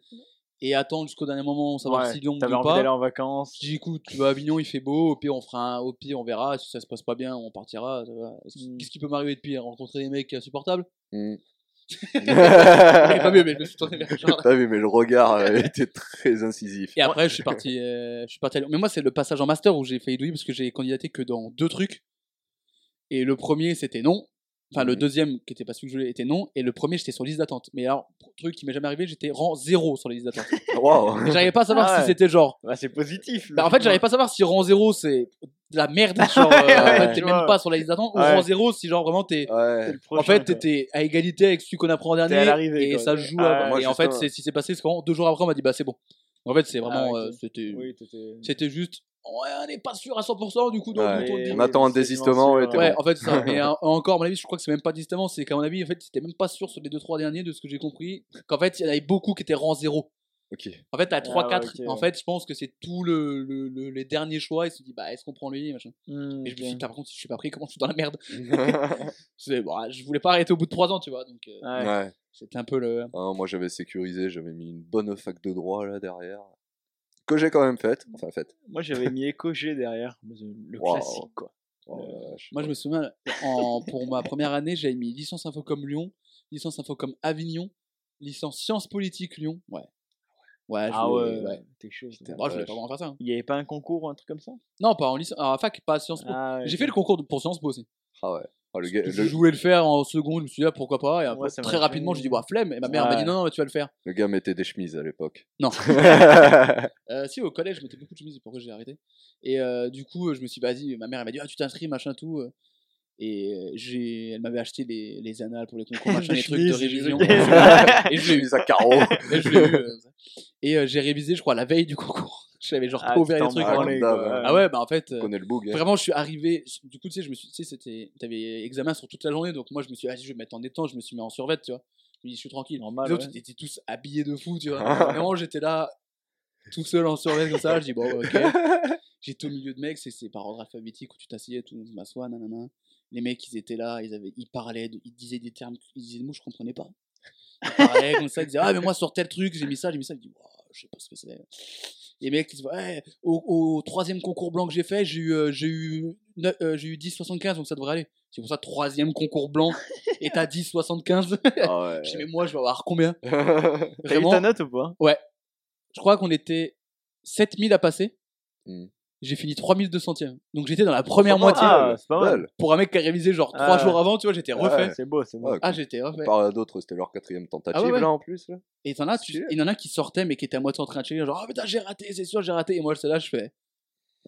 Speaker 3: et attendre jusqu'au dernier moment, savoir
Speaker 5: ouais,
Speaker 3: si Lyon me dit
Speaker 5: T'avais
Speaker 3: ou
Speaker 5: envie d'aller
Speaker 3: pas.
Speaker 5: en vacances.
Speaker 3: Je dis, écoute, tu vas à Avignon, il fait beau, au pire, on fera un, au pire, on verra, si ça se passe pas bien, on partira. ça va.
Speaker 5: Mm.
Speaker 3: Qu'est-ce qui peut m'arriver de pire Rencontrer des mecs insupportables
Speaker 4: Mm. Mmh.
Speaker 3: Ouais, Pas mieux, mais je me suis tourné vers Charles.
Speaker 4: T'as vu, mais le regard euh, était très incisif.
Speaker 3: Et après, je suis parti, euh, je suis parti à Lyon. Mais moi, c'est le passage en master où j'ai failli douiller parce que j'ai candidaté que dans deux trucs. Et le premier, c'était non. Enfin, le
Speaker 4: Mhm.
Speaker 3: deuxième, qui était pas celui que je voulais, était non. Et le premier, j'étais sur liste d'attente. Mais alors, truc qui m'est jamais arrivé, j'étais rang zéro sur les listes d'attente.
Speaker 4: Waouh
Speaker 3: J'arrivais pas à savoir
Speaker 5: Ah
Speaker 3: si
Speaker 5: ouais.
Speaker 3: c'était genre.
Speaker 5: Bah, c'est positif.
Speaker 3: Bah, en fait, j'arrivais pas à savoir si rang zéro, c'est de la merde. Genre, euh,
Speaker 5: ouais,
Speaker 3: en fait,
Speaker 5: tu
Speaker 3: t'es
Speaker 5: vois.
Speaker 3: même pas sur la liste d'attente. Ou
Speaker 5: Ouais.
Speaker 3: rang zéro, si genre vraiment t'es.
Speaker 4: Ouais.
Speaker 3: En fait, t'étais à égalité avec celui qu'on apprend en
Speaker 5: à
Speaker 3: dernier.
Speaker 5: l'arrivée,
Speaker 3: Et
Speaker 5: quoi.
Speaker 3: ça se joue.
Speaker 5: Ah,
Speaker 3: à-
Speaker 5: ouais.
Speaker 4: Moi,
Speaker 3: et en fait,
Speaker 4: justement.
Speaker 3: c'est si c'est passé, c'est qu'en deux jours après, on m'a dit, bah, c'est bon. En fait, c'est vraiment.
Speaker 5: Ah, ok.
Speaker 3: euh, c'était
Speaker 5: Oui, t'étais.
Speaker 3: c'était juste ouais, on n'est pas sûr à 100% du coup donc
Speaker 4: Ouais.
Speaker 3: on tourne
Speaker 5: Mais-
Speaker 3: bien.
Speaker 4: On
Speaker 5: a-
Speaker 4: attend un
Speaker 5: c'est
Speaker 4: désistement.
Speaker 5: sûr,
Speaker 4: Ouais, t'es
Speaker 5: ouais.
Speaker 3: Ouais,
Speaker 4: bon.
Speaker 3: en fait c'est ça mais en- encore à mon avis je crois que c'est même pas distant c'est qu'à mon avis en fait c'était même pas sûr sur les deux trois derniers de ce que j'ai compris qu'en fait il y en avait beaucoup qui étaient rang 0
Speaker 4: Ok.
Speaker 3: en fait à 3
Speaker 5: ouais,
Speaker 3: 4
Speaker 5: ok,
Speaker 3: en
Speaker 5: ouais.
Speaker 3: fait je pense que c'est tout le, le- le- les derniers choix ils se disent bah est-ce qu'on prend lui machin et je me suis dit putain, par contre si je suis pas pris comment je suis dans la merde c'est bon, je voulais pas arrêter au bout de 3 ans tu vois donc euh,
Speaker 5: Ouais.
Speaker 4: Ouais.
Speaker 3: c'était un peu le
Speaker 4: Ah, moi, j'avais sécurisé, j'avais mis une bonne fac de droit là derrière. Que j'ai quand même faite. Enfin, faite.
Speaker 5: Moi, j'avais mis EcoG derrière. Le
Speaker 4: Waouh.
Speaker 5: classique, quoi.
Speaker 4: Oh,
Speaker 5: Euh,
Speaker 4: la vache.
Speaker 3: Moi, je me souviens, en- pour ma première année, j'avais mis licence Infocom Lyon, licence Infocom Avignon, licence Sciences Politiques Lyon. Ouais. Ouais, je
Speaker 5: Ah
Speaker 3: voulais-
Speaker 5: ouais,
Speaker 3: ouais.
Speaker 5: t'es chaud.
Speaker 3: Moi, je voulais pas vraiment faire ça. hein.
Speaker 5: Il n'y avait pas un concours ou un truc comme ça
Speaker 3: Non, pas en licence, en fac, pas à Sciences Po.
Speaker 5: Ah, ouais.
Speaker 3: J'ai fait le concours de- pour Sciences Po aussi.
Speaker 4: Ah ouais. Ah, le gars,
Speaker 3: Je
Speaker 4: le,
Speaker 3: je voulais le faire en seconde, je me suis dit, ah, pourquoi pas. Et après,
Speaker 5: Ouais, ça m'a
Speaker 3: très rapidement,
Speaker 5: fait-
Speaker 3: j'ai dit, bah, flemme. Et ma mère m'a dit,
Speaker 5: Ouais.
Speaker 3: non, non, mais tu vas le faire.
Speaker 4: le gars mettait des chemises à l'époque.
Speaker 3: Non.
Speaker 4: ouais.
Speaker 3: Euh, si, au collège, je mettais beaucoup de chemises, c'est pourquoi j'ai arrêté. Et euh, du coup, euh, je me suis dit, vas ma mère, elle m'a dit, ah, tu t'inscris, machin, tout. euh. Et euh, j'ai, elle m'avait acheté les, les annales pour les concours, machin, les trucs de
Speaker 5: chemises, les
Speaker 3: révision.
Speaker 5: trucs.
Speaker 3: et je l'ai eu.
Speaker 4: Chemise à carreaux.
Speaker 3: Et je l'ai eu, euh, et euh, j'ai révisé, je crois, la veille du concours. J'avais genre
Speaker 5: Ah,
Speaker 3: pas ouvert
Speaker 5: t'en
Speaker 3: les trucs.
Speaker 4: branles.
Speaker 3: vraiment.
Speaker 5: branlais,
Speaker 4: Ah,
Speaker 5: quoi.
Speaker 4: ouais.
Speaker 3: Ah ouais, bah en fait, euh,
Speaker 4: On connaît le bug. hein.
Speaker 3: vraiment, je suis arrivé. Du coup, tu sais, je me suis, tu sais, c'était, t'avais examen sur toute la journée, donc moi, je me suis, dit, vas-y, je vais me mettre en détente. Je me suis mis en survêt, tu vois. Je me dis, je suis tranquille.
Speaker 5: Normal,
Speaker 3: Les autres,
Speaker 5: ouais.
Speaker 3: ils étaient tous habillés de fou, tu
Speaker 5: Ah.
Speaker 3: vois. vraiment, j'étais là, tout seul en survêt comme ça. Je dis, bon, bah, ok. J'étais au milieu de mecs, c'est, c'est par ordre alphabétique où tu t'asseyais, tout le monde m'assoit, nanana. Les mecs, ils étaient là, ils, avaient, ils parlaient, de- ils disaient des termes, ils disaient des mots, je comprenais pas. Ils parlaient comme ça, ils disaient, ah, mais moi, sur tel truc, j'ai mis ça, j'ai mis ça. Je dis, Ouah, je sais pas ce que c'est. Les mecs, ils se ouais, au, au troisième concours blanc que j'ai fait, j'ai eu, euh, j'ai eu, neuf- euh, j'ai eu 10,75, donc ça devrait aller. C'est pour ça, troisième concours blanc, et t'as 10,75.
Speaker 4: Ah ouais.
Speaker 3: je dis, mais moi, je vais avoir combien
Speaker 5: T'as eu
Speaker 3: Vraiment,
Speaker 5: ta note ou pas
Speaker 3: je crois qu'on était 7000 à passer.
Speaker 4: Mm.
Speaker 5: Hmm.
Speaker 3: J'ai fini 3200ème. Donc j'étais dans la première moitié.
Speaker 5: Ah, c'est pas mal.
Speaker 4: Ouais.
Speaker 3: Pour un mec qui a révisé genre
Speaker 5: Ah
Speaker 3: 3
Speaker 5: ouais.
Speaker 3: jours avant, tu vois, j'étais refait.
Speaker 4: Ouais.
Speaker 5: C'est beau, c'est beau.
Speaker 4: Ouais,
Speaker 3: Ah, j'étais refait.
Speaker 4: Par à d'autres, c'était leur quatrième tentative
Speaker 3: Ah ouais, ouais.
Speaker 4: là en plus. Là.
Speaker 3: Et t'en as, tu...
Speaker 4: Stylé.
Speaker 3: il y en a qui sortaient mais qui étaient à moitié en train de chier, genre, ah putain, j'ai raté, c'est sûr, j'ai raté. Et moi, celle-là, je fais.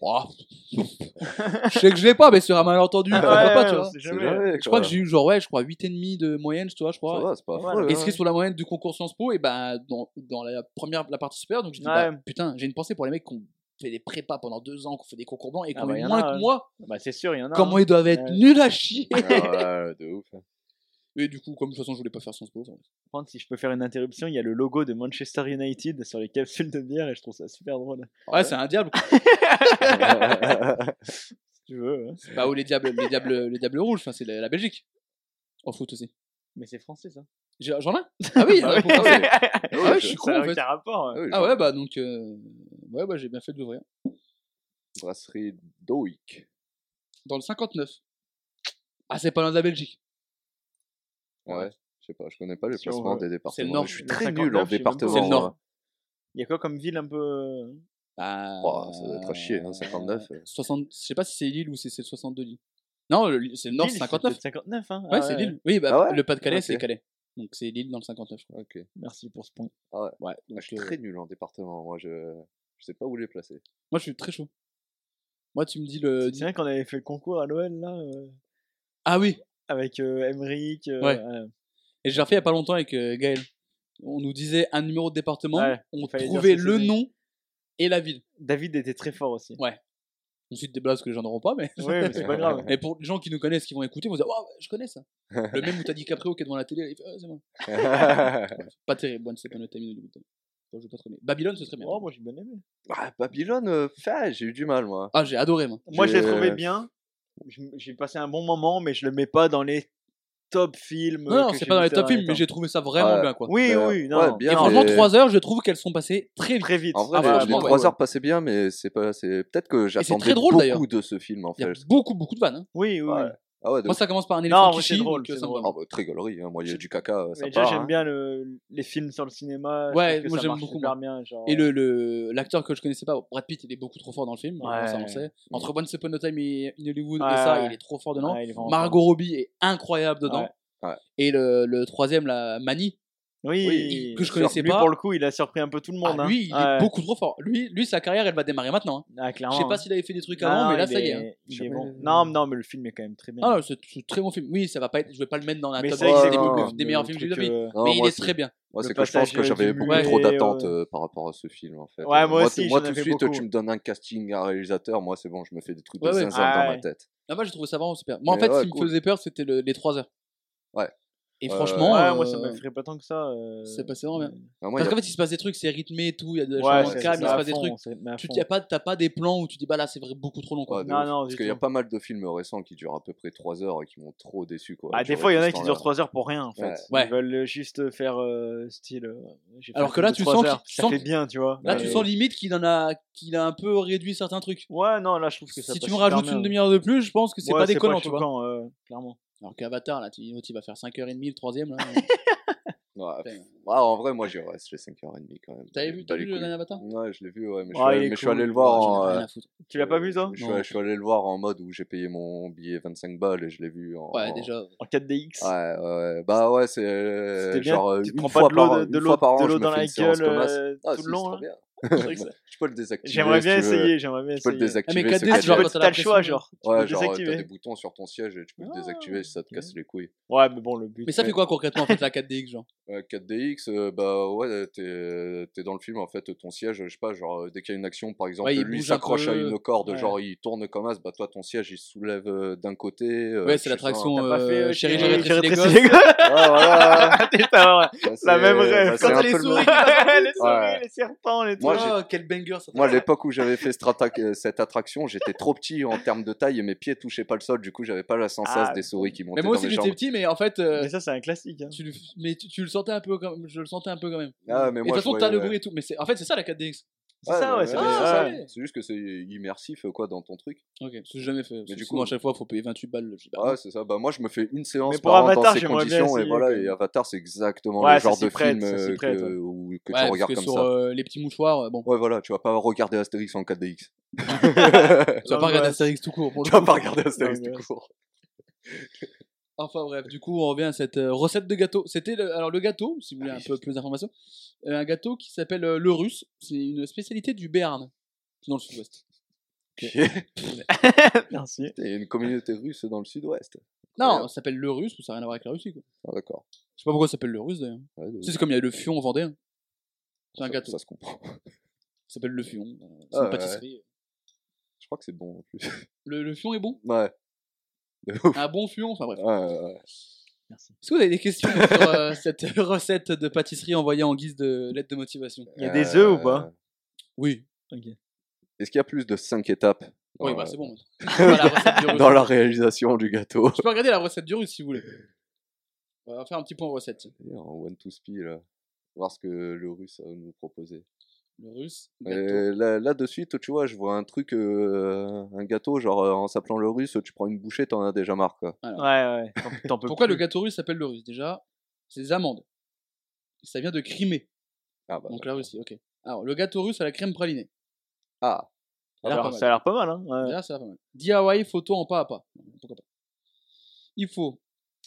Speaker 3: Ouah. je sais que je l'ai pas, mais sur un malentendu, pourquoi
Speaker 5: Ouais,
Speaker 3: pas, tu
Speaker 5: on
Speaker 3: vois.
Speaker 5: sait
Speaker 4: C'est
Speaker 5: jamais.
Speaker 4: vrai,
Speaker 3: Je crois
Speaker 4: quoi.
Speaker 3: que j'ai eu genre, ouais, je crois 8,5 de moyenne, tu vois, je
Speaker 4: Ça
Speaker 3: crois.
Speaker 4: va, c'est pas
Speaker 5: Ouais.
Speaker 4: affreux.
Speaker 3: Et
Speaker 4: hein.
Speaker 3: ce qui est sur la moyenne du concours Sciences Po, et ben dans, dans la première la partie supérieure, donc je dis
Speaker 5: Ouais.
Speaker 3: bah, putain, j'ai une pensée pour les mecs qui ont fait des prépas pendant deux ans, qui ont fait des concours blancs et qui
Speaker 5: Ah
Speaker 3: ont
Speaker 5: bah,
Speaker 3: eu
Speaker 5: y en
Speaker 3: moins
Speaker 5: a,
Speaker 3: que
Speaker 5: ouais.
Speaker 3: moi.
Speaker 5: Bah, c'est sûr, il y en a.
Speaker 3: Comment
Speaker 5: hein.
Speaker 3: ils doivent être
Speaker 5: Ouais.
Speaker 3: nuls à chier
Speaker 4: Ah ouais, de ouf.
Speaker 3: Et du coup, comme de toute façon, je voulais pas faire Sciences Po. enfin,
Speaker 5: Par contre, Si je peux faire une interruption, il y a le logo de Manchester United sur les capsules de bière et je trouve ça super drôle.
Speaker 3: Ouais, c'est un diable. quoi.
Speaker 4: hein.
Speaker 5: Si tu veux. hein.
Speaker 3: bah, ou les diables, les diables, les diables rouges. Enfin, c'est la, la Belgique. En foot aussi.
Speaker 5: Mais c'est français, ça.
Speaker 3: J'ai- J'en ai Ah oui.
Speaker 4: Bah
Speaker 3: euh,
Speaker 4: oui.
Speaker 3: pour ça, c'est- Ah ouais, je
Speaker 4: je-
Speaker 3: suis con en fait.
Speaker 5: aucun rapport. hein. ouais.
Speaker 4: oui,
Speaker 3: Ah
Speaker 4: genre,
Speaker 3: ouais, bah donc, euh, ouais, bah j'ai bien fait de l'ouvrir.
Speaker 4: Brasserie Doik.
Speaker 3: Dans le 59. Ah, c'est pas loin de la Belgique.
Speaker 4: Ouais. Je sais pas, je connais pas les
Speaker 5: Sur,
Speaker 4: placements
Speaker 5: euh,
Speaker 4: des départements.
Speaker 3: c'est le Nord.
Speaker 4: Je suis
Speaker 5: Le
Speaker 4: très
Speaker 5: 59,
Speaker 4: nul en
Speaker 5: je sais même pas.
Speaker 4: département.
Speaker 3: C'est le Nord.
Speaker 5: Il y a quoi comme ville un peu.
Speaker 3: Ah,
Speaker 4: Oh, ça doit être à chier, hein, 59, euh.
Speaker 3: 60... Je sais pas si c'est Lille ou si c'est 62 Lille. Non, le- c'est le Nord,
Speaker 5: Lille,
Speaker 3: c'est
Speaker 5: c'est
Speaker 3: 59.
Speaker 5: peut-être 59, hein.
Speaker 3: Ouais,
Speaker 5: Ah
Speaker 3: c'est Lille. Oui, bah,
Speaker 4: Ah ouais
Speaker 3: le Pas-de-Calais, c'est
Speaker 4: Ok.
Speaker 3: Calais. Donc c'est Lille dans le 59.
Speaker 4: Ok.
Speaker 5: Merci pour ce point.
Speaker 3: Ouais, donc,
Speaker 4: Ah, je suis
Speaker 3: euh,
Speaker 4: très nul en département. Moi, je... je sais pas où les placer.
Speaker 3: Moi, je suis très chaud. Moi, tu me dis le.
Speaker 5: C'est vrai qu'on avait fait le concours à l'OL, là, euh,
Speaker 3: Ah oui
Speaker 5: avec euh, Emeric. euh,
Speaker 3: Ouais.
Speaker 5: voilà.
Speaker 3: Et j'ai refait il y a pas longtemps avec euh, Gaël. On nous disait un numéro de département,
Speaker 5: Ouais,
Speaker 3: on
Speaker 5: fallait dire
Speaker 3: trouvait
Speaker 5: ce que
Speaker 3: le
Speaker 5: c'était.
Speaker 3: nom et la ville.
Speaker 5: David était très fort aussi.
Speaker 3: Ouais. Ensuite, des blagues parce que les gens n'auront pas, mais.
Speaker 5: Ouais, mais c'est pas grave.
Speaker 3: Mais pour les gens qui nous connaissent, qui vont écouter, vont se dire Waouh, je connais ça. le même où t'as dit Caprio qui est devant la télé, il fait Ah, c'est moi.
Speaker 4: Ah,
Speaker 3: Pas terrible, One Second Time in Hollywood. Moi, j'ai pas trop aimé. Babylone, c'est très bien.
Speaker 5: Oh, moi j'ai bien aimé.
Speaker 4: Ah, Babylone, euh, ah, j'ai eu du mal, moi.
Speaker 3: Ah, j'ai adoré, moi.
Speaker 5: Moi je l'ai
Speaker 4: J'ai-
Speaker 3: euh,
Speaker 5: trouvé bien. Je- J'ai passé un bon moment, mais je le mets pas dans les top films.
Speaker 3: Non, non,
Speaker 5: que
Speaker 3: c'est
Speaker 5: j'ai
Speaker 3: pas dans
Speaker 5: vu
Speaker 3: les
Speaker 5: ces
Speaker 3: top films,
Speaker 5: derniers
Speaker 3: mais
Speaker 5: temps.
Speaker 3: j'ai trouvé ça vraiment
Speaker 4: Ouais.
Speaker 3: bien, quoi.
Speaker 5: Oui,
Speaker 4: Euh,
Speaker 5: oui, non.
Speaker 4: ouais,
Speaker 5: non.
Speaker 4: bien,
Speaker 3: Et
Speaker 4: mais-
Speaker 3: franchement, 3 heures, je trouve qu'elles sont passées très vite.
Speaker 5: Très hein. vite.
Speaker 4: En vrai,
Speaker 3: Ah,
Speaker 4: les-
Speaker 3: franchement,
Speaker 4: les
Speaker 3: ouais,
Speaker 4: 3
Speaker 3: ouais.
Speaker 4: heures passaient bien, mais c'est pas, c'est peut-être que j'attendais
Speaker 3: très drôle, d'ailleurs.
Speaker 4: beaucoup de ce film en
Speaker 3: Il y a
Speaker 4: fait.
Speaker 3: beaucoup, beaucoup de vannes. hein.
Speaker 5: Oui, oui.
Speaker 4: Ouais.
Speaker 5: oui.
Speaker 4: Ah ouais, de
Speaker 3: Moi, ça commence par un
Speaker 5: Non,
Speaker 3: éléphant
Speaker 5: moi,
Speaker 3: qui
Speaker 5: c'est
Speaker 3: chie.
Speaker 5: drôle,
Speaker 3: donc, euh,
Speaker 5: c'est
Speaker 3: ça me
Speaker 5: drôle.
Speaker 3: va.
Speaker 4: Ah bah, très galerie, hein. moi il y a du caca, euh, ça
Speaker 5: Mais déjà,
Speaker 4: part.
Speaker 5: j'aime
Speaker 4: hein.
Speaker 5: bien le- les films sur le cinéma. je
Speaker 3: Ouais,
Speaker 5: trouve que
Speaker 3: moi,
Speaker 5: ça
Speaker 3: j'aime
Speaker 5: marche
Speaker 3: beaucoup,
Speaker 5: super
Speaker 3: moi.
Speaker 5: bien. Genre,
Speaker 3: Et le- le l'acteur que je connaissais pas, Brad Pitt, il est beaucoup trop fort dans le film.
Speaker 5: Ouais.
Speaker 3: Ça, on le sait. Entre Once Upon a Time et in Hollywood
Speaker 5: Ouais,
Speaker 3: et ça,
Speaker 5: ouais.
Speaker 3: il est trop fort
Speaker 5: euh,
Speaker 3: dedans.
Speaker 5: ouais, il est vraiment
Speaker 3: Margot Robbie est incroyable dedans.
Speaker 4: Ouais. Ouais.
Speaker 3: Et le, le troisième, la Mani,
Speaker 5: fort. Oui,
Speaker 3: oui, que je
Speaker 5: sur-
Speaker 3: connaissais
Speaker 5: lui,
Speaker 3: pas.
Speaker 5: pour le coup, il a surpris un peu tout le monde. hein.
Speaker 3: ah, lui, il
Speaker 5: Ouais.
Speaker 3: est beaucoup trop fort. Lui, lui, sa carrière, elle va démarrer maintenant. hein.
Speaker 5: Ah,
Speaker 3: Je
Speaker 5: clairement.
Speaker 3: sais pas s'il avait fait des trucs
Speaker 5: Non,
Speaker 3: avant,
Speaker 5: non,
Speaker 3: mais là,
Speaker 5: il
Speaker 3: ça y est. hein.
Speaker 5: est- il est
Speaker 4: Je-
Speaker 5: bon. Non, non, mais le film est quand même très bien.
Speaker 3: Ah, c'est c'est un très bon film. Oui, ça va pas être. Je vais pas le mettre dans la
Speaker 5: mais
Speaker 3: top
Speaker 5: c'est vrai que
Speaker 4: dix
Speaker 5: c'est
Speaker 3: des,
Speaker 4: cool,
Speaker 5: cool,
Speaker 3: des-
Speaker 5: comme
Speaker 3: des
Speaker 5: le
Speaker 3: meilleurs films que j'ai
Speaker 5: truc,
Speaker 3: jamais.
Speaker 5: euh,
Speaker 4: Non,
Speaker 3: Mais il
Speaker 4: moi,
Speaker 3: est
Speaker 4: c'est-
Speaker 3: très bien.
Speaker 4: Moi,
Speaker 5: Le
Speaker 4: c'est que je pense
Speaker 5: passage,
Speaker 4: que
Speaker 5: euh,
Speaker 4: j'avais
Speaker 5: du
Speaker 4: beaucoup
Speaker 5: muet,
Speaker 4: trop d'attentes
Speaker 5: ouais.
Speaker 4: euh, par rapport à ce film en fait.
Speaker 5: Ouais,
Speaker 4: Euh,
Speaker 5: moi aussi,
Speaker 4: t- Moi,
Speaker 5: j'en
Speaker 4: tout de
Speaker 5: avais
Speaker 4: suite, euh,
Speaker 5: beaucoup.
Speaker 4: tu me donnes un casting, un réalisateur, moi c'est bon, je me fais des trucs de
Speaker 3: Ouais, ouais.
Speaker 4: zinzin
Speaker 5: Ah
Speaker 4: dans
Speaker 5: ouais.
Speaker 4: ma tête.
Speaker 3: Là, moi, j'ai trouvé ça vraiment super. Moi, en
Speaker 4: Mais
Speaker 3: fait,
Speaker 4: ouais,
Speaker 3: ce qui
Speaker 4: cool.
Speaker 3: me faisait peur, c'était le- les 3 heures.
Speaker 4: Ouais.
Speaker 3: Et
Speaker 4: Euh,
Speaker 3: franchement,
Speaker 5: ouais,
Speaker 3: euh,
Speaker 5: moi, ça me ferait pas tant que ça. euh,
Speaker 3: c'est passé vraiment bien.
Speaker 4: Non,
Speaker 3: Parce
Speaker 4: moi, il y
Speaker 3: qu'en
Speaker 4: a-
Speaker 3: fait, il se passe des trucs, c'est rythmé et tout. Il y a de la
Speaker 5: Ouais,
Speaker 3: chanson
Speaker 4: c'est-
Speaker 3: de cam,
Speaker 4: c'est
Speaker 3: il se
Speaker 4: à
Speaker 3: passe des trucs. Tu
Speaker 5: trucs.
Speaker 3: t'as pas, t'as pas des plans où tu dis, bah là, c'est vrai- beaucoup trop long. Quoi.
Speaker 4: Ouais, de
Speaker 5: Non,
Speaker 4: ouf.
Speaker 5: non,
Speaker 4: Parce
Speaker 5: du
Speaker 4: qu'il y a
Speaker 5: tout.
Speaker 4: pas mal de films récents qui durent à peu près 3 heures et qui m'ont trop déçu. Quoi.
Speaker 5: Ah, des
Speaker 4: J'aurais
Speaker 5: fois, il y en
Speaker 4: tout
Speaker 5: a
Speaker 4: ce
Speaker 5: qui
Speaker 4: temps-là.
Speaker 5: durent 3 heures pour rien, en fait.
Speaker 4: Ouais.
Speaker 5: Ils
Speaker 3: Ouais.
Speaker 5: veulent juste faire euh, style. euh, j'ai fait
Speaker 3: Alors
Speaker 5: un
Speaker 3: que
Speaker 5: film
Speaker 3: là,
Speaker 5: de
Speaker 3: tu
Speaker 5: trois
Speaker 3: sens
Speaker 5: heures.
Speaker 3: qu'il- tu
Speaker 5: Ça
Speaker 3: sens
Speaker 5: fait
Speaker 3: que-
Speaker 5: bien, tu vois.
Speaker 3: Là,
Speaker 4: Ouais.
Speaker 3: tu
Speaker 5: mais-
Speaker 3: sens limite qu'il en a, qu'il a un peu réduit certains trucs.
Speaker 5: Ouais, non, là, je trouve que ça
Speaker 3: Si tu
Speaker 5: passe
Speaker 3: me
Speaker 5: super
Speaker 3: rajoutes
Speaker 5: bien.
Speaker 3: une demi-heure de plus, je pense que c'est
Speaker 5: Ouais,
Speaker 3: pas déconnant, tu vois.
Speaker 5: choquant, euh, clairement.
Speaker 3: Alors qu'Avatar, là, tu dis, oh, tu vas faire 5h30 le troisième. là.
Speaker 4: Ouais,
Speaker 3: Putain.
Speaker 4: Ah, en vrai, moi, j'y reste les 5h30 quand même.
Speaker 3: T'avais
Speaker 5: Bah,
Speaker 3: vu, t'as
Speaker 4: Dans
Speaker 3: vu
Speaker 4: les
Speaker 3: le
Speaker 4: couilles.
Speaker 3: dernier Avatar
Speaker 4: Ouais, je l'ai vu, ouais, mais,
Speaker 5: Ouais,
Speaker 4: je,
Speaker 5: Oh, il
Speaker 4: suis,
Speaker 5: est
Speaker 4: mais je suis allé
Speaker 5: cool. Oh,
Speaker 4: le
Speaker 3: J'en
Speaker 4: voir en.
Speaker 3: ai
Speaker 4: euh,
Speaker 3: rien à foutre.
Speaker 5: Tu l'as pas vu, toi
Speaker 4: je,
Speaker 3: Non.
Speaker 4: suis, je suis allé le voir en mode où j'ai payé mon billet 25 balles et je l'ai vu en.
Speaker 3: Ouais,
Speaker 5: oh.
Speaker 4: en-
Speaker 3: déjà.
Speaker 5: En 4DX.
Speaker 4: Ouais, ouais, bah ouais, c'est. euh,
Speaker 5: C'était bien,
Speaker 4: Genre, euh,
Speaker 5: tu te
Speaker 4: une
Speaker 5: prends pas
Speaker 4: fois
Speaker 5: de l'eau
Speaker 4: par
Speaker 5: de-
Speaker 4: une
Speaker 5: de
Speaker 4: fois par
Speaker 5: l'eau de
Speaker 4: an,
Speaker 5: l'eau
Speaker 4: je me
Speaker 5: dans
Speaker 4: fais
Speaker 5: la
Speaker 4: une séance
Speaker 5: gueule
Speaker 4: comme ça.
Speaker 5: euh,
Speaker 4: Ah, si,
Speaker 5: tout le
Speaker 4: c'est
Speaker 5: long.
Speaker 4: trop
Speaker 5: là.
Speaker 4: bien.
Speaker 5: C'est vrai que ça-
Speaker 4: Tu peux le désactiver.
Speaker 5: J'aimerais
Speaker 4: si
Speaker 5: bien
Speaker 4: tu veux.
Speaker 5: essayer, j'aimerais bien
Speaker 4: Tu peux le
Speaker 5: essayer.
Speaker 3: Ah,
Speaker 4: désactiver.
Speaker 3: mais 4D,
Speaker 4: c'est
Speaker 3: c'est genre
Speaker 4: que-
Speaker 3: quand
Speaker 5: T'as le choix,
Speaker 3: l'impression-
Speaker 5: genre. Tu peux
Speaker 4: Ouais,
Speaker 5: le
Speaker 4: genre, euh, t'as des
Speaker 5: désactiver.
Speaker 4: boutons sur ton siège et tu peux le
Speaker 5: Ah,
Speaker 4: désactiver si ça te
Speaker 5: ok.
Speaker 4: casse les couilles.
Speaker 5: Ouais, mais bon, le but.
Speaker 3: Mais ça fait quoi concrètement en fait la 4DX genre
Speaker 4: Euh, 4DX, euh, bah ouais, t'es t'es dans le film en fait, ton siège, je sais pas, genre euh, dès qu'il y a une action, par exemple,
Speaker 3: Ouais, il
Speaker 4: lui il
Speaker 3: bouge un
Speaker 4: s'accroche à
Speaker 3: peu.
Speaker 4: une corde,
Speaker 5: Ouais.
Speaker 4: genre il tourne comme as, bah toi ton siège il se soulève euh, d'un côté. euh,
Speaker 3: Ouais,
Speaker 4: tu
Speaker 3: c'est
Speaker 4: sais
Speaker 3: l'attraction
Speaker 4: pas.
Speaker 5: T'as pas fait,
Speaker 3: euh,
Speaker 5: euh,
Speaker 3: Chérie, j'ai
Speaker 5: Chérie, j'ai
Speaker 3: rétréci les
Speaker 5: rétréci
Speaker 3: gosses.
Speaker 5: les gosses.
Speaker 4: Ouais, voilà.
Speaker 5: Putain, ouais.
Speaker 4: Bah, c'est-
Speaker 5: La même
Speaker 4: bah,
Speaker 5: rêve.
Speaker 4: c'est
Speaker 5: Quand
Speaker 4: un
Speaker 5: les
Speaker 4: peu le
Speaker 5: souris,
Speaker 4: même-
Speaker 5: les
Speaker 4: Ouais.
Speaker 5: souris, les serpents, les
Speaker 4: Moi,
Speaker 5: trucs.
Speaker 4: j'ai-
Speaker 3: Oh, quel banger ça
Speaker 4: Moi, à l'époque où j'avais fait cette, atta- euh, cette attraction, j'étais trop petit en termes de taille et mes pieds touchaient pas le sol, du coup j'avais pas la sensation
Speaker 5: Ah,
Speaker 4: des souris qui montaient
Speaker 3: Mais moi
Speaker 4: dans
Speaker 3: aussi
Speaker 4: mes
Speaker 3: j'étais
Speaker 4: jambes.
Speaker 3: petit mais en fait euh,
Speaker 5: Mais ça, c'est un classique. hein.
Speaker 3: tu, le- mais tu, tu le sentais un peu comme je le sentais un peu quand même.
Speaker 4: Ah, mais
Speaker 3: Et de
Speaker 4: moi,
Speaker 3: toute
Speaker 4: je
Speaker 3: façon t'as
Speaker 4: voyais,
Speaker 3: le
Speaker 4: ouais. Ah,
Speaker 3: bruit et tout mais c'est en fait c'est ça la 4DX.
Speaker 5: C'est ça, ouais, c'est
Speaker 3: ouais,
Speaker 5: des-
Speaker 3: ouais.
Speaker 5: ouais.
Speaker 3: ouais.
Speaker 4: C'est juste que c'est immersif quoi dans ton truc.
Speaker 3: OK, parce que j'ai jamais fait. parce
Speaker 4: Mais
Speaker 3: que
Speaker 4: du
Speaker 3: sinon,
Speaker 4: coup-
Speaker 3: à chaque fois faut payer 28 balles. je dis, bah,
Speaker 4: Ah, c'est ça. Bah, moi, je me fais une séance
Speaker 5: Mais pour
Speaker 4: par an
Speaker 5: Avatar,
Speaker 4: dans ces
Speaker 5: j'aimerais bien
Speaker 4: conditions. Et
Speaker 5: essayer,
Speaker 4: voilà,
Speaker 5: quand même.
Speaker 4: et Avatar, c'est exactement
Speaker 5: Ouais,
Speaker 4: le
Speaker 5: ça
Speaker 4: genre
Speaker 5: s'y
Speaker 4: de
Speaker 5: prête,
Speaker 4: film
Speaker 5: ça s'y
Speaker 4: euh,
Speaker 5: prête, ouais.
Speaker 4: que, ou- que
Speaker 3: ouais,
Speaker 4: tu
Speaker 3: parce
Speaker 4: regardes
Speaker 3: que
Speaker 4: comme
Speaker 3: sur
Speaker 4: ça.
Speaker 3: euh, les petits mouchoirs euh, bon,
Speaker 4: Ouais, voilà, tu vas pas regarder Astérix en 4DX.
Speaker 3: tu vas pas regarder
Speaker 5: L'angoisse.
Speaker 3: Astérix tout court pour
Speaker 4: tu
Speaker 3: le
Speaker 4: vas
Speaker 3: coup.
Speaker 4: pas regarder Astérix du
Speaker 5: ouais.
Speaker 4: court.
Speaker 3: Enfin bref, du coup, on revient à cette euh, recette de gâteau. C'était le- alors le gâteau, si vous voulez
Speaker 4: Ah
Speaker 3: un
Speaker 4: oui.
Speaker 3: peu plus d'informations, euh, un gâteau qui s'appelle euh, le russe. C'est une spécialité du Béarn, c'est dans le sud-ouest.
Speaker 5: Merci.
Speaker 4: Il y a une communauté russe dans le sud-ouest.
Speaker 3: Non,
Speaker 4: Incroyable.
Speaker 3: ça s'appelle le russe, mais ça n'a rien à voir avec la Russie. Quoi.
Speaker 4: Ah, d'accord.
Speaker 3: Je sais pas pourquoi ça s'appelle le russe d'ailleurs.
Speaker 4: Ouais, de-
Speaker 3: Tu sais, C'est comme il y a le fion vendéen. C'est un
Speaker 4: ça-
Speaker 3: gâteau.
Speaker 4: Ça se comprend.
Speaker 3: Ça s'appelle le fion. euh, C'est
Speaker 4: Ah
Speaker 3: une
Speaker 4: ouais,
Speaker 3: pâtisserie.
Speaker 4: Je crois que c'est bon en plus.
Speaker 3: Le, le fion est bon
Speaker 4: Ouais. De ouf.
Speaker 3: Un bon fion Enfin bref.
Speaker 4: Ouais, ouais, ouais.
Speaker 3: Est-ce que vous avez des questions sur euh, cette recette de pâtisserie envoyée en guise de lettre de motivation
Speaker 5: Il y a des œufs ou pas
Speaker 3: Oui.
Speaker 4: Euh, Est-ce qu'il y a plus de 5 étapes dans,
Speaker 3: Oui, bah
Speaker 4: euh,
Speaker 3: c'est bon. Voilà la recette du russe.
Speaker 4: dans la réalisation du gâteau
Speaker 3: Je peux regarder la recette du russe si vous voulez. On va faire un petit point recette.
Speaker 4: Et En one to spi là. Voir ce que le russe va nous proposer.
Speaker 3: Le russe. gâteau.
Speaker 4: Euh, là, là de suite, tu vois, je vois un truc, euh, un gâteau, genre euh, en s'appelant le russe, tu prends une bouchée, t'en as déjà marre, quoi.
Speaker 5: Ouais, ouais. T'en- T'en peux
Speaker 3: Pourquoi le
Speaker 5: plus.
Speaker 3: gâteau russe s'appelle le russe Déjà, c'est des amandes. Ça vient de Crimée,
Speaker 4: Ah, bah,
Speaker 3: donc la Russie, ok. Alors, le gâteau russe à la crème pralinée.
Speaker 4: ah,
Speaker 3: Ça a l'air
Speaker 5: Alors,
Speaker 3: pas
Speaker 5: Ça a
Speaker 3: mal.
Speaker 5: l'air pas mal, hein. ouais.
Speaker 3: Déjà, ça a l'air pas mal. DIY photo en pas à pas. Pourquoi pas Il faut.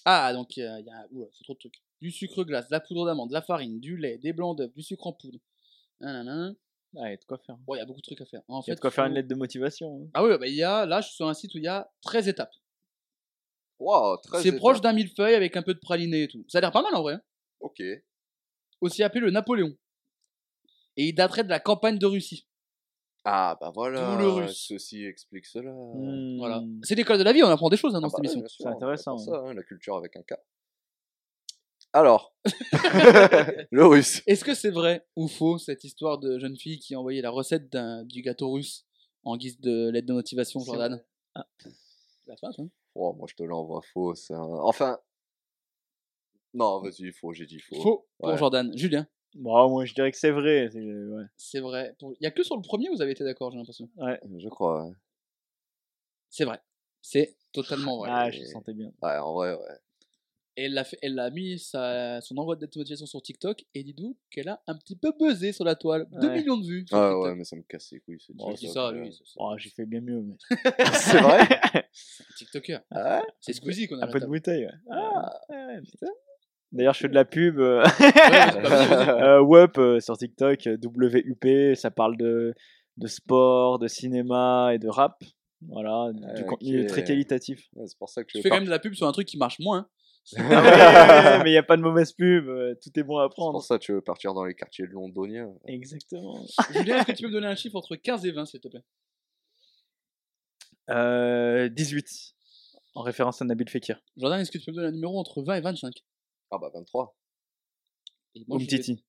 Speaker 3: Ah, donc, euh, il y a. Oula, c'est trop de trucs. Du sucre glace, de la poudre d'amande, de la farine, du lait, des blancs d'œufs, du sucre en poudre. Nanana.
Speaker 5: Ah, il y a de quoi faire.
Speaker 3: Bon, il y a beaucoup de trucs à faire. En
Speaker 5: Il y a
Speaker 3: fait,
Speaker 5: de quoi faire
Speaker 3: faut-
Speaker 5: une lettre de motivation. hein.
Speaker 3: Ah oui, bah, il y a, là, je suis sur un site où il y a 13 étapes.
Speaker 4: Wow, 13
Speaker 3: C'est
Speaker 4: étapes.
Speaker 3: proche d'un millefeuille avec un peu de praliné et tout. Ça a l'air pas mal en vrai. hein.
Speaker 4: Ok.
Speaker 3: Aussi appelé le Napoléon. Et il daterait de la campagne de Russie.
Speaker 4: Ah bah voilà.
Speaker 3: D'où le russe.
Speaker 4: Ceci explique cela.
Speaker 3: Euh, Voilà.
Speaker 5: Hmm.
Speaker 3: C'est l'école de la vie, on apprend des choses hein, dans
Speaker 4: Ah bah
Speaker 3: cette
Speaker 4: ouais,
Speaker 3: émission.
Speaker 4: bien sûr,
Speaker 5: C'est
Speaker 4: on peut
Speaker 5: intéressant,
Speaker 4: faire ça, hein, la culture avec un K. Alors, le russe.
Speaker 3: Est-ce que c'est vrai ou faux cette histoire de jeune fille qui a envoyé la recette d'un- du gâteau russe en guise de lettre de motivation,
Speaker 5: C'est
Speaker 3: Jordan Ah. La fin, hein
Speaker 4: Oh, moi je te l'envoie faux. ça. Enfin, non, vas-y, faux. J'ai dit faux.
Speaker 3: Faux pour
Speaker 4: Ouais.
Speaker 3: Jordan. Julien,
Speaker 5: Bon, moi Bah, je dirais que c'est vrai. c'est- euh, ouais.
Speaker 3: c'est vrai. Pour- Il y a que sur le premier où vous avez été d'accord, j'ai l'impression.
Speaker 4: Je crois. ouais.
Speaker 3: C'est vrai. C'est totalement vrai.
Speaker 5: ah, je
Speaker 4: et-
Speaker 5: le sentais bien.
Speaker 4: Ouais, en vrai, ouais.
Speaker 3: Et elle l'a fait- elle l'a mis sa- son envoi de lettre de motivation sur TikTok et dites-vous qu'elle a un petit peu buzzé sur la toile. 2
Speaker 5: Ouais.
Speaker 3: millions de vues. sur
Speaker 4: Ah
Speaker 3: TikTok.
Speaker 4: ouais, mais ça me casse les couilles. c'est
Speaker 3: Bon,
Speaker 4: TikTok,
Speaker 3: je dis ça,
Speaker 4: ouais.
Speaker 3: lui, c'est- c'est
Speaker 5: Oh, j'ai fait bien mieux. mais-
Speaker 4: C'est vrai
Speaker 3: un TikToker.
Speaker 4: Ah ouais
Speaker 3: C'est Squeezie qu'on a
Speaker 5: Un peu de bouteille. ouais. Ah, ouais, putain. D'ailleurs, je fais de la pub. euh,
Speaker 3: bouteille.
Speaker 5: euh, WUP euh, sur TikTok, euh, WUP, ça parle de, de sport, de cinéma et de rap. Voilà, du
Speaker 4: ok.
Speaker 5: contenu très qualitatif. Ah,
Speaker 4: Ouais, C'est pour ça que
Speaker 3: Je
Speaker 4: je
Speaker 3: fais quand même de la pub sur un truc qui marche moins.
Speaker 5: mais il n'y a pas de mauvaise pub, euh, tout est bon à
Speaker 4: C'est
Speaker 5: prendre.
Speaker 4: pour ça que tu veux partir dans les quartiers londoniens.
Speaker 5: Exactement.
Speaker 3: Julien, est-ce que tu peux me donner un chiffre entre 15 et 20, s'il te plaît
Speaker 5: Euh, 18, en référence à Nabil Fekir.
Speaker 3: Jordan, est-ce que tu peux me donner un numéro entre 20 et 25
Speaker 4: Ah bah 23.
Speaker 3: et moi,
Speaker 5: Boum
Speaker 3: je vais,
Speaker 5: Titi.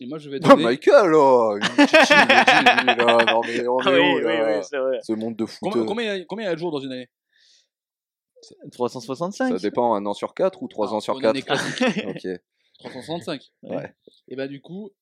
Speaker 3: et moi, je vais
Speaker 4: Oh
Speaker 3: donner.
Speaker 4: Michael, oh Une petite chine, une chine, là.
Speaker 3: Ah
Speaker 4: Non mais on est
Speaker 5: Oh
Speaker 4: où, là
Speaker 5: c'est vrai.
Speaker 4: Ce monde de foot.
Speaker 3: Combien, combien, il y a- combien il y a de jours dans une année
Speaker 4: Ça
Speaker 5: 365.
Speaker 4: dépend, un an sur quatre ou trois
Speaker 3: Alors,
Speaker 4: ans sur
Speaker 3: Ah, on en
Speaker 4: quatre
Speaker 3: est classique,
Speaker 4: Ok.
Speaker 3: 365.
Speaker 5: Ouais.
Speaker 3: Et bah, du coup,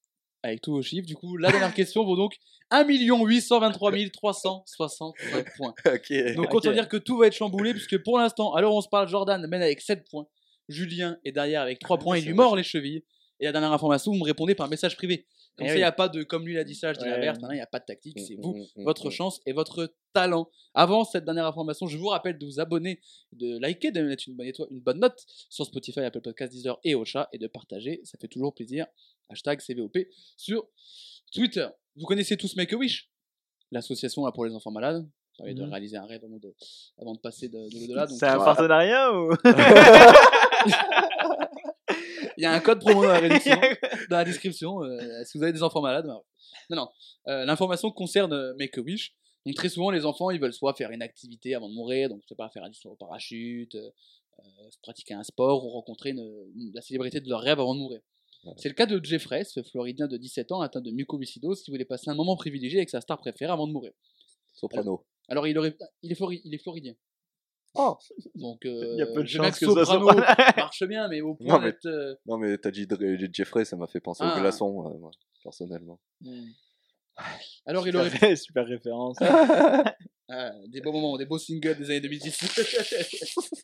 Speaker 3: avec tous vos chiffres, du coup, la dernière question vaut donc 1 823 365 points.
Speaker 4: ok.
Speaker 3: Donc
Speaker 5: Ok.
Speaker 3: autant dire que tout va être chamboulé puisque pour l'instant, alors on se parle, Jordan mène avec 7 points, Julien est derrière avec 3 points, il
Speaker 4: Ah, C'est
Speaker 3: lui mord les chevilles. Et la dernière information, vous me répondez par message privé. Comme
Speaker 5: Eh
Speaker 3: ça, il
Speaker 5: oui.
Speaker 3: n'y a pas de, comme lui l'a dit ça, je dis la
Speaker 5: Ouais.
Speaker 3: verte, hein, il n'y a pas de tactique, c'est vous,
Speaker 5: Mmh,
Speaker 4: Mm, mm, mm,
Speaker 3: votre
Speaker 4: mm.
Speaker 3: chance et votre talent. Avant cette dernière information, je vous rappelle de vous abonner, de liker, de mettre une bonne, étoile, une bonne note sur Spotify, Apple Podcast, Deezer et Ocha et de partager, ça fait toujours plaisir. Hashtag CVOP sur Twitter. Vous connaissez tous Make a Wish, l'association là, pour les enfants malades, Ça permet de
Speaker 5: Mhm.
Speaker 3: réaliser un rêve avant de, avant de passer de, de l'au-delà. Donc, euh,
Speaker 5: C'est un
Speaker 4: voilà.
Speaker 5: partenariat ou
Speaker 3: Il y a un code promo dans la, réduction- dans la description. euh, si vous avez des enfants malades, bah, non, non. Euh, L'information concerne euh, Make a Wish. Donc très souvent, les enfants, ils veulent soit faire une activité avant de mourir, donc je sais pas faire du saut au parachute, euh, euh, pratiquer un sport ou rencontrer une- une- la célébrité de leur rêve avant de mourir. C'est le cas de Jeffrey, ce Floridien de 17 ans atteint de mucoviscidose qui voulait passer un moment privilégié avec sa star préférée avant de mourir.
Speaker 4: Soprano.
Speaker 3: Alors il, aurait... il, est, flori- il est floridien.
Speaker 4: Oh.
Speaker 3: Donc euh,
Speaker 5: Il y a peu de
Speaker 3: je dirais
Speaker 5: chances
Speaker 3: que
Speaker 5: que ça soit
Speaker 3: Soprano marche bien, mais au point
Speaker 4: Non, mais-
Speaker 3: d'être, euh,
Speaker 4: Non mais t'as dit Dre- Jeffrey, ça m'a fait penser
Speaker 3: Ah.
Speaker 4: au glaçon, euh, moi, personnellement.
Speaker 3: Mmh. Alors il aurait
Speaker 5: super, super référence.
Speaker 3: Ah, des beaux moments, des beaux singles des années 2010.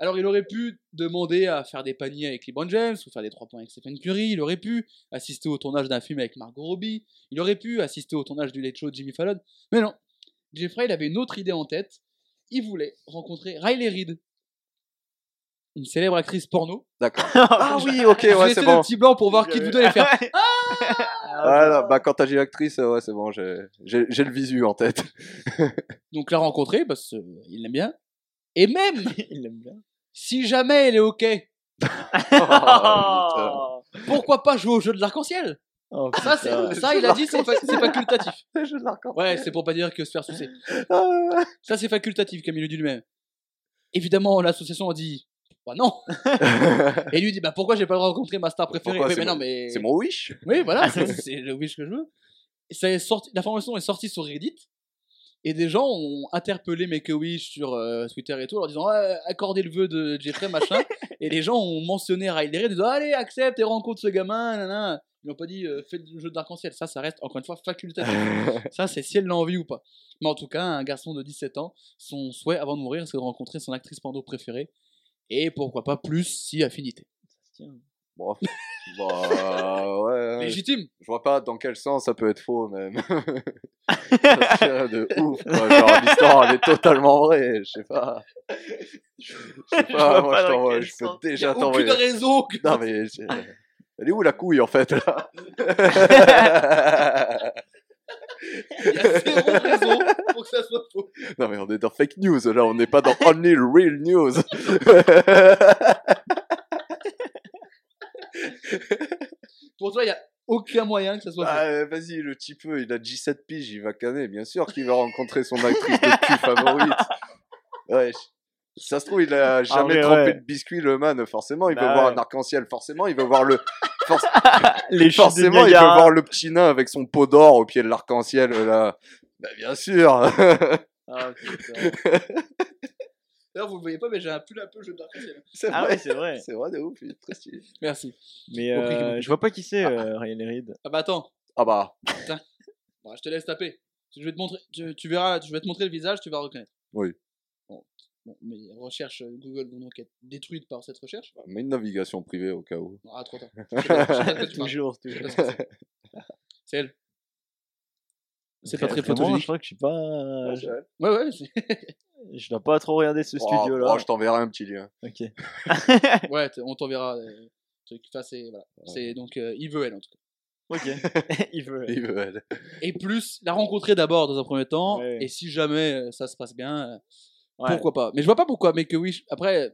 Speaker 3: Alors, il aurait pu demander à faire des paniers avec LeBron James ou faire des trois points avec Stephen Curry. Il aurait pu assister au tournage d'un film avec Margot Robbie. Il aurait pu assister au tournage du Late Show de Jimmy Fallon. Mais non, Jeffrey, il avait une autre idée en tête. Il voulait rencontrer Riley Reid, une célèbre actrice porno.
Speaker 4: D'accord.
Speaker 5: ah
Speaker 4: Ah oui, ok,
Speaker 3: Je vous
Speaker 4: ouais,
Speaker 3: laissais
Speaker 4: c'est
Speaker 3: le
Speaker 4: bon.
Speaker 3: petit blanc pour voir qui de vous deux allait faire.
Speaker 4: Ah, non, bah quand t'as dit l'actrice, euh, ouais, c'est bon, j'ai j'ai- j'ai le visu en tête.
Speaker 3: Donc, la rencontrer parce qu'il l'aime bien. Et même
Speaker 5: Il l'aime bien.
Speaker 3: si jamais elle est OK,
Speaker 4: Oh,
Speaker 3: pourquoi pas jouer au jeu de l'arc-en-ciel
Speaker 5: Oh,
Speaker 3: Ça,
Speaker 5: putain.
Speaker 4: Euh,
Speaker 3: c'est- ça, il a dit, c'est fa- c'est facultatif.
Speaker 4: putain. Je l'arc-en.
Speaker 3: Ouais, c'est pour pas dire que se faire sucer.
Speaker 4: Ah.
Speaker 3: Ça, c'est facultatif, comme il le dit lui-même. Évidemment, l'association a dit, bah non. Et lui dit, bah pourquoi j'ai pas le droit de rencontrer ma star préférée
Speaker 4: Pourquoi
Speaker 3: Oui,
Speaker 4: C'est
Speaker 3: mais non,
Speaker 4: mon-
Speaker 3: mais.
Speaker 4: C'est mon wish.
Speaker 3: Oui, voilà, Ah, c'est c'est le wish que je veux. Et ça est sorti, la formation est sortie sur Reddit. Et des gens ont interpellé Make-A-Wish sur euh, Twitter et tout, en leur disant Ouais, accordez le vœu de Jeffrey, machin. et les gens ont mentionné Riley Reid, ils disent Allez, accepte et rencontre ce gamin, nanana. Ils n'ont pas dit euh, Fais le jeu de l'arc-en-ciel. Ça, ça reste encore une fois facultatif. Ça, c'est si elle l'a envie ou pas. Mais en tout cas, un garçon de 17 ans, son souhait avant de mourir, c'est de rencontrer son actrice porno préférée. Et pourquoi pas plus si affinité.
Speaker 4: Bon, bah, ouais, ouais.
Speaker 3: Légitime
Speaker 4: Je vois pas dans quel sens ça peut être faux, même. ça serait de ouf, quoi. Genre, l'histoire, elle est totalement vraie, je sais pas. Je sais pas,
Speaker 5: vois
Speaker 4: moi,
Speaker 5: pas
Speaker 4: je
Speaker 5: dans
Speaker 4: t'envoie-
Speaker 5: quel
Speaker 4: je peux
Speaker 5: sens.
Speaker 3: Y a
Speaker 4: déjà
Speaker 3: aucune
Speaker 4: t'envoyer.
Speaker 3: raison que
Speaker 4: Non, mais. j'ai- Elle est où la couille, en fait, là
Speaker 3: Il y a zéro raison pour que ça soit faux.
Speaker 4: Non, mais on est dans fake news, là, on n'est pas dans only real news.
Speaker 3: Pour toi, il y a au- aucun moyen que ça soit fait.
Speaker 4: Ah, euh, vas-y, le petit peu, il a 17 piges, il va canner, bien sûr qu'il va rencontrer son actrice de cul favorite. Ouais. je- Ça se trouve, il a jamais
Speaker 5: ouais,
Speaker 4: trempé
Speaker 5: Ah, ouais.
Speaker 4: de biscuit, le man, forcément. Il
Speaker 5: Bah
Speaker 4: veut voir
Speaker 5: ouais.
Speaker 4: un arc-en-ciel, forcément. Il veut voir le. forc-
Speaker 5: Ah. Les chutes de
Speaker 4: forcément, il veut
Speaker 5: Niagara.
Speaker 4: voir le petit nain avec son pot d'or au pied de l'arc-en-ciel, là. Bah, bien sûr.
Speaker 5: Ah, putain.
Speaker 3: D'ailleurs, vous le voyez pas, mais j'ai un pull un peu jeu d'arc-en-ciel.
Speaker 4: c'est
Speaker 5: Ah
Speaker 4: vrai.
Speaker 5: ouais, c'est vrai.
Speaker 4: C'est vrai de ouf, il est très stylé.
Speaker 3: Merci.
Speaker 5: Mais
Speaker 3: Compris,
Speaker 5: euh,
Speaker 3: compris.
Speaker 5: je vois pas qui c'est, euh, Ryan Reed.
Speaker 3: Ah bah attends,
Speaker 4: Ah bah,
Speaker 3: Bon, je te laisse taper. Je vais te montrer, tu, tu verras, je vais te montrer le visage, tu vas reconnaître.
Speaker 4: Oui.
Speaker 3: Bon, bon, mais recherche euh, Google, mon enquête détruite par cette recherche.
Speaker 4: mais une navigation privée au cas où.
Speaker 3: Ah, trop tard. Je sais pas- je sais pas de quoi tu parles.
Speaker 5: Toujours,
Speaker 3: Je sais
Speaker 5: toujours.
Speaker 3: pas ce que c'est. C'est elle. C'est pas très hein,
Speaker 5: Vraiment, Je
Speaker 3: photogénique. Ah,
Speaker 5: crois que je suis pas. Je,
Speaker 3: Ouais, ouais, c'est-
Speaker 5: je dois pas trop regarder ce
Speaker 4: Oh,
Speaker 5: studio là.
Speaker 4: oh, je t'enverrai un petit lien.
Speaker 5: Ok.
Speaker 3: ouais t- on t'enverra. euh, truc. Enfin, c'est voilà. C'est donc euh, il veut elle en tout cas.
Speaker 5: Ok. Il veut.
Speaker 4: Il veut elle.
Speaker 3: Et plus la rencontrer d'abord dans un premier temps.
Speaker 5: Ouais.
Speaker 3: Et si jamais euh, ça se passe bien, euh,
Speaker 5: Ouais.
Speaker 3: pourquoi pas. Mais je vois pas pourquoi. Mais que oui, je- après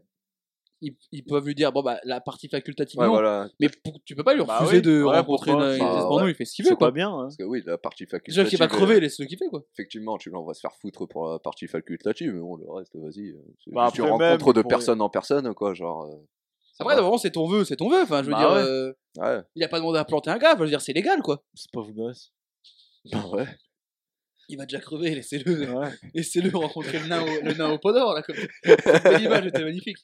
Speaker 3: ils, ils peuvent lui dire bon bah la partie facultative
Speaker 4: Ouais,
Speaker 3: non.
Speaker 4: voilà.
Speaker 3: Mais pour- tu peux pas lui
Speaker 5: Bah
Speaker 3: refuser
Speaker 5: oui,
Speaker 3: de
Speaker 5: ouais,
Speaker 3: rencontrer une,
Speaker 5: pourquoi
Speaker 3: une
Speaker 4: Bah
Speaker 3: espèce
Speaker 4: ouais.
Speaker 3: porno, il fait ce qu'il veut
Speaker 5: C'est pas
Speaker 3: quoi.
Speaker 5: bien. hein.
Speaker 4: Parce que oui, la partie facultative.
Speaker 3: Déjà qu'il va
Speaker 4: euh,
Speaker 3: crever, laisse le kiffer quoi.
Speaker 4: Effectivement, tu l'envoies se faire foutre pour euh, la partie facultative, mais bon, le reste, vas-y. euh, c'est
Speaker 5: Bah,
Speaker 4: juste tu
Speaker 5: après,
Speaker 4: rencontres
Speaker 5: même,
Speaker 4: de
Speaker 5: pour-
Speaker 4: personne en personne, quoi, genre. euh, ça
Speaker 3: Après,
Speaker 4: va.
Speaker 3: d'abord, c'est ton vœu, c'est ton vœu. Enfin, je veux
Speaker 5: Bah
Speaker 3: dire,
Speaker 5: ouais.
Speaker 3: euh,
Speaker 4: Ouais,
Speaker 3: il a pas demandé à planter un gars. Enfin, je veux dire, c'est légal quoi.
Speaker 5: C'est pauvre gosse.
Speaker 4: bah ouais.
Speaker 3: Il va déjà crever, laissez-le.
Speaker 5: Ouais.
Speaker 3: Laissez-le rencontrer le nain au, le nain au pot d'or, là. Comme... Cette belle image était magnifique.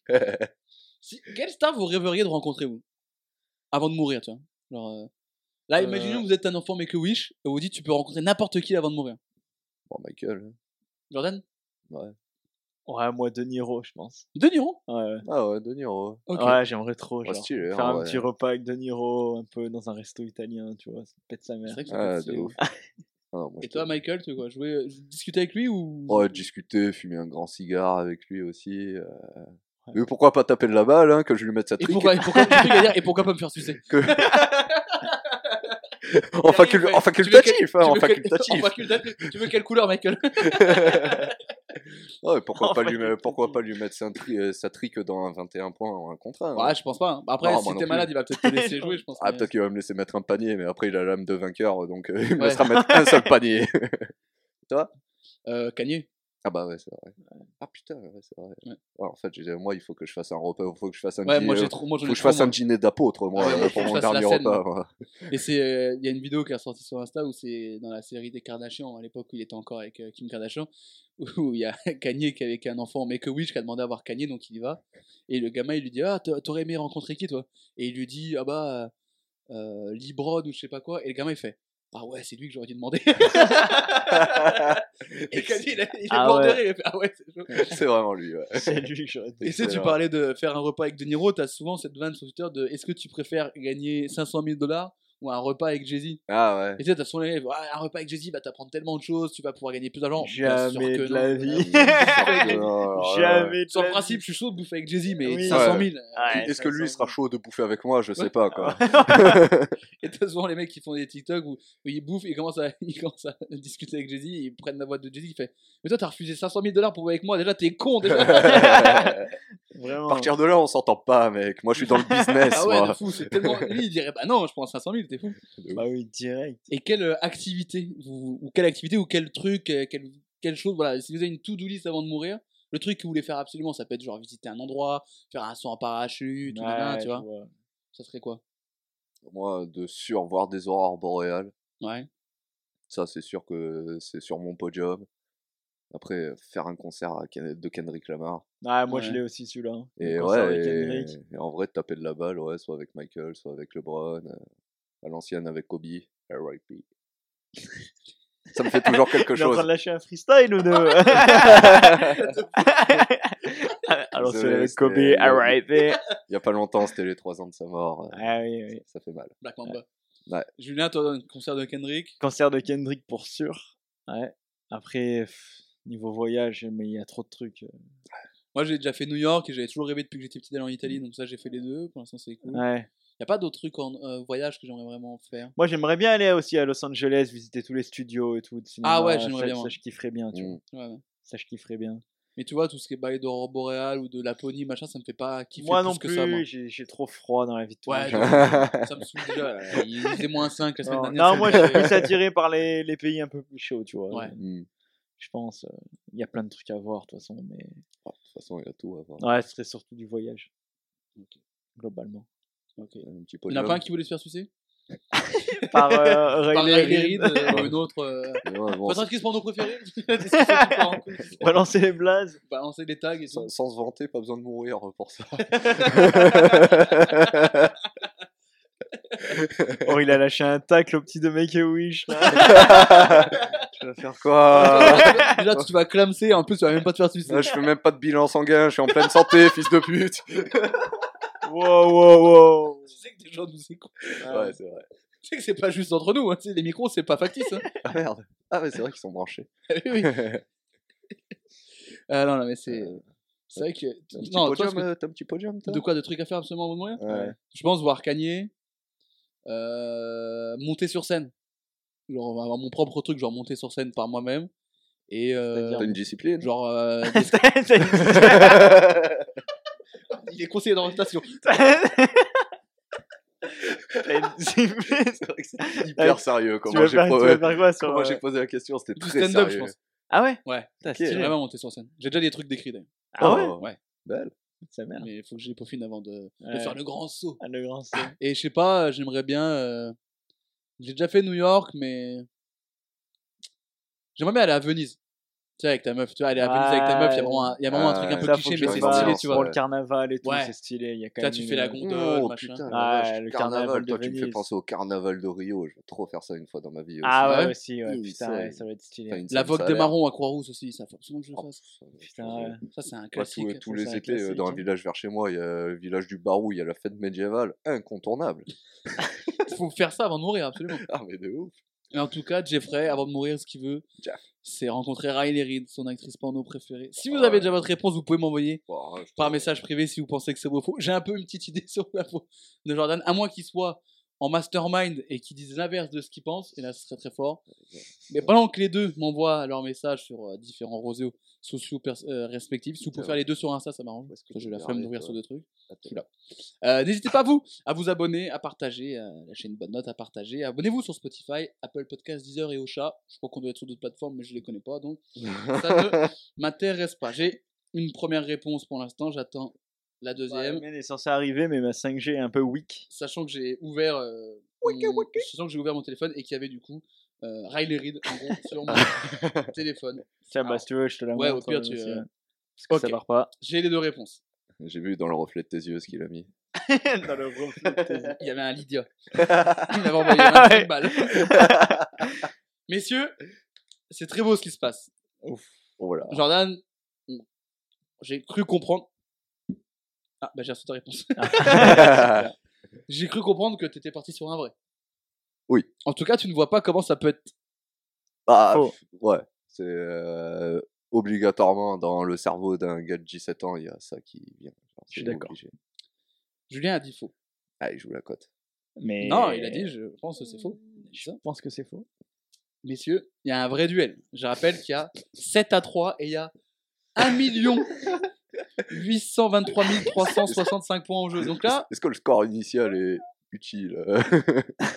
Speaker 3: Si- Quelle star vous rêveriez de rencontrer, vous Avant de mourir, tu vois. Genre, euh, Là,
Speaker 5: Euh.
Speaker 3: imaginons que vous êtes un enfant mais que Wish, et vous dites tu peux rencontrer n'importe qui avant de mourir.
Speaker 4: Bon, Michael.
Speaker 3: Jordan
Speaker 5: Ouais, moi, De Niro, je pense.
Speaker 3: De Niro
Speaker 5: Ouais,
Speaker 4: hein. Ah ouais, De Niro.
Speaker 3: Ok.
Speaker 5: ouais j'aimerais trop.
Speaker 4: Ouais,
Speaker 5: Genre,
Speaker 4: stylé,
Speaker 5: faire
Speaker 4: hein,
Speaker 5: un
Speaker 4: ouais.
Speaker 5: petit repas avec De Niro, un peu dans un resto italien, tu vois. Ça pète sa
Speaker 3: C'est
Speaker 5: mère.
Speaker 3: vrai que ça peut
Speaker 4: Ah,
Speaker 3: être
Speaker 4: de
Speaker 3: stylé,
Speaker 4: ouf.
Speaker 3: ouais.
Speaker 4: Ah, non, moi,
Speaker 3: Et
Speaker 4: je
Speaker 3: toi,
Speaker 4: te-
Speaker 3: Michael, tu veux quoi jouer, euh, Discuter avec lui ou.
Speaker 4: Ouais, discuter, fumer un grand cigare avec lui aussi. euh,
Speaker 5: Ouais.
Speaker 4: Mais pourquoi pas taper de la balle, hein, que je lui mette sa
Speaker 3: Et
Speaker 4: trique
Speaker 3: pourquoi, et, pourquoi, le truc à dire, et pourquoi pas me faire sucer
Speaker 4: en, facul-
Speaker 3: ouais. Tu
Speaker 4: en
Speaker 3: veux
Speaker 4: facultatif, hein,
Speaker 3: Tu
Speaker 4: en
Speaker 3: veux quel-
Speaker 4: facultatif.
Speaker 3: en facultatif. Tu veux quelle couleur, Michael
Speaker 4: Ouais, pourquoi,
Speaker 5: En
Speaker 4: pas lui, me-
Speaker 5: facultatif.
Speaker 4: pourquoi pas lui mettre sa, tri- euh, sa trique dans un 21 points en un contre un, hein.
Speaker 3: Ouais, je pense pas. hein. Après,
Speaker 4: Non,
Speaker 3: si
Speaker 4: moi non
Speaker 3: t'es
Speaker 4: plus.
Speaker 3: malade, il va peut-être te laisser jouer, je pense.
Speaker 4: Ah,
Speaker 3: mais-
Speaker 4: peut-être qu'il va me laisser mettre un panier, mais après il a l'âme de vainqueur, donc euh, il me
Speaker 3: Ouais.
Speaker 4: laissera mettre un seul panier.
Speaker 3: Euh, Kanye.
Speaker 4: ah bah ouais, c'est vrai. Ah putain, ouais, c'est vrai.
Speaker 3: Ouais.
Speaker 4: Ouais, en fait, j'ai- moi, il faut que je fasse un repas, il faut que je fasse un
Speaker 3: Ouais,
Speaker 4: dîner-
Speaker 3: moi
Speaker 4: euh,
Speaker 3: j'ai trop. Moi j'en
Speaker 4: faut
Speaker 3: ai
Speaker 4: que je
Speaker 3: trop,
Speaker 4: fasse un
Speaker 3: moi.
Speaker 4: dîner d'apo, trop, moi,
Speaker 3: Ah ouais,
Speaker 4: euh,
Speaker 3: faut
Speaker 4: pour
Speaker 3: que je
Speaker 4: mon
Speaker 3: fasse la
Speaker 4: dernier
Speaker 3: scène,
Speaker 4: repas. moi.
Speaker 3: Et c'est, euh, il y a une vidéo qui est sortie sur Insta où c'est dans la série des Kardashian à l'époque où il était encore avec euh, Kim Kardashian où il y a Kanye qui est avec un enfant mais que Wish qui a demandé à voir Kanye donc il y va et le gamin il lui dit ah t'a- t'aurais aimé rencontrer qui toi et il lui dit ah bah euh, Libron ou je sais pas quoi et le gamin il fait ah ouais c'est lui que j'aurais dû demander et Kanye il, a- il est
Speaker 5: Ah
Speaker 3: mort de
Speaker 5: ouais.
Speaker 3: rire, il fait ah ouais c'est chaud
Speaker 4: c'est vraiment lui, ouais.
Speaker 5: C'est lui que j'aurais
Speaker 3: Et tu sais, tu
Speaker 4: Excellent.
Speaker 3: parlais de faire un repas avec De Niro, t'as souvent cette vanne sur Twitter de est-ce que tu préfères gagner 500 000 dollars ou un repas avec Jay-Z
Speaker 4: Ah ouais.
Speaker 3: Et tu sais, t'as souvent les rêves, Ah, un repas avec Jay-Z, bah t'apprends tellement de choses, tu vas pouvoir gagner plus d'argent. Bien sûr
Speaker 5: Jamais
Speaker 3: que
Speaker 5: de
Speaker 3: non.
Speaker 5: la vie.
Speaker 4: Ah, non, ouais, ouais.
Speaker 5: Jamais de
Speaker 3: Oh, Sur
Speaker 5: la
Speaker 3: le
Speaker 5: vie.
Speaker 3: principe, je suis chaud de bouffer avec Jay-Z, mais
Speaker 5: Oui.
Speaker 3: 500 000.
Speaker 5: Ouais,
Speaker 4: Est-ce que lui il
Speaker 5: ça
Speaker 4: sera chaud de bouffer avec moi Je sais
Speaker 3: Ouais.
Speaker 4: pas quoi.
Speaker 3: Et t'as souvent les mecs qui font des TikTok où, où ils bouffent, ils commencent, à, ils commencent à discuter avec Jay-Z, ils prennent la voix de Jay-Z, ils font Mais toi, t'as refusé 500 000 dollars pour bouffer avec moi, déjà t'es con déjà.
Speaker 4: à
Speaker 5: Vraiment.
Speaker 4: partir de là, on s'entend pas, mec. Moi, je suis dans le business.
Speaker 3: Oh. ah ouais, de
Speaker 4: moi.
Speaker 3: fou, c'est tellement. Lui, il dirait Bah non, je prends 500 000, t'es fou.
Speaker 5: Bah oui, direct.
Speaker 3: Et quelle euh, activité vous, ou quelle activité ou quel truc, euh, quelle, quelle chose, voilà, si vous avez une to-do list avant de mourir, le truc que vous voulez faire absolument, ça peut être genre visiter un endroit, faire un saut en parachute, ou nanana,
Speaker 5: Ouais,
Speaker 3: tu
Speaker 5: je
Speaker 3: vois.
Speaker 5: vois.
Speaker 3: Ça serait quoi
Speaker 4: Moi, de sûr voir des aurores boréales.
Speaker 3: Ouais.
Speaker 4: Ça, c'est sûr que c'est sur mon podium. Après, euh, faire un concert à Ken- de Kendrick Lamar.
Speaker 5: Ah, moi je
Speaker 3: Ouais.
Speaker 5: l'ai aussi celui-là. hein.
Speaker 4: Et
Speaker 5: Le concert
Speaker 4: ouais,
Speaker 5: de
Speaker 4: et,
Speaker 5: Kendrick.
Speaker 4: et en vrai, de taper de la balle, ouais, soit avec Michael, soit avec LeBron, euh, à l'ancienne avec Kobe, R.I.P. Ça me fait toujours quelque
Speaker 5: Il est en train
Speaker 4: chose.
Speaker 5: de lâcher un freestyle ou deux Alors c'est
Speaker 4: Désolé,
Speaker 5: avec
Speaker 4: c'était
Speaker 5: Kobe,
Speaker 4: le-
Speaker 5: alright. eh.
Speaker 4: Il y a pas longtemps, c'était les 3 ans de sa mort. euh,
Speaker 5: Ah oui, oui.
Speaker 4: Ça fait mal.
Speaker 3: Black Mamba.
Speaker 4: Ouais.
Speaker 3: Julien, toi, un concert de Kendrick
Speaker 5: Concert de Kendrick pour sûr. Ouais. Après, pff, niveau voyage, mais il y a trop de trucs.
Speaker 3: Moi, j'ai déjà fait New York et j'avais toujours rêvé depuis que j'étais petit d'aller en
Speaker 4: Mm.
Speaker 3: Italie, donc ça, j'ai fait les deux. Pour l'instant, c'est cool.
Speaker 5: Ouais.
Speaker 3: Y a pas d'autres trucs en euh, voyage que j'aimerais vraiment faire
Speaker 5: Moi j'aimerais bien aller aussi à Los Angeles, visiter tous les studios et tout. de cinéma.
Speaker 3: Ah ouais, j'aimerais
Speaker 5: Ça-
Speaker 3: bien,
Speaker 5: Ça,
Speaker 3: moi.
Speaker 5: je kifferais bien, tu vois.
Speaker 4: Mm.
Speaker 3: Ouais, ouais.
Speaker 5: Ça, je kifferais bien.
Speaker 3: Mais tu vois, tout ce qui est balai d'aurore boréale ou de Laponie, machin, ça me fait pas kiffer
Speaker 5: Moi
Speaker 3: plus
Speaker 5: non
Speaker 3: que
Speaker 5: plus,
Speaker 3: ça. Moi.
Speaker 5: j'ai j'ai trop froid dans la vie de tous les
Speaker 3: Ouais,
Speaker 5: jours.
Speaker 3: donc, ça me saoule déjà. là. Il faisait moins 5 la semaine
Speaker 5: Non,
Speaker 3: dernière.
Speaker 5: non, moi je suis plus attiré par les, les pays un peu plus chauds, tu vois.
Speaker 3: Ouais.
Speaker 4: Hmm.
Speaker 5: Je pense, euh, il y a plein de trucs à voir de toute façon, mais
Speaker 4: Oh, De toute façon, il y a tout à voir.
Speaker 5: ouais, ce serait surtout du voyage. Globalement.
Speaker 3: Ok.
Speaker 4: Un petit
Speaker 3: Il y en a
Speaker 4: podium.
Speaker 3: pas un qui voulait se faire sucer
Speaker 5: Par euh,
Speaker 3: Par
Speaker 5: Riley
Speaker 3: les
Speaker 5: Reid,
Speaker 3: rides euh, ou une autre. Euh...
Speaker 4: Mais ouais, bon,
Speaker 3: Faudrait qu'est-ce pour nos préférés Discussion tout par en Bah, couille.
Speaker 5: balancer les blazes.
Speaker 3: Balancer des tags et
Speaker 4: sans,
Speaker 3: tout.
Speaker 4: sans se vanter, pas besoin de mourir pour ça.
Speaker 5: Oh, il a lâché un tacle au petit de Make-A-Wish. là.
Speaker 4: Je vais faire quoi
Speaker 3: Euh, Déjà, tu vas clamser, en plus, tu vas même pas te faire sucer.
Speaker 4: Là, je fais même pas de bilan sanguin, je suis en pleine santé, fils de pute.
Speaker 5: wow, wow, wow.
Speaker 3: Tu sais que des gens nous écoutent.
Speaker 4: Ouais, c'est vrai.
Speaker 3: Tu sais que c'est pas juste entre nous, hein, tu sais, les micros, c'est pas factice. Hein.
Speaker 4: Ah merde. Ah, mais c'est vrai qu'ils sont branchés.
Speaker 3: Oui, oui. Ah non, non, mais c'est.
Speaker 4: Euh,
Speaker 3: C'est vrai que.
Speaker 4: T'as un petit
Speaker 3: Non, toi,
Speaker 4: podium,
Speaker 3: ce que-
Speaker 4: euh, t'as un petit podium, toi
Speaker 3: de quoi De trucs à faire absolument avant de mourir
Speaker 4: Ouais.
Speaker 3: Je pense voir Kanye. euh, monter sur scène. Genre, on va avoir mon propre truc, genre monter sur scène par moi-même. Et. euh,
Speaker 4: T'as une discipline
Speaker 3: genre. euh,
Speaker 5: T'as- t'as une-
Speaker 3: il est conseiller d'orientation.
Speaker 5: t'as une- c'est-
Speaker 4: hyper sérieux.
Speaker 5: tu
Speaker 4: Comment
Speaker 5: vas
Speaker 4: j'ai
Speaker 5: faire, tu
Speaker 4: pro-
Speaker 5: vas faire quoi sur,
Speaker 4: comment j'ai
Speaker 5: euh,
Speaker 4: posé la question C'était
Speaker 3: Du
Speaker 4: très
Speaker 3: stand-up,
Speaker 4: sérieux.
Speaker 3: je pense.
Speaker 5: Ah ouais
Speaker 3: Ouais.
Speaker 5: Putain,
Speaker 3: C'est
Speaker 5: stylé.
Speaker 3: vraiment monter sur scène. J'ai déjà des trucs décrits d'ailleurs.
Speaker 5: Ah ouais
Speaker 4: Oh,
Speaker 3: Ouais.
Speaker 4: Belle.
Speaker 5: Sa mère.
Speaker 3: Mais il faut que je les peaufine avant de, de
Speaker 5: Ouais.
Speaker 3: faire le grand saut.
Speaker 5: Ah, le grand saut.
Speaker 3: Et je sais pas, euh, j'aimerais bien. euh, J'ai déjà fait New York, mais. J'aimerais bien aller à Venise. Tu sais, avec ta meuf. Tu vois, aller à Venise avec ta meuf, il y a vraiment un, il y a vraiment un truc un peu
Speaker 5: Ça, faut
Speaker 3: cliché,
Speaker 5: que
Speaker 3: mais
Speaker 5: je
Speaker 3: c'est
Speaker 5: fasse.
Speaker 3: stylé,
Speaker 4: voir.
Speaker 3: tu
Speaker 5: Pour
Speaker 3: vois.
Speaker 5: le carnaval et tout,
Speaker 3: Ouais.
Speaker 5: c'est stylé. Il y a quand
Speaker 3: Là,
Speaker 5: même
Speaker 3: tu
Speaker 5: une- euh,
Speaker 3: fais la gondole,
Speaker 4: Oh,
Speaker 3: machin.
Speaker 4: putain,
Speaker 5: Ah,
Speaker 4: la vache,
Speaker 5: le carnaval
Speaker 4: carnaval,
Speaker 5: de
Speaker 4: toi tu me fais
Speaker 5: Venise.
Speaker 4: penser au carnaval de Rio, je vais trop faire ça une fois dans ma vie aussi.
Speaker 5: Ah
Speaker 3: ouais.
Speaker 5: ouais, aussi, ouais.
Speaker 4: Oui,
Speaker 5: Putain,
Speaker 4: ça,
Speaker 5: ouais,
Speaker 4: oui.
Speaker 5: ça va être
Speaker 4: T'as
Speaker 5: stylé.
Speaker 4: une
Speaker 3: La
Speaker 4: scène,
Speaker 3: Vogue
Speaker 4: ça a
Speaker 3: des
Speaker 4: l'air-
Speaker 3: marrons à Croix-Rousse aussi, ça faut absolument que je le
Speaker 4: Oh,
Speaker 3: fasse.
Speaker 5: Putain, ouais.
Speaker 3: Ça, c'est un
Speaker 4: Moi,
Speaker 3: classique.
Speaker 4: tous, tous
Speaker 5: ça, c'est
Speaker 4: les
Speaker 5: un
Speaker 4: étés, euh, dans un
Speaker 5: classique. hein.
Speaker 4: village vers chez moi, il y a le village du Barou, il y a la fête médiévale, incontournable.
Speaker 3: faut faire ça avant de mourir, absolument.
Speaker 4: Ah, mais de ouf.
Speaker 3: Mais en tout cas, Jeffrey, avant de mourir, ce qu'il veut,
Speaker 4: Jeff.
Speaker 3: c'est rencontrer Riley Reid, son actrice porno préférée. Si vous
Speaker 4: Ah
Speaker 3: avez
Speaker 4: ouais.
Speaker 3: déjà votre réponse, vous pouvez m'envoyer
Speaker 4: Bon, hein, je-
Speaker 3: par message privé si vous pensez que c'est beau ou faux. J'ai un peu une petite idée sur la peau de Jordan, à moins qu'il soit en mastermind et qu'il dise l'inverse de ce qu'il pense, et là ce serait très fort. Mais pendant que les deux m'envoient leur message sur euh, différents roseaux sociaux pers- euh, respectifs, si vous pouvez
Speaker 4: Ouais.
Speaker 3: faire les deux sur Insta, ça m'arrange, parce
Speaker 4: Est-ce que
Speaker 3: que j'ai
Speaker 4: tu
Speaker 3: la
Speaker 4: peux
Speaker 3: flemme
Speaker 4: garder,
Speaker 3: d'ouvrir
Speaker 4: toi
Speaker 3: sur deux trucs.
Speaker 4: Ah, t'es-
Speaker 3: Celui-là. Euh, N'hésitez pas, vous, à vous abonner, à partager, à lâcher une bonne note, à partager. Abonnez-vous sur Spotify, Apple Podcasts, Deezer et Ocha. Je crois qu'on doit être sur d'autres plateformes, mais je les connais pas, donc ça ne m'intéresse pas. J'ai une première réponse pour l'instant, j'attends la
Speaker 5: La
Speaker 3: deuxième.
Speaker 5: mienne est censée arriver, mais ma 5G est un peu weak.
Speaker 3: Sachant que j'ai ouvert, euh, mon- sachant que j'ai ouvert mon téléphone et qu'il y avait du coup euh, Riley Reid en gros, sur mon téléphone.
Speaker 5: Tiens, bah,
Speaker 3: Ah.
Speaker 5: si tu veux, je te la
Speaker 3: Ouais,
Speaker 5: montre.
Speaker 3: au pire, tu,
Speaker 5: aussi,
Speaker 3: euh,
Speaker 5: ouais. Parce que ça
Speaker 3: ok.
Speaker 5: part pas.
Speaker 3: J'ai les deux réponses.
Speaker 4: J'ai vu dans le reflet de tes yeux ce qu'il a mis.
Speaker 5: Dans le reflet de tes yeux.
Speaker 3: Il y avait un Lydia. Il m'avait envoyé 25 balles. Messieurs, c'est très beau ce qui se passe.
Speaker 4: Voilà.
Speaker 3: Jordan, on- j'ai cru comprendre. Ah, bah j'ai reçu ta réponse. j'ai cru comprendre que t'étais parti sur un vrai.
Speaker 4: Oui.
Speaker 3: En tout cas, tu ne vois pas comment ça peut être.
Speaker 4: Bah,
Speaker 5: Faux.
Speaker 4: pff, ouais, c'est euh, obligatoirement dans le cerveau d'un gars de 17 ans, il y a ça qui vient. Genre,
Speaker 5: Je suis
Speaker 4: c'est
Speaker 5: d'accord.
Speaker 4: obligé.
Speaker 3: Julien a dit faux.
Speaker 4: Ah, il joue la cote.
Speaker 5: Mais...
Speaker 3: Non, il a dit, je pense que c'est faux.
Speaker 5: Je pense que c'est faux.
Speaker 3: Messieurs, il y a un vrai duel. Je rappelle qu'il y a 7 à 3 et il y a 1 million 823 365 points en jeu. Donc là,
Speaker 4: Est-ce que le score initial est utile euh,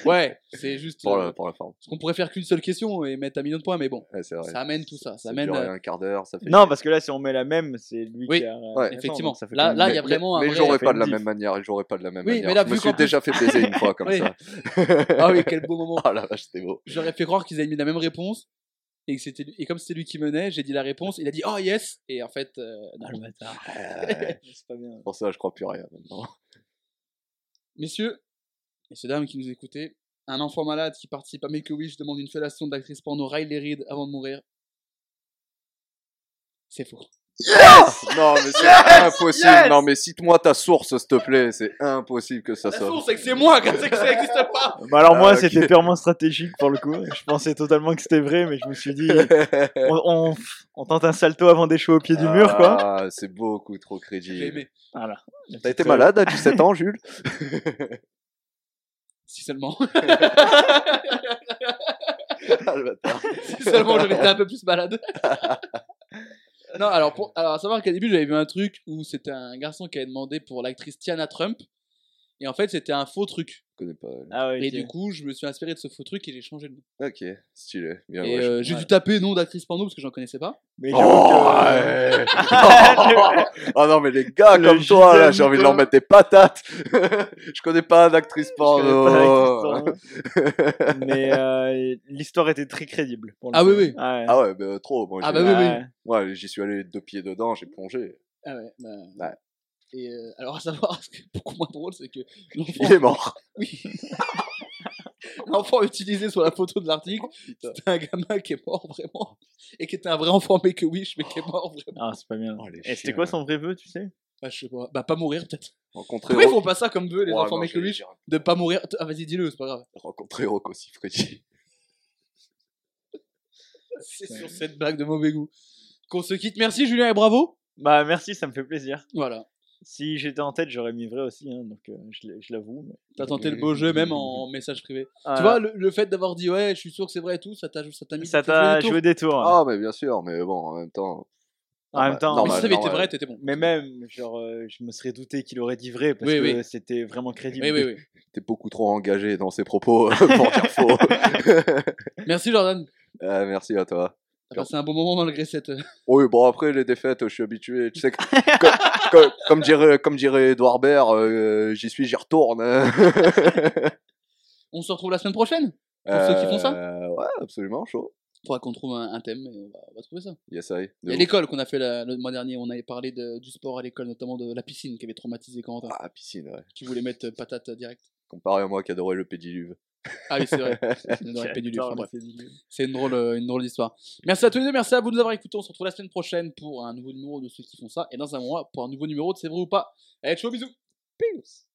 Speaker 3: ouais, c'est juste.
Speaker 4: pour,
Speaker 3: euh,
Speaker 4: la, pour la forme
Speaker 3: Parce qu'on pourrait faire qu'une seule question et mettre un million de points, mais bon,
Speaker 4: Ouais, c'est vrai.
Speaker 3: ça amène tout ça. Ça
Speaker 4: dure
Speaker 3: amène. euh,
Speaker 4: un quart d'heure, ça fait.
Speaker 5: Non, parce que là, si on met la même, c'est lui
Speaker 3: Oui,
Speaker 5: qui a.
Speaker 3: effectivement.
Speaker 5: donc ça fait
Speaker 3: Là-
Speaker 5: quand même-
Speaker 3: là, il y
Speaker 4: Mais-
Speaker 3: a vraiment
Speaker 4: mais,
Speaker 3: un
Speaker 4: mais
Speaker 3: vrai-
Speaker 4: j'aurais
Speaker 5: ça fait
Speaker 4: pas
Speaker 5: une
Speaker 4: de la
Speaker 5: diff.
Speaker 4: même manière, et j'aurais pas de la même
Speaker 3: Oui,
Speaker 4: manière.
Speaker 3: mais là,
Speaker 4: je me
Speaker 3: vu
Speaker 4: suis
Speaker 3: qu'en
Speaker 4: déjà fait baiser une fois comme
Speaker 3: Oui.
Speaker 4: ça.
Speaker 3: Ah oui, quel beau moment.
Speaker 4: Ah la vache, c'était beau.
Speaker 3: J'aurais fait croire qu'ils avaient mis la même réponse. Et, que c'était lui- et comme c'était lui qui menait, j'ai dit la réponse. Il a dit oh yes. Et en fait, euh, non.
Speaker 5: Ah, le bâtard.
Speaker 4: Euh,
Speaker 5: C'est pas bien.
Speaker 4: pour ça, je crois plus rien maintenant.
Speaker 3: messieurs, messieurs dames qui nous écoutez, un enfant malade qui participe à Make a Wish demande une fellation de l'actrice porno Riley Reid avant de mourir. C'est faux. Ah
Speaker 4: Non, mais c'est impossible.
Speaker 5: yes
Speaker 4: non, mais cite-moi ta source, s'il te plaît. C'est impossible que Ah, ça
Speaker 3: La
Speaker 4: sorte.
Speaker 3: source, c'est que c'est moi. Quand c'est que ça n'existe pas.
Speaker 5: Bah alors,
Speaker 4: Ah,
Speaker 5: moi,
Speaker 4: ok.
Speaker 5: c'était purement stratégique pour le coup. Je pensais totalement que c'était vrai, mais je me suis dit, on, on, on tente un salto avant d'échouer au pied du mur, quoi.
Speaker 4: Ah, c'est beaucoup trop
Speaker 3: J'ai
Speaker 4: crédible.
Speaker 3: aimé.
Speaker 5: Voilà. La
Speaker 4: T'as été
Speaker 5: petite, euh,
Speaker 4: malade à 17 ans, Jules
Speaker 3: Si seulement.
Speaker 4: Ah, le bâtard.
Speaker 5: Ah,
Speaker 3: si seulement j'avais été un peu plus malade. Non, alors, pour, alors à savoir qu'à début, j'avais vu un truc où c'était un garçon qui avait demandé pour l'actrice Tiana Trump. Et en fait, c'était un faux truc.
Speaker 4: Je connais pas. euh.
Speaker 5: Ah ouais,
Speaker 3: Et
Speaker 5: ok.
Speaker 3: du coup, je me suis inspiré de ce faux truc et j'ai changé le nom.
Speaker 4: Ok, stylé. Bien,
Speaker 3: et
Speaker 4: Ah ouais, je-
Speaker 3: euh, j'ai
Speaker 5: ouais.
Speaker 3: dû taper nom d'actrice porno parce que j'en connaissais pas.
Speaker 5: Mais
Speaker 4: Oh,
Speaker 5: j'avoue que-
Speaker 4: ouais. Ah non, mais les gars
Speaker 5: Le
Speaker 4: comme toi, là,
Speaker 5: Gisèle
Speaker 4: j'ai envie de
Speaker 5: Nicolas.
Speaker 4: leur mettre des patates. je connais pas d'actrice
Speaker 5: Je connais
Speaker 4: porno.
Speaker 5: pas l'actrice porno. mais euh, l'histoire était très crédible. pour le
Speaker 3: Ah
Speaker 5: coup.
Speaker 3: oui, oui.
Speaker 5: Ouais.
Speaker 4: Ah ouais, bah, trop. Moi,
Speaker 3: Ah
Speaker 4: j'ai-
Speaker 3: bah oui, oui.
Speaker 5: Ouais.
Speaker 4: Ouais, j'y suis allé deux pieds dedans, j'ai plongé.
Speaker 3: Ah ouais, bah,
Speaker 4: Ouais.
Speaker 3: Et euh, alors, à savoir, ce qui est beaucoup moins drôle, c'est que l'enfant,
Speaker 4: Il est mort.
Speaker 3: oui. l'enfant utilisé sur la photo de l'article, c'était un gamin qui est mort vraiment. Et qui était un vrai enfant make a wish, mais qui est mort vraiment.
Speaker 5: Ah, c'est pas bien.
Speaker 4: Oh, les
Speaker 5: Et c'était
Speaker 4: chiens,
Speaker 5: quoi
Speaker 4: là.
Speaker 5: son vrai vœu, tu sais
Speaker 3: Bah, je sais pas. Bah, pas mourir peut-être.
Speaker 4: Rencontrer
Speaker 3: Pourquoi ils
Speaker 4: Rock-
Speaker 3: font pas ça comme veut les
Speaker 4: Ouais,
Speaker 3: enfants
Speaker 4: non,
Speaker 3: make a
Speaker 4: j'allais
Speaker 3: wish
Speaker 4: dire-
Speaker 3: De pas mourir. Ah, vas-y, dis-le, c'est pas grave.
Speaker 4: Rencontrer Rocco Siffredi.
Speaker 5: Ah,
Speaker 3: C'est sur cette blague de mauvais goût qu'on se quitte. Merci Julien et bravo.
Speaker 5: Bah merci, ça me fait plaisir.
Speaker 3: Voilà.
Speaker 5: Si j'étais en tête, j'aurais mis vrai aussi, hein, donc euh, je l'ai- je l'avoue. mais-
Speaker 3: T'as tenté le beau jeu même en message privé.
Speaker 5: Ah,
Speaker 3: Tu vois, le, le fait d'avoir dit ouais, je suis sûr que c'est vrai et tout, ça t'a ça t'a mis.
Speaker 5: ça
Speaker 3: fait jouer
Speaker 5: t'a
Speaker 3: des tours.
Speaker 5: joué des tours. ouais.
Speaker 4: Ah, mais bien sûr, mais bon, en même temps.
Speaker 5: en même temps,
Speaker 3: Mais
Speaker 4: normal.
Speaker 3: si
Speaker 4: bah,
Speaker 3: ça avait
Speaker 4: non,
Speaker 3: été
Speaker 4: ouais.
Speaker 3: vrai, t'étais bon.
Speaker 5: Mais même, genre, euh, je me serais douté qu'il aurait dit vrai parce
Speaker 3: Oui,
Speaker 5: que
Speaker 3: oui.
Speaker 5: c'était vraiment crédible.
Speaker 3: Oui, oui, oui.
Speaker 4: T'es beaucoup trop engagé dans ses propos pour dire faux.
Speaker 3: Merci Jordan.
Speaker 4: Euh, merci à toi.
Speaker 3: T'as passé un bon moment malgré cette. euh,
Speaker 4: Oui, bon, après, les défaites, je suis habitué. Tu sais, que- comme, comme- comme dirait, comme dirait Edouard Baird, euh, j'y suis, j'y retourne. hein.
Speaker 3: On se retrouve la semaine prochaine. Pour ceux qui font ça
Speaker 4: Euh, Ouais, absolument, chaud.
Speaker 3: Faudra qu'on trouve un, un thème et on va, on va trouver ça.
Speaker 4: Yes, I.
Speaker 3: Il y a l'école qu'on a fait la- le mois dernier. On avait parlé de- du sport à l'école, notamment de la piscine qui avait traumatisé Corentin,
Speaker 4: Ah, piscine, ouais.
Speaker 3: qui voulait mettre euh, patate euh, direct.
Speaker 4: Comparé à moi qui adorais le pédiluve.
Speaker 3: Ah oui, c'est vrai. On aurait
Speaker 5: J'adore
Speaker 3: pas dû lui faire,
Speaker 5: le
Speaker 3: bref.
Speaker 5: pédiluve.
Speaker 3: C'est une drôle, euh, une drôle d'histoire. Merci à tous les deux, merci à vous de nous avoir écoutés. On se retrouve la semaine prochaine pour un nouveau numéro de ceux qui font ça. Et dans un mois, pour un nouveau numéro de C'est vrai ou pas. Allez, ciao, bisous. Peace.